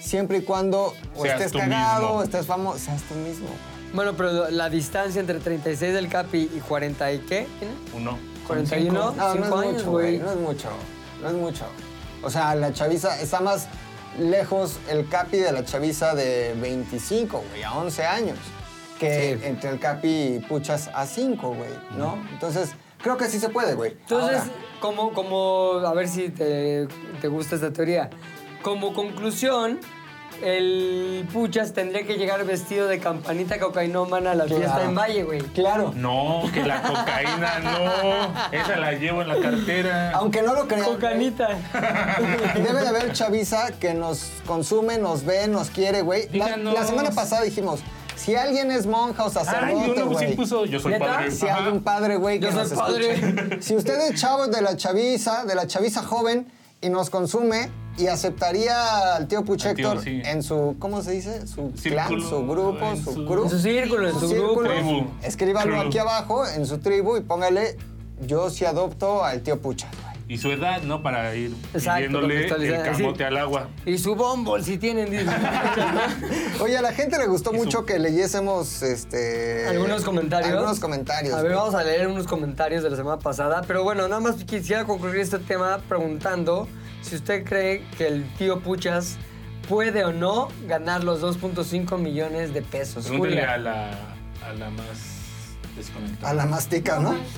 [SPEAKER 2] siempre y cuando o
[SPEAKER 3] Seas
[SPEAKER 2] estés
[SPEAKER 3] tú
[SPEAKER 2] cagado,
[SPEAKER 3] mismo.
[SPEAKER 2] o estés famoso, seas tú mismo.
[SPEAKER 1] Bueno, pero lo- la distancia entre 36 del Capi y 40 y qué? ¿Tiene?
[SPEAKER 3] Uno.
[SPEAKER 1] 41,
[SPEAKER 2] Ah, No, no es
[SPEAKER 1] 5 Oh, años,
[SPEAKER 2] mucho, güey,
[SPEAKER 1] güey.
[SPEAKER 2] no es mucho, no es mucho. O sea, la chaviza está más lejos el capi de la chaviza de 25, güey, a 11 años, que
[SPEAKER 1] Sí.
[SPEAKER 2] entre el capi y puchas a 5, güey, ¿no? Entonces, creo que sí se puede, güey.
[SPEAKER 1] Entonces,
[SPEAKER 2] Ahora,
[SPEAKER 1] como, como, a ver si te, te gusta esta teoría. Como conclusión, el Puchas tendría que llegar vestido de campanita cocainómana a la
[SPEAKER 2] Claro.
[SPEAKER 1] fiesta en Valle, güey.
[SPEAKER 2] claro.
[SPEAKER 3] No, que la cocaína no. Esa la llevo en la cartera.
[SPEAKER 2] Aunque no lo crean. güey,
[SPEAKER 1] Cocanita.
[SPEAKER 2] Debe de haber chaviza que nos consume, nos ve, nos quiere, güey. La,
[SPEAKER 3] Díganos.
[SPEAKER 2] la semana pasada dijimos, si alguien es monja o
[SPEAKER 3] Ay,
[SPEAKER 2] sacerdote,
[SPEAKER 3] uno sí
[SPEAKER 2] güey.
[SPEAKER 3] puso, yo soy
[SPEAKER 1] ¿Neta?
[SPEAKER 3] padre.
[SPEAKER 2] Si
[SPEAKER 3] Ajá.
[SPEAKER 2] hay un padre, güey, que
[SPEAKER 1] Yo soy
[SPEAKER 2] nos
[SPEAKER 1] padre.
[SPEAKER 2] escuche. Si usted es chavo de la chaviza, de la chaviza joven, y nos consume y aceptaría al tío Puchector
[SPEAKER 3] Al tío, sí.
[SPEAKER 2] en su, ¿cómo se dice? Su clan,
[SPEAKER 3] Círculo,
[SPEAKER 2] su grupo,
[SPEAKER 3] en
[SPEAKER 2] su,
[SPEAKER 3] su-
[SPEAKER 2] crew.
[SPEAKER 1] En su círculo, en su grupo.
[SPEAKER 3] Tribu.
[SPEAKER 2] Escríbanlo
[SPEAKER 3] Crew.
[SPEAKER 2] aquí abajo, en su tribu, y póngale, yo sí adopto al tío Pucha, güey.
[SPEAKER 3] Y su edad, ¿no? Para ir
[SPEAKER 1] Exacto,
[SPEAKER 3] pidiéndole el
[SPEAKER 1] contextualizar,
[SPEAKER 3] camote
[SPEAKER 1] sí.
[SPEAKER 3] al agua.
[SPEAKER 1] Y su bombol, si tienen. dice.
[SPEAKER 2] Oye, a la gente le gustó
[SPEAKER 3] su-
[SPEAKER 2] mucho que leyésemos este
[SPEAKER 1] Algunos comentarios.
[SPEAKER 2] Algunos comentarios.
[SPEAKER 1] A ver,
[SPEAKER 2] güey.
[SPEAKER 1] vamos a leer unos comentarios de la semana pasada. Pero bueno, nada más quisiera concluir este tema preguntando si usted cree que el tío Puchas puede o no ganar los 2.5 millones de pesos.
[SPEAKER 3] Pregúntale
[SPEAKER 1] Julia.
[SPEAKER 3] a la, a la más desconectada.
[SPEAKER 2] A la mastica, ¿no?
[SPEAKER 10] manches.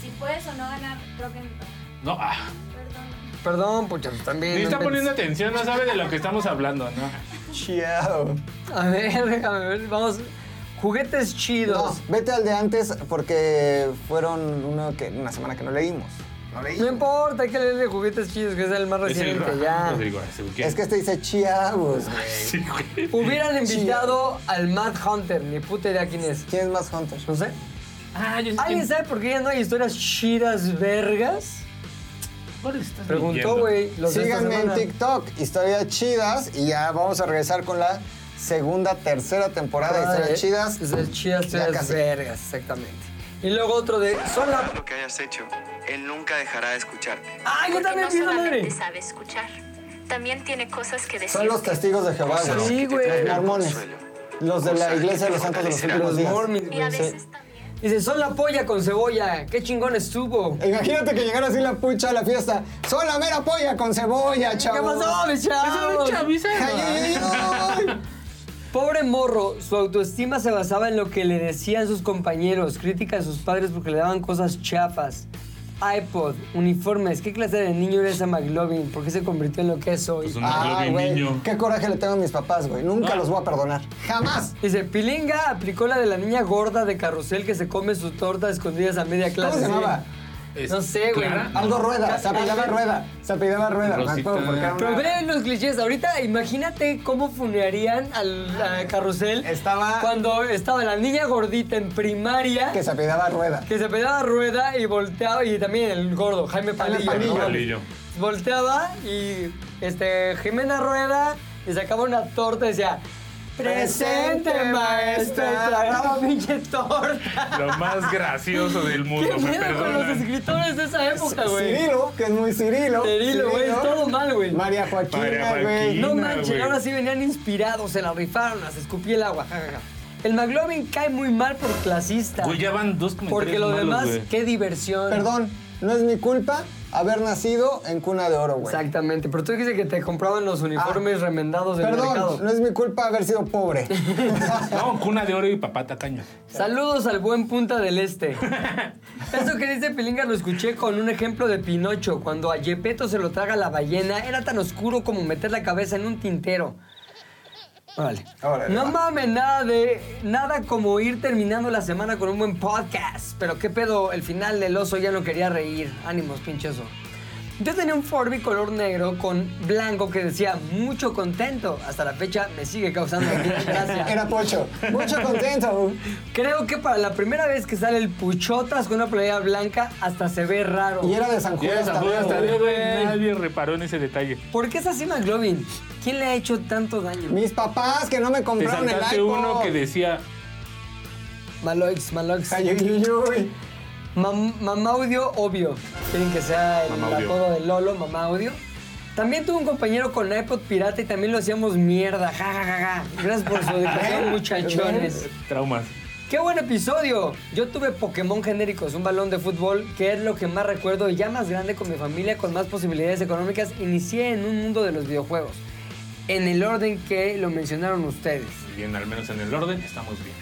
[SPEAKER 10] Si puedes o no ganar, creo que no.
[SPEAKER 3] No, ah.
[SPEAKER 10] Perdón.
[SPEAKER 1] Perdón, Puchas, también.
[SPEAKER 3] Ni
[SPEAKER 1] no
[SPEAKER 3] está
[SPEAKER 1] inventes.
[SPEAKER 3] poniendo atención, no sabe de lo que estamos hablando, ¿no?
[SPEAKER 2] Chiao.
[SPEAKER 1] A ver, déjame ver, vamos. Juguetes
[SPEAKER 2] No,
[SPEAKER 1] chidos.
[SPEAKER 2] vete al de antes porque fueron uno que, una semana que no leímos.
[SPEAKER 1] No,
[SPEAKER 2] No leímos.
[SPEAKER 1] importa, hay que leer de juguetes chidos, que es el más
[SPEAKER 3] Es el
[SPEAKER 1] reciente,
[SPEAKER 3] ra-
[SPEAKER 1] Pues ya.
[SPEAKER 3] Rodrigo, ese, ¿qué?
[SPEAKER 2] Es que este dice chiabos, güey.
[SPEAKER 3] Sí, güey.
[SPEAKER 1] Hubieran invitado al Mad Hunter, ni puta idea quién es.
[SPEAKER 2] ¿Quién es más Hunter?
[SPEAKER 1] No sé.
[SPEAKER 3] Ah, yo sé
[SPEAKER 1] ¿Alguien
[SPEAKER 3] quién-
[SPEAKER 1] sabe por qué ya no hay historias chidas vergas?
[SPEAKER 3] ¿Cuál estás
[SPEAKER 1] Preguntó,
[SPEAKER 3] leyendo?
[SPEAKER 1] güey. los de esta
[SPEAKER 2] Síganme en
[SPEAKER 1] semana.
[SPEAKER 2] TikTok, historias chidas, y ya vamos a regresar con la segunda, tercera temporada de
[SPEAKER 1] Ah, eh,
[SPEAKER 2] historias chidas.
[SPEAKER 1] Historias chidas,
[SPEAKER 2] Ya
[SPEAKER 1] historias
[SPEAKER 2] casi.
[SPEAKER 1] vergas, exactamente. Y luego otro de. Son la.
[SPEAKER 11] lo que hayas hecho, él nunca dejará de escucharte.
[SPEAKER 1] ¡Ah, yo
[SPEAKER 12] Porque
[SPEAKER 1] también
[SPEAKER 12] no
[SPEAKER 1] pido madre!
[SPEAKER 12] solamente sabe escuchar, también tiene cosas que decir.
[SPEAKER 2] Son los testigos de Jehová,
[SPEAKER 11] Cosas
[SPEAKER 2] güey.
[SPEAKER 1] Sí,
[SPEAKER 11] Ah, que te
[SPEAKER 1] güey.
[SPEAKER 11] traerán
[SPEAKER 2] Los mormones.
[SPEAKER 11] consuelo.
[SPEAKER 2] Los de la
[SPEAKER 11] Cosas
[SPEAKER 2] iglesia
[SPEAKER 11] que
[SPEAKER 2] de los
[SPEAKER 11] te
[SPEAKER 2] santos de los
[SPEAKER 11] fortalecerán.
[SPEAKER 2] últimos
[SPEAKER 1] Los
[SPEAKER 2] días.
[SPEAKER 1] Mormons,
[SPEAKER 12] Y a
[SPEAKER 1] güey.
[SPEAKER 12] veces
[SPEAKER 2] ¿eh?
[SPEAKER 12] también.
[SPEAKER 1] Dice, son la polla con cebolla. ¡Qué chingón estuvo!
[SPEAKER 2] Imagínate que llegara así la pucha a la fiesta. Son la mera polla con cebolla,
[SPEAKER 1] ¿Qué
[SPEAKER 2] chavos.
[SPEAKER 1] pasó, mis chavos?
[SPEAKER 2] Ay, ay, ay, ay.
[SPEAKER 1] Pobre morro, su autoestima se basaba en lo que le decían sus compañeros, críticas de sus padres porque le daban cosas chafas. iPod, uniformes, ¿qué clase de niño era ese McLovin? ¿Por qué se convirtió en lo que es hoy?
[SPEAKER 3] Pues un-
[SPEAKER 2] Ah,
[SPEAKER 3] Lo vi,
[SPEAKER 2] güey.
[SPEAKER 3] niño.
[SPEAKER 2] Qué coraje le tengo a mis papás, güey. Nunca los voy a perdonar. Jamás.
[SPEAKER 1] Dice, Pilinga aplicó la de la niña gorda de carrusel que se come su torta a escondidas a media
[SPEAKER 2] ¿Cómo
[SPEAKER 1] clase.
[SPEAKER 2] se llamaba?
[SPEAKER 3] Es
[SPEAKER 1] No sé, güey.
[SPEAKER 3] Clara, ¿no?
[SPEAKER 2] Algo rueda. Se apellidaba rueda. Se apellidaba rueda. Me
[SPEAKER 3] Rosita.
[SPEAKER 2] acuerdo porque era
[SPEAKER 1] Pero
[SPEAKER 2] una-
[SPEAKER 1] vean los clichés. Ahorita imagínate cómo funearían al a carrusel
[SPEAKER 2] Estaba-
[SPEAKER 1] cuando estaba la niña gordita en primaria
[SPEAKER 2] que se apellidaba rueda.
[SPEAKER 1] que se pegaba rueda y volteaba y también el gordo Jaime
[SPEAKER 2] Jaime
[SPEAKER 1] Palillo,
[SPEAKER 2] Palillo.
[SPEAKER 1] ¿no?
[SPEAKER 3] Palillo.
[SPEAKER 1] volteaba y este Jimena Rueda y sacaba una torta y decía presente maestra y sacaba pinche torta
[SPEAKER 3] Lo más gracioso del
[SPEAKER 1] qué
[SPEAKER 3] mundo, me
[SPEAKER 1] miedo con los
[SPEAKER 3] perdonan.
[SPEAKER 1] escritores de esa época güey
[SPEAKER 2] Cirilo, que es muy Cirilo.
[SPEAKER 1] Cirilo, güey, es todo mal, güey.
[SPEAKER 2] María Joaquina,
[SPEAKER 3] María
[SPEAKER 2] güey.
[SPEAKER 3] Joaquina.
[SPEAKER 1] no
[SPEAKER 3] China,
[SPEAKER 1] manches
[SPEAKER 3] güey.
[SPEAKER 1] ahora sí venían inspirados se la rifaron las escupí el agua ja, ja, ja. el McLovin cae muy mal por clasista
[SPEAKER 3] Güey, ya van dos comentarios
[SPEAKER 1] porque lo
[SPEAKER 3] malos,
[SPEAKER 1] demás
[SPEAKER 3] güey.
[SPEAKER 1] qué diversión
[SPEAKER 2] Perdón, no es mi culpa haber nacido en cuna de oro, güey.
[SPEAKER 1] Exactamente, pero tú dijiste que te compraban los uniformes remendados del mercado.
[SPEAKER 2] Ah, Perdón, no es mi culpa haber sido pobre.
[SPEAKER 3] No, cuna de oro y papá tacaño.
[SPEAKER 1] Saludos al buen Punta del Este. Eso que dice Pilinga lo escuché con un ejemplo de Pinocho. Cuando a Yepeto se lo traga la ballena, era tan oscuro como meter la cabeza en un tintero. Órale.
[SPEAKER 2] Órale,
[SPEAKER 1] no
[SPEAKER 2] va.
[SPEAKER 1] mames, nada de. Nada como ir terminando la semana con un buen podcast. Pero qué pedo, el final del oso ya no quería reír. Ánimos, pinchoso. Yo tenía un Forby color negro con blanco que decía mucho contento. Hasta la fecha me sigue causando gracia.
[SPEAKER 2] Era pocho. Mucho contento. güey.
[SPEAKER 1] Creo que para la primera vez que sale el Puchotas con una playera blanca, hasta se ve raro.
[SPEAKER 2] Y era de San
[SPEAKER 3] Ya
[SPEAKER 2] Juan.
[SPEAKER 3] esa duda hasta de- güey, Nadie reparó en ese detalle.
[SPEAKER 1] ¿Por qué es así McLovin? ¿Quién le ha hecho tanto daño?
[SPEAKER 2] Mis papás que no me
[SPEAKER 3] Te
[SPEAKER 2] compraron el
[SPEAKER 3] saltaste
[SPEAKER 2] iPhone.
[SPEAKER 3] uno que decía
[SPEAKER 1] Maloix, Maloix.
[SPEAKER 2] Ay, uy, uy, uy.
[SPEAKER 1] Mam- Mamaudio Obvio. Quieren que sea el
[SPEAKER 3] Mamaudio.
[SPEAKER 1] apodo de Lolo, Mamaudio. También tuve un compañero con la iPod pirata y también lo hacíamos mierda. Ja, ja, ja, ja. Gracias por su dedicación, muchachones.
[SPEAKER 3] "Eh, Traumas.
[SPEAKER 1] ¡Qué buen episodio! Yo tuve Pokémon genéricos, un balón de fútbol, que es lo que más recuerdo y ya más grande con mi familia, con más posibilidades económicas, inicié en un mundo de los videojuegos. En el orden que lo mencionaron ustedes.
[SPEAKER 3] Bien, al menos en el orden estamos bien.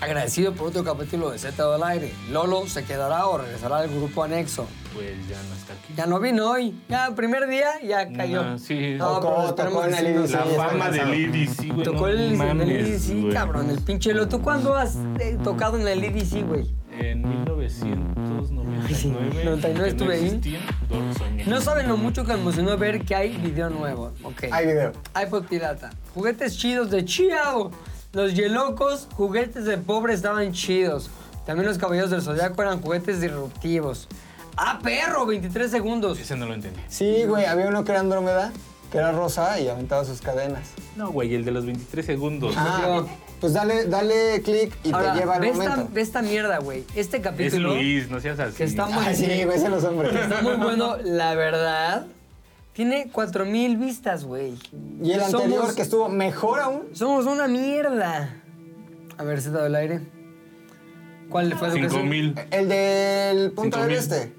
[SPEAKER 1] Agradecido por otro capítulo de Z del Aire. Lolo se quedará o regresará al grupo anexo.
[SPEAKER 3] Pues ya no está aquí.
[SPEAKER 1] Ya no vino hoy. Ya, primer día, ya cayó.
[SPEAKER 3] No, Ah, sí.
[SPEAKER 1] No,
[SPEAKER 2] Tocó,
[SPEAKER 1] pero esperemos
[SPEAKER 2] tocó en
[SPEAKER 1] que
[SPEAKER 2] el
[SPEAKER 1] sí nos-
[SPEAKER 2] IBC.
[SPEAKER 3] La
[SPEAKER 2] Sí, está
[SPEAKER 3] fama
[SPEAKER 2] cansado.
[SPEAKER 3] del IDC, güey.
[SPEAKER 1] Tocó
[SPEAKER 3] no
[SPEAKER 1] el, en el
[SPEAKER 3] mames,
[SPEAKER 1] IDC,
[SPEAKER 3] güey.
[SPEAKER 1] cabrón, el pinche Lolo. ¿Tú cuándo has eh, tocado en el IDC, güey?
[SPEAKER 3] En 1999.
[SPEAKER 1] Ay, sí, 99
[SPEAKER 3] que no
[SPEAKER 1] estuve ahí.
[SPEAKER 3] existía, lo soñé.
[SPEAKER 1] No saben lo mucho que me emocionó ver que hay video nuevo. Ok.
[SPEAKER 2] Hay video.
[SPEAKER 1] iPod pirata. Juguetes chidos de Chiao. Los Yelocos, juguetes de pobre estaban chidos. También los Caballeros del Zodiaco eran juguetes disruptivos. ¡Ah, perro! 23 segundos.
[SPEAKER 3] Ese no lo entendí.
[SPEAKER 2] Sí, güey, había uno que era Andrómeda, que era rosa y aventaba sus cadenas.
[SPEAKER 3] No, güey, el de los 23 segundos.
[SPEAKER 2] Ah, pues dale, dale clic y
[SPEAKER 1] Ahora,
[SPEAKER 2] te lleva al
[SPEAKER 1] ve esta,
[SPEAKER 2] momento.
[SPEAKER 1] ve esta mierda, güey. Este
[SPEAKER 3] es
[SPEAKER 1] capítulo,
[SPEAKER 3] Luis, no seas así.
[SPEAKER 1] que está muy,
[SPEAKER 2] Ah, sí, güey, ese los hombres.
[SPEAKER 1] está muy bueno, la verdad, tiene 4000 vistas, güey.
[SPEAKER 2] Y el
[SPEAKER 1] Somos-
[SPEAKER 2] anterior que estuvo mejor aún.
[SPEAKER 1] Somos una mierda. A ver, se del aire. ¿Cuál fue su
[SPEAKER 3] 5000,
[SPEAKER 2] El del punto del
[SPEAKER 3] Cinco mil.
[SPEAKER 2] este.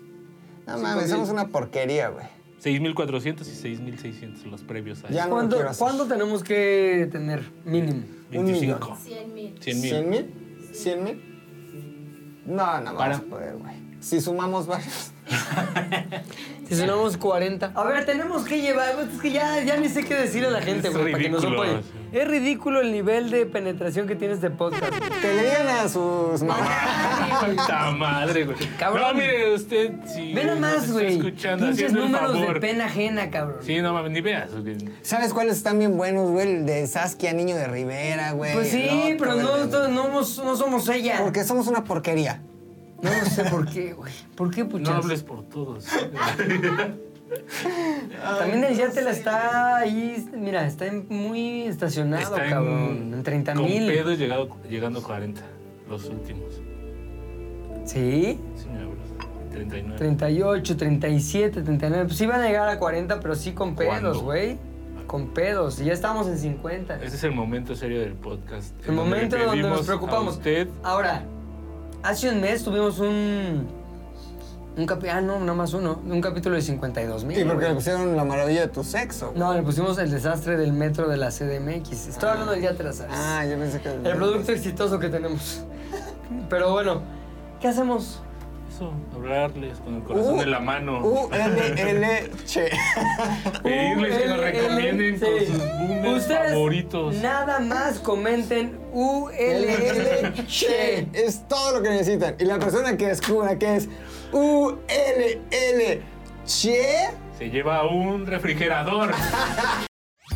[SPEAKER 2] No mames, somos una porquería, güey.
[SPEAKER 3] 6400 y 6600 los previos a
[SPEAKER 2] Ya no lo
[SPEAKER 1] ¿Cuándo,
[SPEAKER 2] quiero hacer.
[SPEAKER 1] cuándo tenemos que tener mínimo?
[SPEAKER 3] 25.
[SPEAKER 13] 100 mil.
[SPEAKER 3] 100
[SPEAKER 2] ¿Cien
[SPEAKER 3] mil.
[SPEAKER 2] mil? ¿Cien mil? No, no vamos
[SPEAKER 3] Para.
[SPEAKER 2] a poder, güey. Si sumamos varios.
[SPEAKER 1] Si sumamos 40. A ver, tenemos que llevar. Es que ya, ya ni sé qué decirle a la gente,
[SPEAKER 3] Es
[SPEAKER 1] güey, para que nos
[SPEAKER 3] ridículo,
[SPEAKER 1] apoye.
[SPEAKER 3] sí.
[SPEAKER 1] Es ridículo el nivel de penetración que tiene este podcast.
[SPEAKER 2] Que le digan a sus mamás.
[SPEAKER 3] ¡Puta madre, güey!
[SPEAKER 1] Cabrón.
[SPEAKER 3] No, mire, usted si
[SPEAKER 1] Ve nada
[SPEAKER 3] nos
[SPEAKER 1] más,
[SPEAKER 3] está
[SPEAKER 1] güey.
[SPEAKER 3] escuchando,
[SPEAKER 1] Pinches
[SPEAKER 3] haciendo el
[SPEAKER 1] números de
[SPEAKER 3] favor.
[SPEAKER 1] pena ajena, cabrón.
[SPEAKER 3] Sí, no mames, ni veas. güey.
[SPEAKER 2] ¿Sabes cuáles están bien buenos, güey? El de Saskia, niño de Rivera, güey.
[SPEAKER 1] Pues sí,
[SPEAKER 2] el otro,
[SPEAKER 1] pero
[SPEAKER 2] el
[SPEAKER 1] no,
[SPEAKER 2] de-
[SPEAKER 1] no, somos- no somos ella.
[SPEAKER 2] Porque somos una porquería.
[SPEAKER 1] No sé por qué, güey. ¿Por qué, puchas?
[SPEAKER 3] No hables por todos. ¿eh?
[SPEAKER 1] También el Yatel está ahí, mira, está en- muy estacionado,
[SPEAKER 3] Está
[SPEAKER 1] cabrón. En 30
[SPEAKER 3] Con
[SPEAKER 1] mil.
[SPEAKER 3] pedo llegado, llegando a 40, los últimos.
[SPEAKER 1] Sí,
[SPEAKER 3] Sí, me hablas. 39.
[SPEAKER 1] 38, 37, 39. Pues sí van a llegar a 40, pero sí con pedos,
[SPEAKER 3] ¿Cuándo?
[SPEAKER 1] güey. Con pedos. Y ya estamos en 50.
[SPEAKER 3] Este es el momento serio del podcast.
[SPEAKER 1] El
[SPEAKER 3] en le
[SPEAKER 1] momento donde
[SPEAKER 3] pedimos
[SPEAKER 1] nos preocupamos.
[SPEAKER 3] A usted,
[SPEAKER 1] Ahora, hace un mes tuvimos un. Un capi- ah, no, nada más uno. Un capítulo de 52 mil.
[SPEAKER 2] Y porque le pusieron la maravilla de tu sexo. güey.
[SPEAKER 1] No, le pusimos el desastre del metro de la CDMX. Estoy hablando del Yatel Azares.
[SPEAKER 2] Ah, yo pensé que.
[SPEAKER 1] El producto exitoso que tenemos. Pero bueno, ¿qué hacemos?
[SPEAKER 3] eso, hablarles con el corazón
[SPEAKER 2] Uh,
[SPEAKER 3] en la mano.
[SPEAKER 2] U L L che.
[SPEAKER 3] pedirles
[SPEAKER 1] uh,
[SPEAKER 3] que nos recomienden con
[SPEAKER 1] Sí.
[SPEAKER 3] sus boomers
[SPEAKER 1] Ustedes
[SPEAKER 3] favoritos.
[SPEAKER 1] Nada más comenten ULL Che.
[SPEAKER 2] Es todo lo que necesitan. Y la persona que descubra que es U L L che.
[SPEAKER 3] Se lleva un refrigerador.